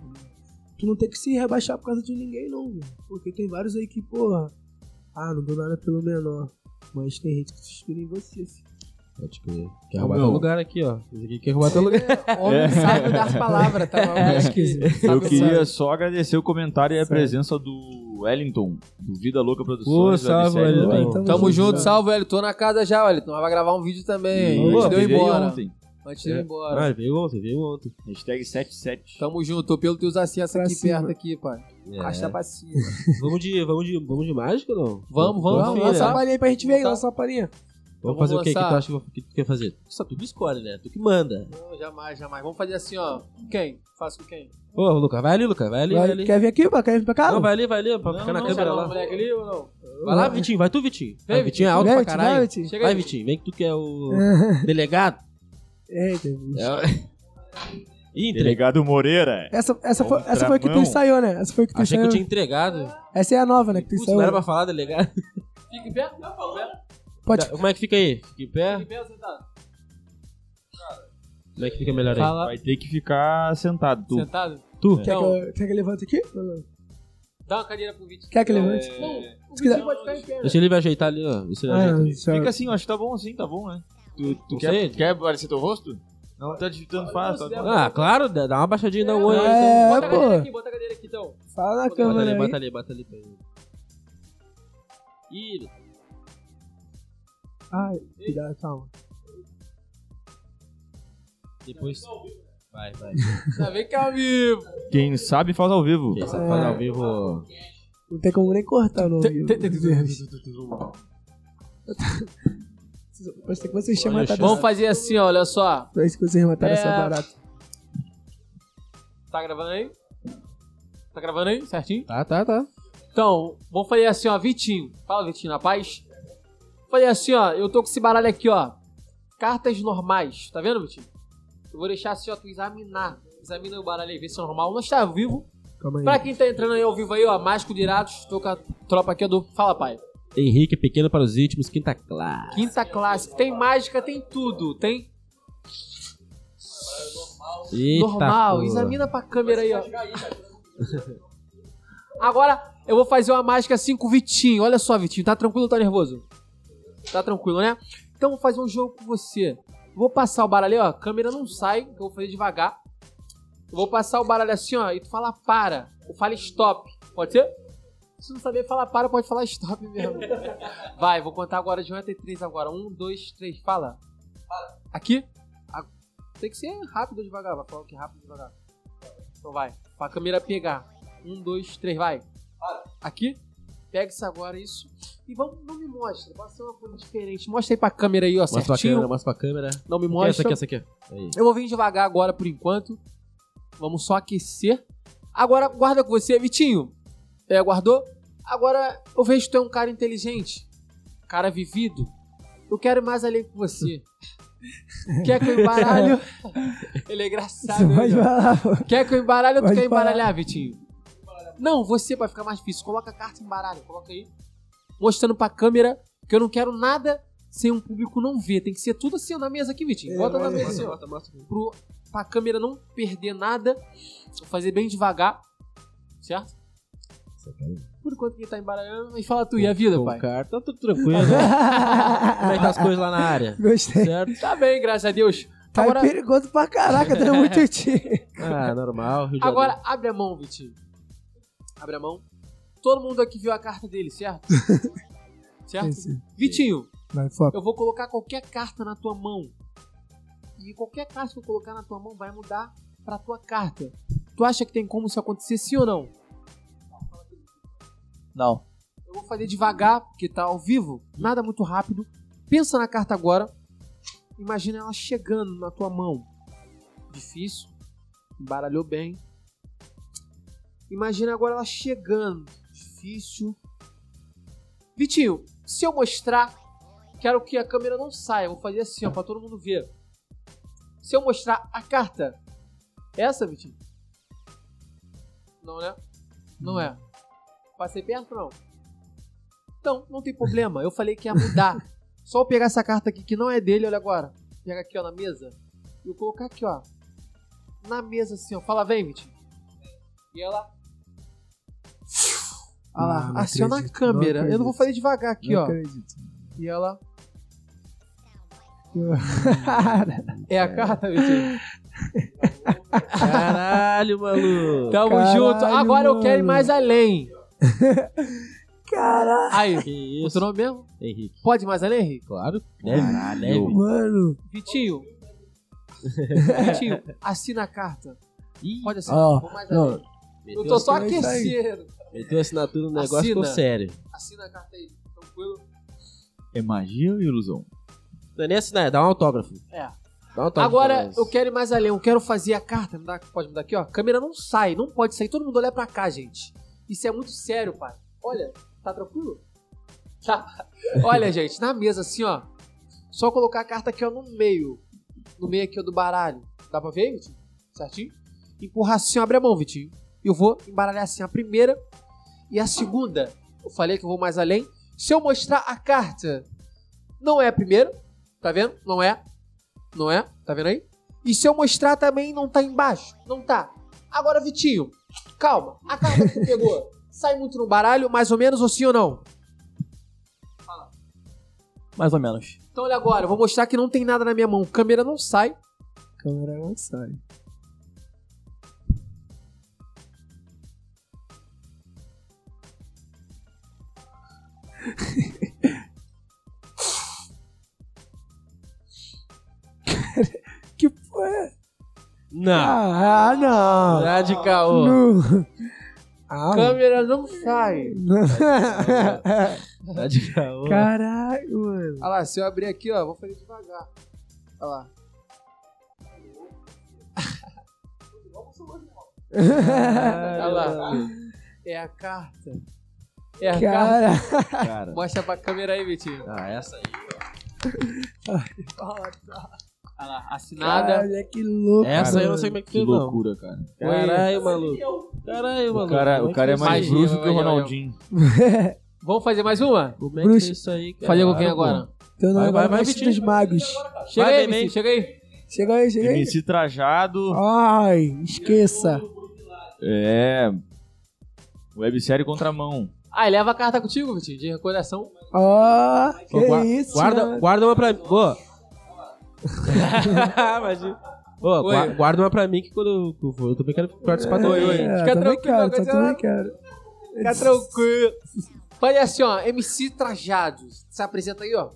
Tu não tem que se rebaixar por causa de ninguém, não, velho. Porque tem vários aí que, porra. Ah, não dou nada pelo menor. Mas tem gente que se inspira em você, assim." filho. Pode crer. Quer Ô, roubar meu. teu lugar aqui, ó. Esse aqui quer roubar teu lugar. Homem É. sabe dar palavra, tá bom? É. Acho que Eu sabe queria usar. só agradecer o comentário e a Certo. presença do Wellington, do Vida Louca Pô, Produções. salve, websérie do Wellington. Wellington. Tamo Tamo junto, junto, salve, Elton. Tô na casa já, Elton. Nós vai gravar um vídeo também. Pô, Antes de eu ir veio embora. ontem. Antes de eu ir embora. Ah, ele veio ontem, veio ontem. Hashtag 77. Tamo junto, tô pelo teus acessos Pra aqui cima. perto aqui, pai. É. Arrasta pra cima. Vamos de, vamos de, vamos de mágica ou não? Vamos, vamos, Confia, vamos, né? lança Lança a a palhinha aí pra gente ver, ver aí, aí, lança lança a palhinha. Vamos Vamos fazer o que que tu lançar. acha que tu quer fazer? Só tu que escolhe, né? Tu que manda. Não, jamais, jamais. Vamos fazer assim, ó. Com Quem? Faço com quem? Ô, Lucas, vai ali, Lucas, vai ali, vai, ali. Quer vir aqui, pá? Quer vir pra cá? Não, vai ali, vai ali, pra ficar na não, câmera será lá. um moleque ali ou não? Vai lá, Vitinho, vai tu, Vitinho. Vem, Vai, Vitinho é alto Vem, pra Vitinho, caralho. vai, Vitinho. Vai, Vitinho, vem que tu que é o delegado. É, Eita, bicho. Ih, entrei. Delegado Moreira. Essa, essa, foi, essa Contramão. foi que tu ensaiou, né? Essa foi que tu Achei que ensaiou. eu tinha entregado. Essa é a nova, né? Que tu Putz, não era pra ensaiou. falar, delegado. Fica em pé? Não, não, não. Pode. Tá, Como é que fica aí? Fica em Fica pé? em pé ou sentado? Como é que fica melhor aí? Fala. Vai ter que ficar sentado, tu. Sentado? Tu? Quer, Então, que eu, quer que eu levante aqui? Ou não? dá uma cadeira pro Vitinho. Quer que eu levante? Não, o Se quiser- É, Vitinho pode ficar em pé. né? Deixa ele me ajeitar ali, ó. Vê se ele ajeita. Ah, só- Fica assim, eu acho que tá bom assim, tá bom, né? Tu, tu Não sei. quer, quer aparecer teu rosto? Não, tá digitando fácil. Tá bom. Ah, claro, dá dá uma baixadinha da oi aí. É, Bota a cadeira pô. aqui, bota a cadeira aqui então. Fala na Bota Bota câmera ali, aí. bota ali, bota ali pra ele. Ih, Ai, cuidado, calma. depois. Vai, vai. Tá bem que é ao vivo. Quem sabe faz ao vivo. Quem sabe fazer ao vivo. Não tem como nem cortar no ouvido. Pode ter que vocês chamam a Olha o Tadeu. Vamos fazer assim, ó, olha só. Parece que vocês mataram É. essa barata. Tá gravando aí? Tá gravando aí, certinho? Tá, tá, tá. Então, vamos fazer assim, ó, Vitinho. Fala, Vitinho, na paz. Fazer assim, ó, eu tô com esse baralho aqui, ó. Cartas normais, tá vendo, Vitinho? Eu vou deixar assim, ó, tu examinar. Examina o baralho aí, vê se é normal. Nós tá ao vivo. Calma Pra aí. quem tá entrando aí ao vivo aí, ó, Mágico de Irados, tô com a tropa aqui do Fala, pai. Henrique, pequeno para os íntimos, quinta classe. Quinta classe. Tem mágica, tem tudo. Tem Eita, normal. porra. Examina pra câmera aí, ó. Agora eu vou fazer uma mágica assim com o Vitinho. Olha só, Vitinho, tá tranquilo ou tá nervoso? Tá tranquilo, né? Então eu vou fazer um jogo com você. Vou passar o baralho, ó. A câmera não sai, que eu vou fazer devagar. Eu vou passar o baralho assim, ó, e tu fala para. Ou fala stop. Pode ser? Se não saber falar para, pode falar stop mesmo. Vai, vou contar agora de 1 até 3 agora. 1, 2, 3, fala. Aqui? A- Tem que ser rápido ou devagar, vai falar o que é rápido ou devagar. Então vai, pra câmera pegar. 1, 2, 3, vai. Aqui? Pega isso agora, isso. E vamos, não me mostra, pode ser uma coisa diferente. Mostra aí pra câmera aí, ó, Mostra pra certinho. câmera, mostra pra câmera. não me Mostra. mostra. Essa aqui, essa aqui. Aí. Eu vou vir devagar agora por enquanto. Vamos só aquecer. Agora guarda com você, Vitinho. É, guardou? Agora eu vejo que tu é um cara inteligente. Cara vivido. Eu quero mais além com você. Quer que eu embaralho? Ele é engraçado. né, Pode João? falar, pô. Quer que eu embaralhe ou tu Pode quer embaralhar, Vitinho? Não, você vai ficar mais difícil. Coloca a carta e embaralha, coloca aí. Mostrando pra câmera que eu não quero nada sem um público não ver. Tem que ser tudo assim ó, na mesa aqui, Vitinho. É, Bota na mas- mesa assim, ó. Pro, pra câmera não perder nada. Vou fazer bem devagar. Certo? Por enquanto quem tá embaralhando, e fala tu, e a vida, Com pai? carta, tá tudo tranquilo. né? Como é que tá as coisas lá na área? Gostei. Certo? Tá bem, graças a Deus. Tá Agora, perigoso pra caraca, tá dando muito tiro. Ah, normal. Rio de Agora, abre a mão, Vitinho. Abre a mão. Todo mundo aqui viu a carta dele, certo? certo? Vitinho, Vai, foca. eu vou colocar qualquer carta na tua mão. E qualquer carta que eu colocar na tua mão vai mudar pra tua carta. Tu acha que tem como isso acontecer, sim ou não? Não. Eu vou fazer devagar, porque tá ao vivo. Nada muito rápido. Pensa na carta agora. Imagina ela chegando na tua mão. Difícil. baralhou bem. Imagina agora ela chegando. Difícil. Vitinho, se eu mostrar, quero que a câmera não saia. Vou fazer assim, ó, pra todo mundo ver. Se eu mostrar a carta, é essa, Vitinho? Não, né? Não é. Passei perto, não? Então, não tem problema. Eu falei que ia mudar. Só eu pegar essa carta aqui que não é dele, olha agora. Pega aqui, ó, na mesa. E eu colocar aqui, ó. Na mesa, assim, ó. Fala, vem, Vitinho. E ela. Olha lá, Ah, não aciona acredito, a câmera. não eu não vou acredito. fazer devagar aqui, Não ó. acredito. E ela. é a carta, Vitinho. Caralho, maluco. Tamo Caralho, junto. Agora eu quero ir mano. mais além. Caralho, Aí, que o isso, teu nome mesmo? Henrique. Pode ir mais além, Henrique? Claro. Deve, deve. mano. Vitinho. Vitinho, assina a carta. Ih, Pode assinar. Ó, Vou mais não, além. Eu meteu, tô só é isso aí. aquecendo. meteu assinatura no negócio, Assina. ficou sério. Assina a carta aí. Tranquilo? É magia ou ilusão? Não é nem assinar, dá um autógrafo. É. Dá um autógrafo. pra Agora, nós. eu quero ir mais além. Eu quero fazer a carta. Me dá- pode me dar aqui, ó. A câmera não sai, não pode sair. Todo mundo olha pra cá, gente. Isso é muito sério, pai. Olha, tá tranquilo? Tá. Olha, gente, na mesa assim, ó. Só colocar a carta aqui, ó, no meio. No meio aqui, ó, do baralho. Dá pra ver, Vitinho? Certinho? Empurrar assim, ó, abre a mão, Vitinho. Eu vou embaralhar assim a primeira e a segunda. Eu falei que eu vou mais além. Se eu mostrar a carta, não é a primeira. Tá vendo? Não é não é? Tá vendo aí? E se eu mostrar também, não tá embaixo? Não tá. Agora, Vitinho, calma. A carta que tu pegou sai muito no baralho, mais ou menos, ou sim ou não? Mais ou menos. Então olha agora, eu vou mostrar que não tem nada na minha mão. Câmera não sai. Câmera não sai. que porra é? Não. Ah, não. Tá Ah. de caô. Não. Ah, Câmera não sai. não. Tá de caô. Caralho, mano. Olha lá, se eu abrir aqui, ó, vou fazer devagar. Olha lá. Olha lá. É a carta. É a carta. Cara, Cara. Mostra pra câmera aí, Vitinho. Ah, essa aí. Olha lá, assinada. caralho, que louco. Essa aí eu mano. não sei como é que Que fez, não. loucura, cara. Caralho, maluco. Caralho, O maluco. cara, Como o cara é que fez mais isso? bruxo Imagina, que o imagina, Ronaldinho. Vamos fazer mais uma? Como é que Bruxo. fez isso aí, cara? Falei com quem Claro, pô. agora? Teu nome Vai, vai, vai, vai, vai, Vitinho. dos magos. Chega Vai, aí, Bebê. Vitinho, chega aí. Chega aí, chega aí. MC Trajado. Ai, esqueça. É. Websérie Contramão. Ah, e leva a carta contigo, Vitinho, de recordação. Ó, que Ô, gua- isso, Guarda, mano. guarda uma pra mim. Ô. Imagina. Ô, Oi. gua- guarda uma pra mim que quando eu for, eu também quero participar Oi, também. oi. É, Fica também tranquilo, né? quero, não só também quero. Fica tranquilo. Olha assim, ó, MC Trajado. Se apresenta aí, ó.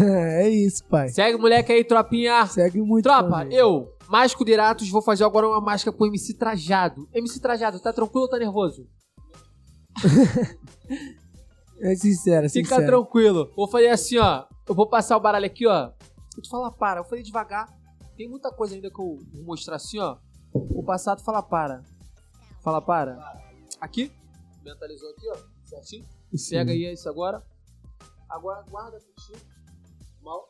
é isso, pai. Segue o moleque aí, tropinha. Segue muito. Tropa, mano. eu, Mágico Diratos, vou fazer agora uma máscara pro MC Trajado. MC Trajado, tá tranquilo ou tá nervoso? É sincero, é Fica sincero. tranquilo. Vou fazer assim, ó. Eu vou passar o baralho aqui, ó. Eu te falar para. Eu falei devagar. Tem muita coisa ainda que eu vou mostrar assim, ó. O passado fala para. Fala para. Aqui. Mentalizou aqui, ó. Certinho. Pega aí isso agora. Agora guarda contigo. Mal.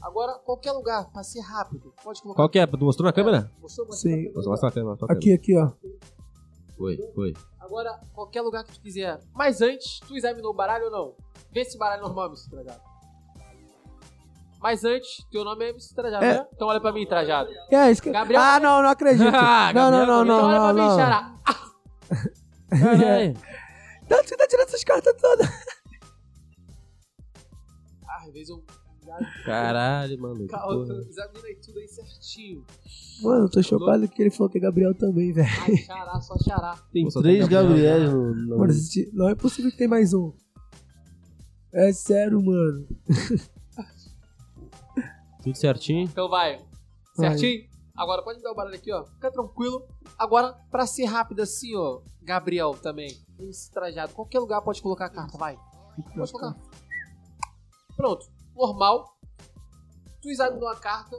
Agora, qualquer lugar, pra ser rápido. Pode colocar. Qual que é? Tu mostrou na câmera? Você vai- Sim. Mostra, mostra na câmera. Mostra na Aqui, aqui, ó. câmera. Oi, oi. Agora, qualquer lugar que tu quiser. Mas antes, tu examinou o baralho ou não? Vê se o baralho é normal, MC Trajado. Mas antes, teu nome é MC Trajado, É. né? Então olha pra mim, Trajado. É, isso que... Gabriel- Ah, não, não acredito. Ah, não, não, não, então não, olha pra não, mim, não. Xará. Caralho. Não, você tá tirando essas cartas todas. Ah, às vezes eu... Caralho, maluco. Calma, porra. tu examina aí tudo aí certinho. Mano, eu tô chocado que ele falou que é Gabriel também, velho. Ai, xará, só xará. Tem Só Três Gabriels né? no. no- Mano, esse- não é possível que tem mais um. É sério, mano. Tudo certinho? Então vai. Vai. Certinho? Agora pode me dar o baralho aqui, ó. Fica tranquilo. Agora, pra ser rápido assim, ó, Gabriel também. Esse trajado. Qualquer lugar pode colocar a carta, vai. Pode colocar. Pronto. normal. Tu examinou a carta,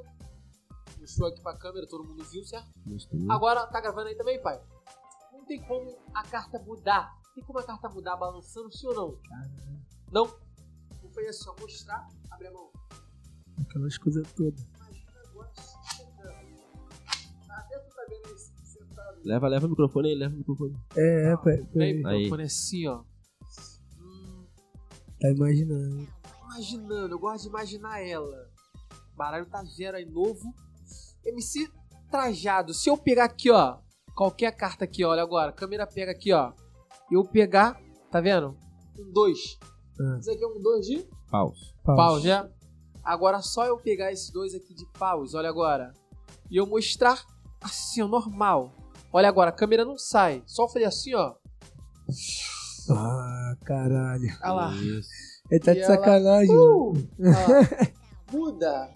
mostrou aqui pra câmera, todo mundo viu, certo? Agora, tá gravando aí também, pai? Não tem como a carta mudar. Tem como a carta mudar balançando sim ou não? Não. Não foi assim, só mostrar, abrir a mão. Aquelas coisas todas. Imagina agora sentando. Tá até tu tá vendo isso, sentado. Leva, leva o microfone aí, leva o microfone. É, é, pai. Vem, pai Aí. microfone assim, ó. Hum, tá imaginando. imaginando, eu gosto de imaginar ela. Baralho tá zero aí, novo. MC Trajado, se eu pegar aqui, ó, qualquer carta aqui, olha agora, a câmera pega aqui, ó. Eu pegar, tá vendo? Um dois. Ah. Isso aqui é um dois de Paus. Pau. paus, né? Agora só eu pegar esses dois aqui de paus, olha agora. E eu mostrar assim, ó, normal. Olha agora, a câmera não sai. Só eu falei assim, ó. Ah, caralho. Olha lá. Isso. Ele tá E de ela- sacanagem. mano. Uh! Ó, muda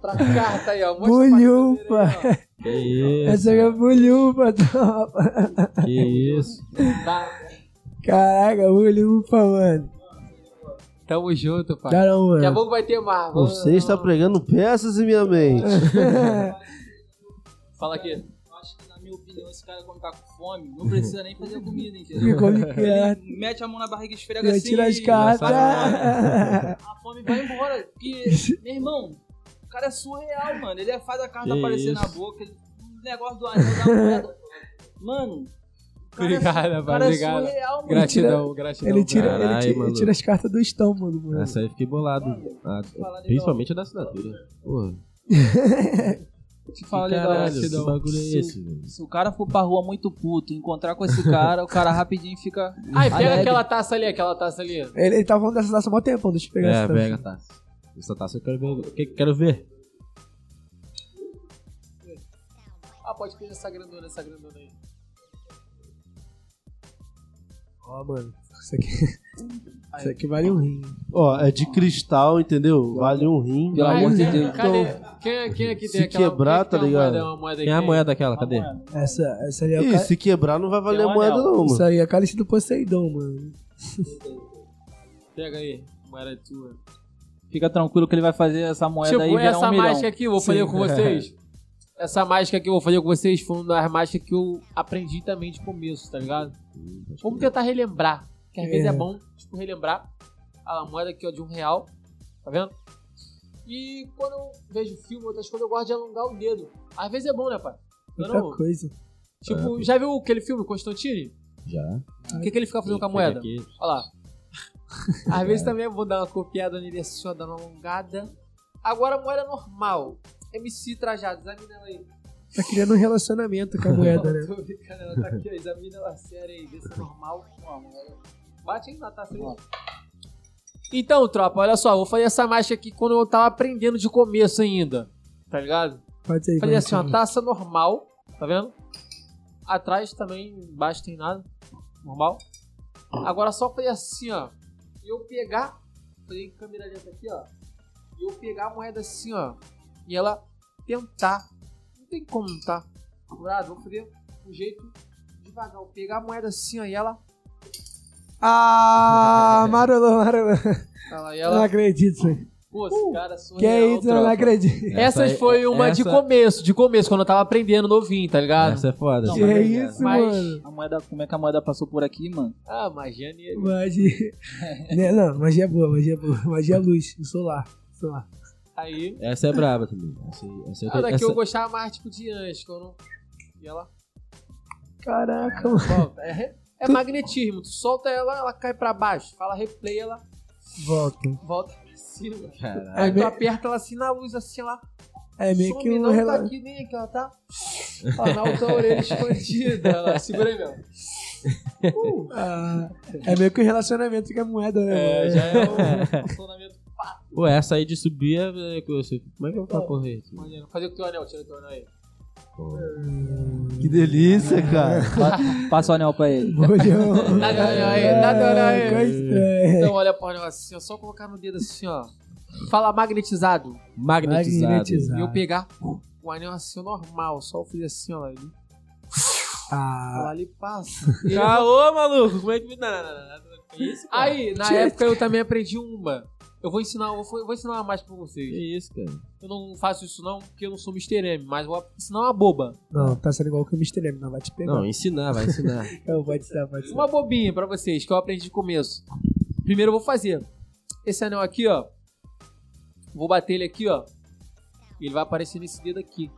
pra carta aí, ó. Mostra Bolhão, pra câmera aí, Que isso. Essa é bolhupa, tropa. Que isso. ó. Tá. Caraca, bolhupa, mano. Tamo junto, Tá, pai. Caramba, Daqui a mano. pouco vai ter mais. Vamos- Você está pregando peças em minha mente. Fala aqui. Eu acho que, na minha opinião, esse cara, quando tá com fome, não precisa nem fazer comida, entendeu? Ficou de quieto. Mete a mão na barriga, esfrega Já assim. tira as e- cartas. A fome vai embora. Porque, meu irmão, o cara é surreal, mano. Ele é- faz a carta Que aparecer isso. na boca. ele- O negócio do anel da moeda. Mano. o cara é su- Obrigado, o rapaz, cara obrigado. É surreal, mano. Gratidão, gratidão. Ele tira, ele Caralho, tira- ele maluco. tira as cartas do estão, mano. mano. Essa aí eu fiquei bolado. Ah, Fala legal. principalmente a da assinatura. Porra. Te fala Fala, legal, caralho, que gratidão. bagulho é Se- esse, velho? Se o cara for pra rua muito puto, encontrar com esse cara, o cara rapidinho fica. Ai, pega Alegre. aquela taça ali, aquela taça ali. Ele, ele tá falando dessa taça há mó tempão, deixa eu pegar É, essa taça. pega a taça. Essa taça eu quero ver. que- Quero ver. Ah, pode pegar essa grandona, essa grandona aí. Ó, mano, isso aqui, isso aqui vale um rim. Ó, é de cristal, entendeu? Vale um rim. Pelo Ai, amor de quem- Deus. Então, Cadê? Quem, quem aqui tem Se aquela quebrar, quem é que tá tem uma ligado? moeda- uma moeda Tem a aqui? moeda aquela, cadê? Essa, essa ali é o Ih, cálice, se quebrar não vai valer Tem um a moeda anel. não, isso mano. aí é cálice do Poseidon, mano. Pega aí, moeda tua. Fica tranquilo que ele vai fazer essa moeda aí tipo, e virar essa um milhão. mágica aqui eu vou fazer com vocês. Essa mágica que eu vou fazer com vocês foi uma das mágicas que eu aprendi também de começo, tá ligado? Vamos tentar relembrar. Que às É. vezes é bom, tipo, relembrar a moeda aqui, ó, de um real. Tá vendo? E quando eu vejo filme, outras coisas, eu gosto de alongar o dedo. Às vezes é bom, né, pai? Eu Então, Muita não- coisa. é. tipo, já viu aquele filme, Constantine? Já. O que, que ele fica fazendo com a moeda? Olha lá. Às vezes também eu vou dar uma copiada nele assim, ó, dar uma alongada. Agora a moeda normal. MC trajado, examina ela aí. Tá criando um relacionamento com a moeda, né? Tô brincando, ela tá aqui, ó, examina ela séria aí, vê se é normal. Ó, a moeda. Bate aí na taça aí. Então, tropa, olha só, eu vou fazer essa marcha aqui quando eu tava aprendendo de começo ainda. Tá ligado? Pode aí, Falei vai, assim, ó, cara. taça normal, tá vendo? Atrás também, embaixo tem nada, normal. Agora só fazer assim, ó, e eu pegar, falei com a câmera lenta aqui, ó, e eu pegar a moeda assim, ó, e ela tentar, não tem como, não tá? Curado, vamos fazer um jeito devagar, eu pegar a moeda assim, ó, e ela, Ah, marolou, marolou. ela, tá e Eu não ela, acredito, velho. pô, esse cara é surreal, Ah, uh, Que isso, eu não tropa. acredito. Essas foi é uma de começo, de começo, quando eu tava aprendendo novinho, tá ligado? Essa é foda. Não, Que mas é isso, Mas- mano. A moeda, como é que a moeda passou por aqui, mano? Ah, magia nele. Magia. Né, Não, magia é boa, magia é boa. Magia é luz, o solar. solar. Aí... Essa é braba também. Essa, essa eu Ah, tenho- daqui essa- eu gostava mais tipo de antes, que eu não. E ela Caraca, mano. volta. É, é magnetismo. Tu solta ela, ela cai pra baixo. Fala replay, ela Volta. volta pra cima. Caralho. Aí É tu meio- aperta ela assim na luz, assim, ela É meio some, que um não rela- tá aqui nem aqui, ela tá. Ela na outra orelha escondida. Ela, segura aí, meu. Ah, é meio que um relacionamento com a moeda, né? mano? já é um funcionamento Pô, essa aí de subir é. é coisa- Como é que eu vou correr isso? maneiro. Fazer com o teu anel, tira o teu anel aí. Que delícia, cara. Pa- Passa o anel pra ele. Bolhão. Dá teu anel aí, dá teu anel aí. Gostei. Então olha pro anel assim, ó, só colocar no dedo assim, ó. Fala magnetizado. Magnetizado. Magnetizado. E eu pegar o anel assim, normal, só eu fiz assim, ó. Ele... Lá Ah, ali passa. Ele- Caô, maluco! Como é que me dá? Não, não, não, não, que isso, cara? Aí, na época eu também aprendi uma. Eu vou ensinar, eu vou, eu vou ensinar mais pra vocês. Que isso, cara? Eu não faço isso não, porque eu não sou Mr. M, mas vou ensinar uma boba. não, tá sendo igual que o Mr. M, não vai te pegar. É, Não, ensinar, vai ensinar. Eu vou te dar, vou te dar. Uma bobinha pra vocês, que eu aprendi de começo. Primeiro eu vou fazer. Esse anel aqui, ó. Vou bater ele aqui, ó. E ele vai aparecer nesse dedo aqui.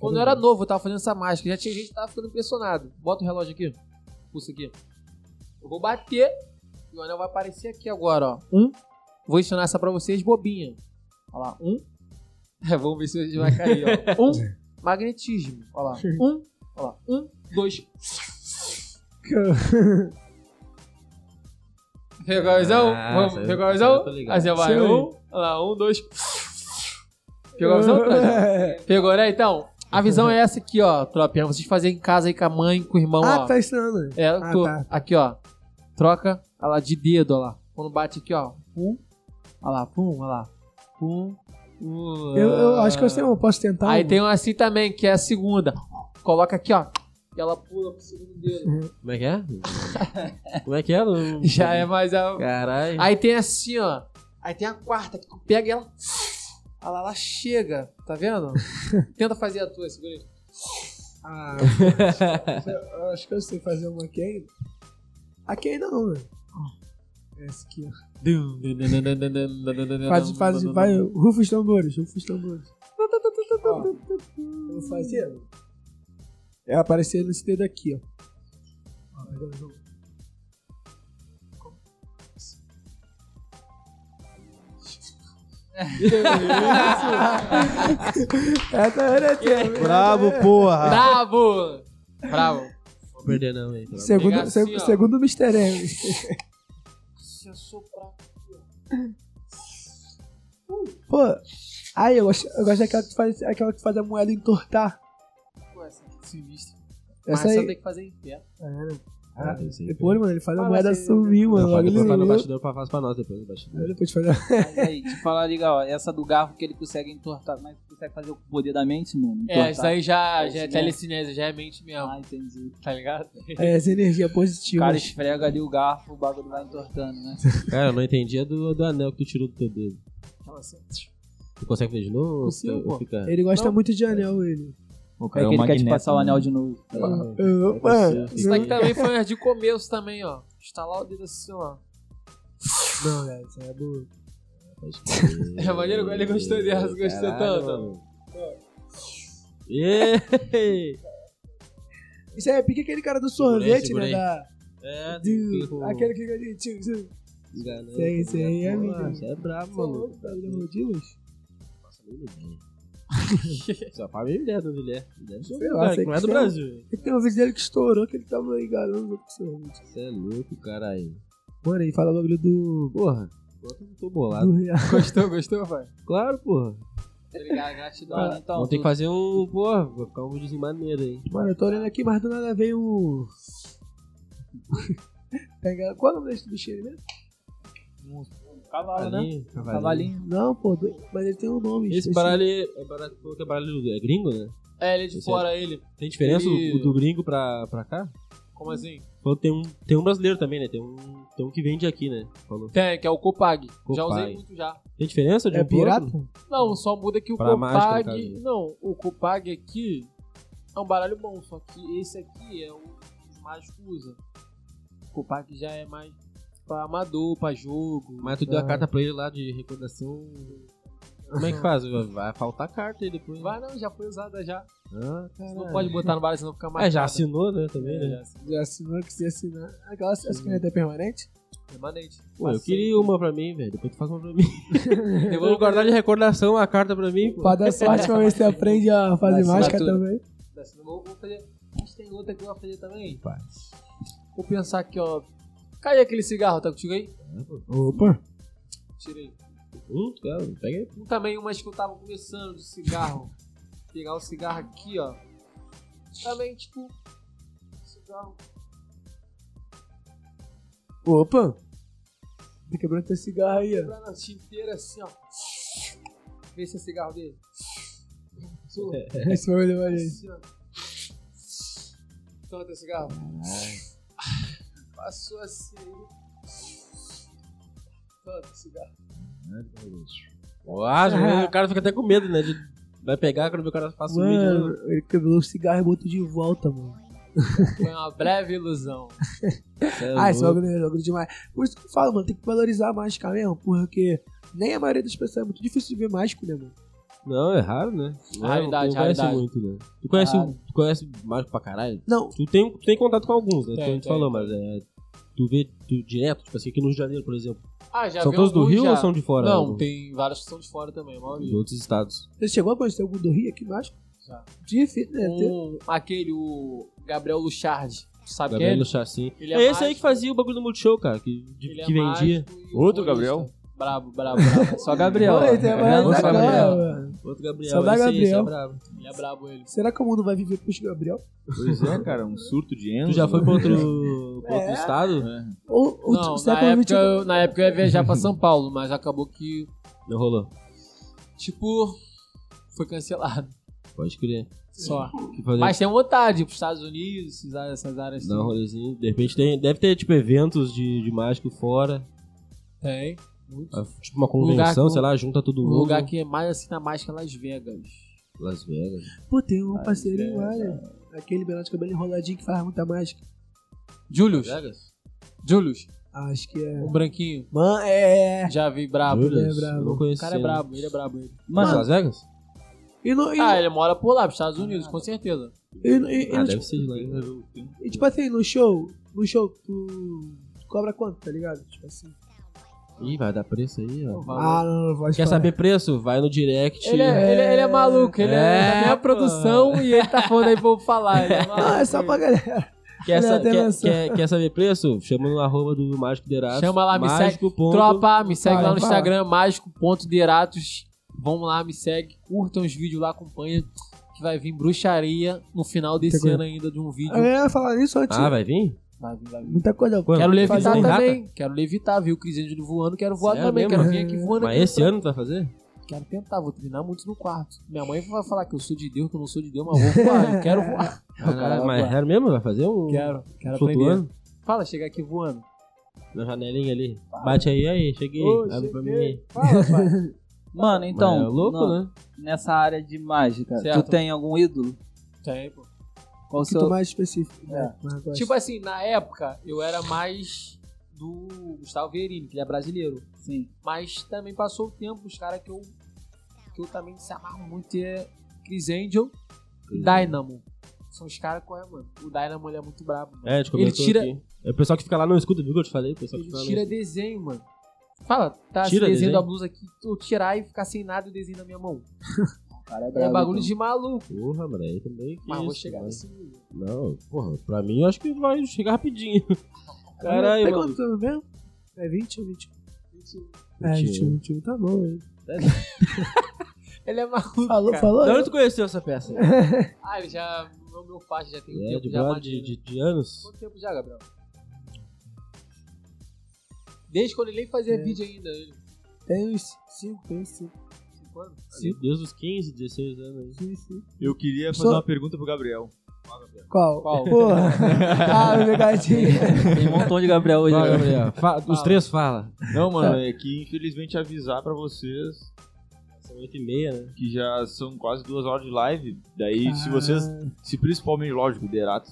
Quando eu era novo, eu tava fazendo essa mágica. Já tinha gente que tava ficando impressionado. Bota o relógio aqui. Pulsa aqui. Eu vou bater. E o anel vai aparecer aqui agora, ó. Um. Vou ensinar essa pra vocês, bobinha. Olha lá. Um. vamos ver se a gente vai cair, ó. Um. Magnetismo. Olha lá. Um. Olha lá. Um, dois. Pegou a visão? Ah, Vamos, saiu- pegou a visão? saiu, tô ligado. Aí você vai. Sim. Um. Olha lá. Um, dois. Pegou a visão? Ah. Tá, já. Pegou, né? Então, a visão é essa aqui, ó, tropinha. Vocês fazem em casa aí com a mãe, com o irmão, Então, ó. Ah, tá ensinando. É, eu Ah, tô- tá. Aqui, ó. Troca, olha lá, de dedo, ó lá. Quando bate aqui, ó. Pum. Olha lá, pum, olha lá. Pum. Uh, Eu, eu acho que eu sei uma, posso tentar um Aí uma? tem uma assim também, que é a segunda. Coloca aqui, ó. E ela pula pro segundo dedo. Como é que é? Como é que é? Não- Já é mais a... Caralho. Aí tem assim, ó. Aí tem a quarta, que tu pega e ela... Olha lá, ela chega, tá vendo? Tenta fazer a tua, segura aí. Ah, eu acho que eu sei fazer uma aqui ainda. Aqui ainda não, né? Essa aqui, ó. Faz, faz, vai, rufa os tambores, rufa os tambores. Ó, eu vou fazer. É aparecer nesse dedo aqui, ó. Ó, vai dar um jogo. É, tá Essa era a tia, né? Bravo, porra. Bravo! Bravo. Não vou perder, não, aí. pelo amor de Segundo, Pegar seg- assim, ó. segundo o Mr. M. Se assoprar. Pô, aí eu gosto, eu gosto daquela que faz, aquela que faz a moeda entortar. Pô, essa aqui é sinistra. Mas Essa essa aí. tem que fazer em pé. Ah, tem sim. Depois, mano, ele faz a Fala moeda assim, sumir, mano. Depois, Depois, depois vai no depois, bastidor pra fazer pra nós depois né, no bastidor. depois faz Mas aí, te falar legal, ó, essa do garfo que ele consegue entortar, mas consegue fazer o poder da mente, mano. É, entortar. isso aí É já, já é isso mesmo. telecinese, já é mente mesmo. Ah, entendi. Tá ligado? é, essa energia O positiva. cara esfrega ali o garfo, o bagulho vai entortando, né? Cara, eu não entendi a do, do anel que tu tirou do teu dedo. Fala assim. Tu consegue fazer de novo? Consigo, Ou pô. fica- ele gosta Não. muito de anel, ele. O É cara é que um ele quer te magneto, passar o né? anel de novo. Opa! Isso daqui também foi as de começo também, ó. Estalar o dedo assim, ó. Não, velho, isso aí é boa. É maneiro, ele gostou dessa, gostou tanto. Ei! Isso aí é pique aquele cara do Segura aí, sorvete, segura né? aí. Da, É, do, aquele que ganha de tio, tio. enganou. Sei, sei, é, menino. Você é brabo, Tá mano. louco, tá dando rodízios? Nossa, nem me ideia. Só faz a mesma ideia do onde ele é. Ele deve ser um Sei lá, lugar sei que não é que do sim. Brasil. Tem um vídeo dele que estourou, que ele tava enganando os outros sorvete. Você é louco, caralho. Mano, ele fala o bagulho do. Porra, agora eu tô bolado. do real. Gostou, gostou, pai? Claro, porra. Tá Obrigado, gratidão, né? Então, Vamos ter que fazer um. Porra, vai ficar um videozinho maneiro aí. Mano, eu tô olhando aqui, mas do nada vem o. Pega... Qual é o nome desse bichinho aí mesmo? cavalo, né? Ali, cavalinho. Cavalinho. Não, pô, do- mas ele tem um nome. Esse esqueci. baralho é baralho, falou que é baralho é gringo, né? É, ele é de Esse fora, ele. Tem diferença Ele- o do gringo pra, pra cá? Como assim? Falou que tem um, tem um brasileiro também, né? Tem um, tem um que vende aqui, né? Falou. Tem, que é o Copag. Já Copag. usei muito já. Tem diferença de É um pro outro? pirata? Não, só muda que o Pra mágica, no Copag. caso. Não, o Copag aqui é um baralho bom, só que esse aqui é o que os mágicos usam. O Copag já é mais pra amador, pra jogo. Mas tu deu Ah. a carta pra ele lá de recordação. Como é que faz? Vai faltar carta aí depois. Vai não, já foi usada já. Ah, né? Você caralho. não pode botar no baralho, senão fica mais. É, já assinou, né? Também, né? Já assinou, que se assinar. Ah, Aquela as caneta permanente? Permanente. Pô, eu queria uma pra mim, velho. Depois tu faz uma pra mim. Eu vou Devolvo guardar de recordação uma carta pra mim, pô. Pra dar sorte pra ver se você aprende a fazer Na mágica assinatura. também. Dessa, vou, vou fazer. Mas tem outra que eu vou fazer também. Vai. Vou pensar aqui, ó. Cai aquele cigarro, tá contigo aí? Opa! Tirei. Hum, cara, pega aí. Um também, umas que eu tava começando de cigarro. Pegar o cigarro aqui, ó. Também, tipo. Cigarro. Opa! Tá quebrando teu cigarro aí, ó. Quebrar na tinta inteira assim, ó. Vê se é cigarro dele. Sua. Esse foi o melhor jeito. Assim, ó. Torta o cigarro. Passou assim. Torta o cigarro. Uau, ah, Ah. o cara fica até com medo, né? De... Vai pegar quando o cara passa o vídeo. né? Mano, ele quebrou o cigarro e botou de volta, mano. Foi uma breve ilusão. Ah, esse bagulho é bagulho demais. Por isso que eu falo, mano, tem que valorizar a mágica mesmo, porque nem a maioria das pessoas é muito difícil de ver mágico, né, mano? Não, é raro, né? Não, é- Raridade, não conhece raridade. muito, né? Tu conhece, Raro. tu conhece mágico pra caralho? Não, Tu tem, tu tem contato com alguns, né? Tem, tu, a gente tem, falou, mas é, tu vê tu direto, tipo assim, aqui no Rio de Janeiro, por exemplo. Ah, já são vi todos do alguns Rio já. ou são de fora? Não, Alguns? tem vários que são de fora também, a maioria. De outros estados. você chegou a conhecer algum do Rio aqui mágico? Já. Difícil, né? Tem- Um, aquele, o Gabriel Luchard, sabe quem é? Gabriel Chassin. Ele é é esse aí mágico. que fazia o bagulho do Multishow, cara, que, de- Ele é que vendia. É. mágico e Outro humorista. Gabriel? Brabo, brabo, brabo. É Só Gabriel. é, Olha, tem mais outro da- Gabriel. Ah, mano. Outro Gabriel. Só dá esse aí, Gabriel. esse é brabo. Ele é brabo, ele. Será que o mundo vai viver pro Gabriel? Pois é, cara, um surto de Enzo. Tu já foi né? pra outro, pra É. outro estado? Ou, ou Não, o na século época, XXI? eu, na época eu ia viajar pra São Paulo, mas acabou que, Não rolou. tipo, foi cancelado. Pode crer. Só. Que fazer- Mas tem vontade, pros Estados Unidos, essas áreas, essas áreas Dá um assim. rolezinho. De repente tem, deve ter, tipo, eventos de, de mágico fora. Tem. Tipo uma lugar convenção, com- sei lá, junta todo Um mundo. lugar que é mais assim na mágica é Las Vegas. Las Vegas. Pô, tem Ah, um é, parceirinho lá, né? Aquele menor de cabelo enroladinho que faz muita mágica. Julius. Julius. Acho que é. Um branquinho. Mano, é. Já vi, brabo. Julius? é brabo. Eu Não O conheço. cara é brabo, ele é brabo. Ele. Mas Las Vegas? E, no, e, Ah, ele mora por lá, pros Estados Unilas, com certeza. e, e- e Ah, no- deve ser de lá. e, tipo assim, no show, no show, tu cobra quanto, tá ligado? Tipo assim. Ih, vai dar preço aí, ó. Ah, não, não pode Quer falar. saber preço? Vai no direct. Ele é, ele, é- ele é maluco, ele é, É, da minha pô. produção e ele tá falando aí pra eu falar. Ele é maluco. Ah, é só pra galera. é Quer, Ele sa- até quer- lançou. quer- quer saber preço? Chama no arroba do Mágico Derato. Chama lá, me segue. Mágico ponto- Tropa, me segue lá no Fala, fala. Instagram, mágico.deratos. Vamos lá, me segue, curtam os vídeos lá, acompanha. Que vai vir bruxaria no final desse Pegou. ano ainda de um vídeo. A galera falar isso antes. Ah, vai vir? Vai vir, vai vir. Muita coisa. Quando? Quero levitar Fazer um também. rata? Quero levitar, viu? O Cris Angelo voando, quero é voar Sério também. mesmo? né? Quero vir aqui voando. Mas aqui. esse ano tu vai fazer? Quero tentar, vou treinar muito no quarto. Minha mãe vai falar que eu sou de Deus, que eu não sou de Deus, mas vou voar. Eu quero voar. Caralho, mas é mesmo? Vai fazer um. Ah, Quero, quero aprender. flutuando? Fala, chegar aqui voando. Na janelinha ali. Bate aí, aí, cheguei. Ô, Abre pra mim cheguei. aí. Fala, pai. Mano, então. Mas é louco, na- né? Nessa área de mágica, Certo. tu tem algum ídolo? Tem, pô. Qual o Muito seu. mais específico. né? Mas agora- Tipo assim, na época, eu era mais do Gustavo Verini, que ele é brasileiro. Sim. Mas também passou o tempo, os caras que eu, que eu também se amarro muito é Chris Angel e Dynamo. São os caras qual é, mano? O Dynamo ele é muito brabo. mano. É, a gente Ele comentou tira- aqui. É o pessoal que fica lá no escudo, viu que eu te falei? O pessoal que fica Ele lá no tira desenho, mano. Fala, tá esse Tira desenho, desenho? da blusa aqui, eu tirar e ficar sem nada o desenho na minha mão. O cara é É brabo. bagulho então. de maluco. Porra, mano, aí também. que Mas vou isso, chegar mano. nesse nível. Não, porra, pra mim eu acho que vai chegar rapidinho. Caralho, Tem mano. quanto tempo mesmo? É 20 ou 21? 21. É, 21. 21, 21 tá bom, hein? Ele é maluco. Falou, cara. falou. Da onde tu conheceu essa peça? Ah, ele já. Meu, meu pai já tem um É, tempo de já né? brother de, maneiro. de, de anos. Quanto tempo já, Gabriel? Desde quando ele nem fazia É. vídeo ainda. Ele. Tem uns 5, tem uns 5. Cinco anos? Sim. Desde os 15, 16 anos. aí. Eu queria fazer Só- uma pergunta pro Gabriel. Qual? Qual? Porra. ah, meu gatinho. Tem um montão de Gabriel hoje. Fala, né? Gabriel. Fa- Os Fala. três fala. Não, mano, é que infelizmente avisar pra vocês São 8 e meia, né? que já são quase duas horas de live. Daí, se vocês, se principalmente, lógico, o Derato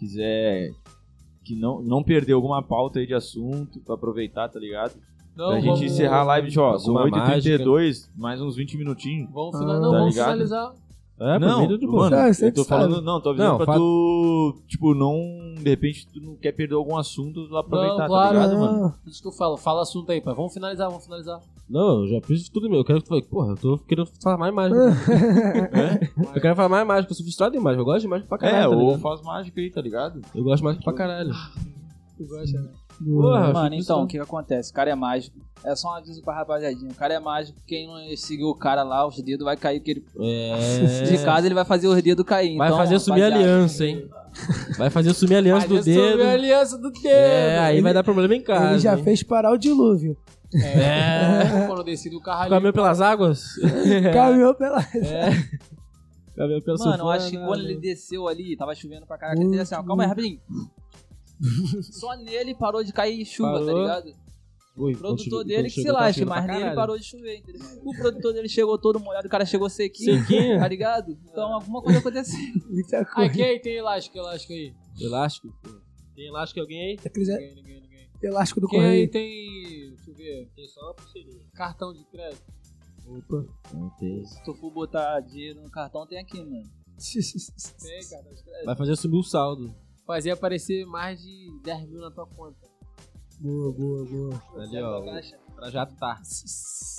quiser que não, não perder alguma pauta aí de assunto, pra aproveitar, tá ligado? Não, pra gente encerrar a live, de, ó, são Então Alguma 8h32, mais uns 20 minutinhos. Vamos, final, não, Tá vamos ligado? finalizar. É, pra mim não, tudo de boa. mano, Ah, você eu que tô sabe. falando, não, tô avisando Não, pra fato- tu, tipo, não, de repente tu não quer perder algum assunto, tu aproveitar, claro. tá ligado, mano? Por isso que eu falo. Fala assunto aí, pai. Vamos finalizar, vamos finalizar. Não, eu já fiz isso tudo meu. Eu quero que tu fale, porra, eu tô querendo falar mais mágica. eu quero falar mais mágica. Eu sou frustrado em mágica. Eu gosto de mágica pra É, caralho. tá ou ligado? faz mágica aí, tá ligado? Eu gosto de mágica pra caralho. Tu gosta, né? Porra, Mano, eu fico então, o que, que acontece? O cara é mágico. É só um aviso pra rapaziadinha. O cara é mágico. Quem não seguiu o cara lá, os dedos vai cair. Que ele... É. De casa, ele vai fazer os dedos cair. Vai então, fazer sumir a rapaziada, aliança, hein? Vai fazer sumir a aliança do Aliança dedo. minha aliança do dedo. É, aí vai dar problema em casa. Ele já hein? fez parar o dilúvio. É. Quando eu desci do carro ali. Caminhou pelas águas? Caminhou pela. Gabriel pela Mano, eu né, sanfona, acho que quando ele desceu ali, tava chovendo pra caraca, ele fez assim, ó, calma aí, rapidinho. Só nele parou de cair chuva, tá Parou. ligado? Ui, O quando produtor chegou- dele quando que se chegou, tava lasque, chovendo mas pra nele caralho. parou de chover, entendeu? O produtor dele chegou todo molhado, o cara chegou sequinho, Sequinho? tá ligado? Então alguma coisa aconteceu. Muita coisa. Ai, quem tem elástico, elástico aí? Elástico? pô. Tem elástico alguém aí? Aqueles é- Ninguém, ninguém, ninguém. elástico do Quem é correio. tem. Deixa eu ver. Tem só uma pulseirinha. Cartão de crédito. Não tem. Se tu for botar dinheiro no cartão, tem aqui, mano. Tem cartão de crédito. Vai fazer subir o saldo. Fazer aparecer mais de 10 mil na tua conta. Boa, boa, boa. Ali, ó. Pra caixa. Pra já tá.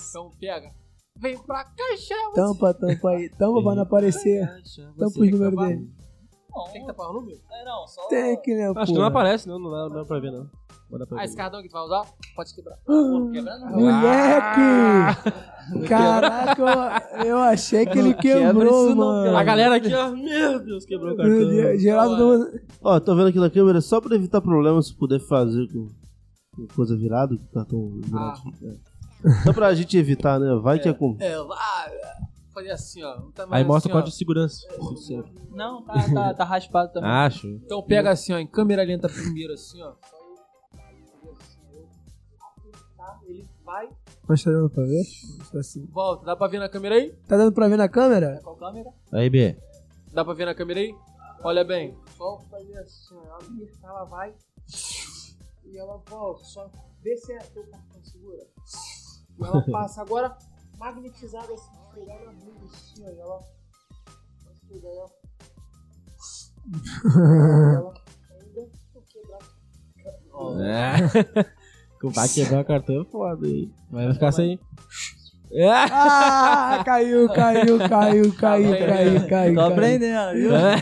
Então pega. Vem pra caixa. Tampa, tampa aí. Tampa pra não aparecer. Tampa os números dele. Bom, Tem que tapar o número? é, não, só... Tem que, né, Acho que não porra? aparece, não. Não dá, não dá pra ver, não. Não dá pra Ah, ver. esse cartão que tu vai usar? Pode quebrar. Quebrando, não. Moleque! Ah! Caraca, eu, eu achei que ele quebrou, mano. A galera aqui, ó. Meu Deus, quebrou o Meu Deus, cartão. Geraldo não... Ó, tô vendo aqui na câmera, só pra evitar problemas, se puder fazer com com coisa virada, com cartão virado. Ah. É. Só pra gente evitar, né? Vai que é com. É, lá. Fazer assim, ó. um tamanho Aí mostra o assim, código ó. de segurança. Não, tá, tá, tá raspado também. Acho. Então pega assim, ó, em câmera lenta primeiro, assim, ó. Tá, Ele vai, Mas tá dando pra ver? Tá assim. volta. Dá pra ver na câmera aí? Tá dando pra ver na câmera? Qual câmera? Aí, B. Dá pra ver na câmera aí? Olha bem. Só fazer assim, ó. Ela vai e ela volta. Só vê se é teu cartão segura. E ela passa agora magnetizada assim, pegar na bunda assim, ó. E ela. Assim, daí ela. ela ainda vou quebrar. É. Vai quebrar o cartão é foda aí. Mas vai ficar sem. É. Ah, caiu, caiu, Tá caiu, caiu, caiu, caiu. Tô caiu. aprendendo, viu? É.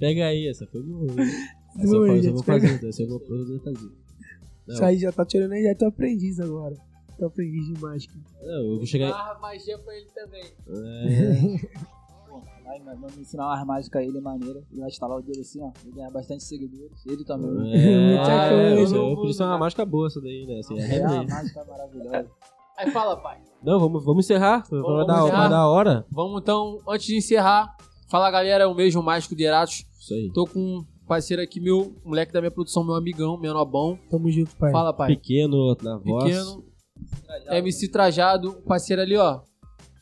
Pega aí, essa foi boa. Essa eu Boa, faço- eu gente, vou pega. fazer, então, essa eu vou eu vou fazer. Isso aí já tá tirando aí, já tô aprendiz agora. Tô aprendiz demais, cara. Não, eu vou chegar aí. Barra magia pra ele também. Pô, Vai, mas vamos ensinar umas mágicas a ele maneira. Ele vai instalar o dedo assim, ó. Ele ganha bastante seguidores. Ele também. né? Muita É, é, coisa. eu podia ser uma mágica boa essa daí, né? Assim, é É uma render. mágica maravilhosa. Aí fala, pai. Não, vamos, vamos encerrar. Vai Vamos dar, encerrar. vai dar a hora. Vamos então, antes de encerrar, fala galera, é o mesmo Mágico de Eratos. Isso aí. Tô com um parceiro aqui, meu moleque da minha produção, meu amigão, meu nobão. Tamo junto, pai. Fala, pai. Pequeno, na voz. Pequeno, MC É Trajado, um parceiro ali, ó.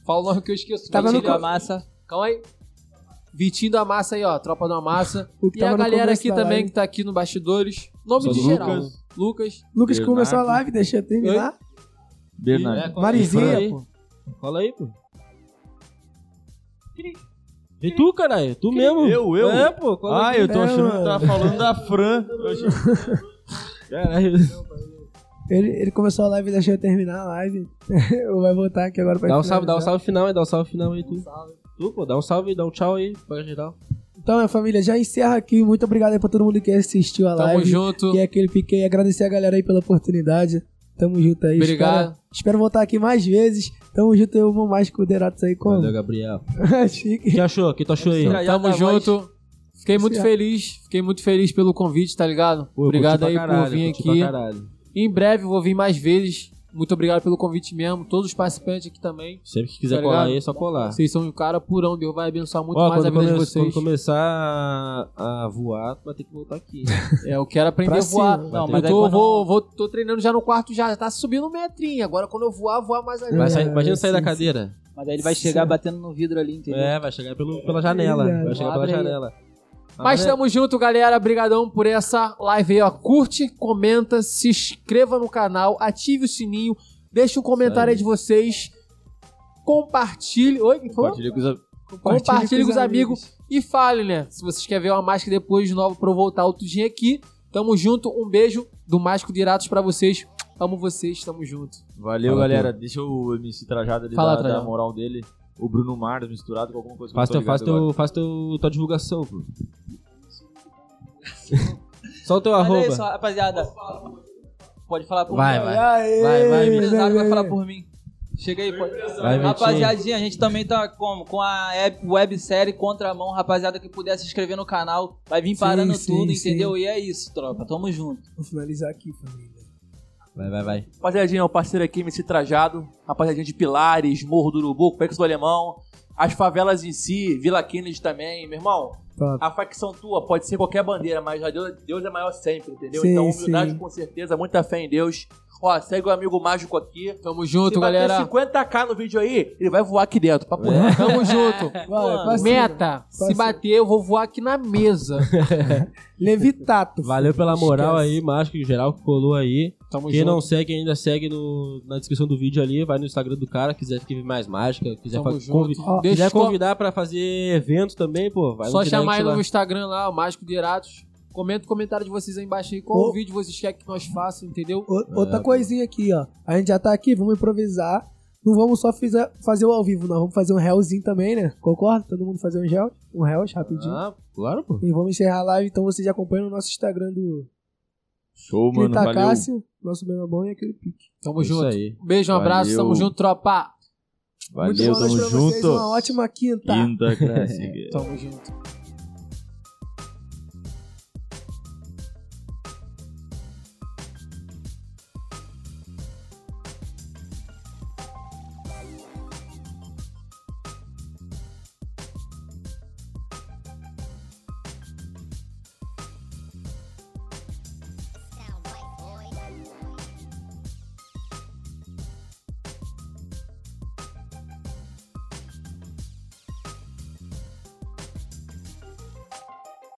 Fala o nome que eu esqueço. Tava Vitinho no da co- massa. Calma aí. Vitinho da massa aí, ó. Tropa da massa. O que E a tava no galera começo aqui da também, live. que tá aqui no bastidores. Nome Só de do geral. Lucas. Lucas. Lucas que começou a Bernardo. live, deixa eu terminar. É, Bernardo. Marizinha, Fala aí. pô. Fala aí, pô. E tu, caralho? Tu mesmo? Eu, eu? É, pô. cola Ah, aqui. eu tô É, achando que mano. tava falando da Fran. Eu achei- Caralho. Ele, ele começou a live, deixa eu terminar a live. eu vai voltar aqui agora pra Dá um finalizar. salve, né? dá um salve final aí, dá um salve final aí, tu. Tu, pô, dá um salve e dá um tchau aí pra geral. Então, minha família, já encerra aqui. Muito obrigado aí pra todo mundo que assistiu a Tamo live. junto. Que é aquele pique aí. Agradecer a galera aí pela oportunidade. Tamo junto aí. Obrigado. Espero, espero voltar aqui mais vezes. Tamo junto, eu vou mais com o Deratos aí com. Valeu, Gabriel. O Chique. que achou? O que tu achou aí? Trajado Tamo da voz. junto. Fiquei muito Obrigado. feliz. Fiquei muito feliz pelo convite, tá ligado? Pô, eu Obrigado curti aí pra caralho, por vir curti pra aqui. caralho. Em breve vou vir mais vezes. Muito obrigado pelo convite mesmo. Todos os participantes aqui também. Sempre que quiser Tá colar ligado? aí, é só colar. Vocês são um cara purão. Deus vai abençoar muito Ó, mais a quando, vida come- de quando vocês. começar a a voar, tu vai ter que voltar aqui. É, eu quero aprender Pra a voar. cima. Não, Eu mas aí tô, quando- vou, vou- tô treinando já no quarto, já tá subindo um metrinho. Agora quando eu voar, voar mais ainda. Vai sair- É, imagina sair da sim, cadeira. Mas aí ele vai chegar batendo no vidro ali, entendeu? É, vai chegar pelo- pela janela. Verdade. Vai chegar pela Abre aí. janela. Mas Abre aí. tamo junto, galera. Obrigadão por essa live aí, ó. Curte, comenta, se inscreva no canal, ative o sininho, deixa um comentário aí de vocês. Compartilhe. Oi, que foi? Compartilha com os am- Compartilhe com os amigos. E fale, né? Se vocês querem ver uma mágica depois de novo pra eu voltar outro dia Tá aqui. Tamo junto. Um beijo do Mágico de Iratos pra vocês. Amo vocês. Tamo junto. Valeu, É, Fala, galera. Deixa o MC Trajado ali Fala, dar- dar, Trajado. a moral dele. O Bruno Mars misturado com alguma coisa. que eu Faz, não teu, tô faz, ligado teu, faz teu, tua divulgação, pô. Só o teu Mas é isso, arroba. rapaziada. Pode falar por Vai, mim. vai. Aê, Vai, vai, O Vitinho. empresário vai falar por mim. Chega aí, pode. Vai, Vitinho. Rapaziadinha, a gente também tá como? Com a web- websérie Contramão, rapaziada que puder se inscrever no canal. Vai vir Sim, parando sim, tudo, sim. entendeu? E é isso, tropa. Tamo junto. Vou finalizar aqui, família. Vai, vai, vai. Rapaziadinha, o parceiro aqui, MC Trajado. rapaziadinha de Pilares, Morro do Urubu, Complexo do Alemão, as favelas em si, Vila Kennedy também, meu irmão. Tá. A facção tua pode ser qualquer bandeira, mas a Deus, Deus é maior sempre, entendeu? Sim, então, humildade sim. com certeza, muita fé em Deus. Ó, segue o amigo mágico aqui. Tamo Se junto, bater galera. É. 50k no vídeo aí, ele vai voar aqui dentro, papo reto. Tamo junto. Mano, pra cima. Meta, se Parceiro. bater, eu vou voar aqui na mesa. Levitato. Valeu pela moral Esquece. aí, mágico em geral que colou aí. Tamo Quem junto. não segue ainda, segue no, na descrição do vídeo ali, vai no Instagram do cara, quiser que mais mágica, quiser, Tamo fa- junto. convi- Ó, Deixa quiser eu co- convidar pra fazer evento também, pô, vai Só no chamar um direct ele lá. no Instagram lá, o Mágico de Iratos. Comenta o comentário de vocês aí embaixo aí qual Ô. vídeo vocês querem que nós façamos, entendeu? O- É, outra coisinha aqui, ó. A gente já tá aqui, vamos improvisar. Não vamos só fizer- fazer o ao vivo, não. Vamos fazer um réuzinho também, né? Concorda? Todo mundo fazer um réu, um réus rapidinho. Ah, claro, pô. E vamos encerrar a live, então vocês acompanham o nosso Instagram do Show, mano. Clita Valeu. Cássio, nosso mesmo bom e aquele pique. Tamo é Isso junto. aí. Beijo, um abraço, Valeu. tamo junto, tropa. Valeu, Muito boa tamo né, noite pra junto. vocês, uma ótima quinta. Quinta, cara. Tamo junto.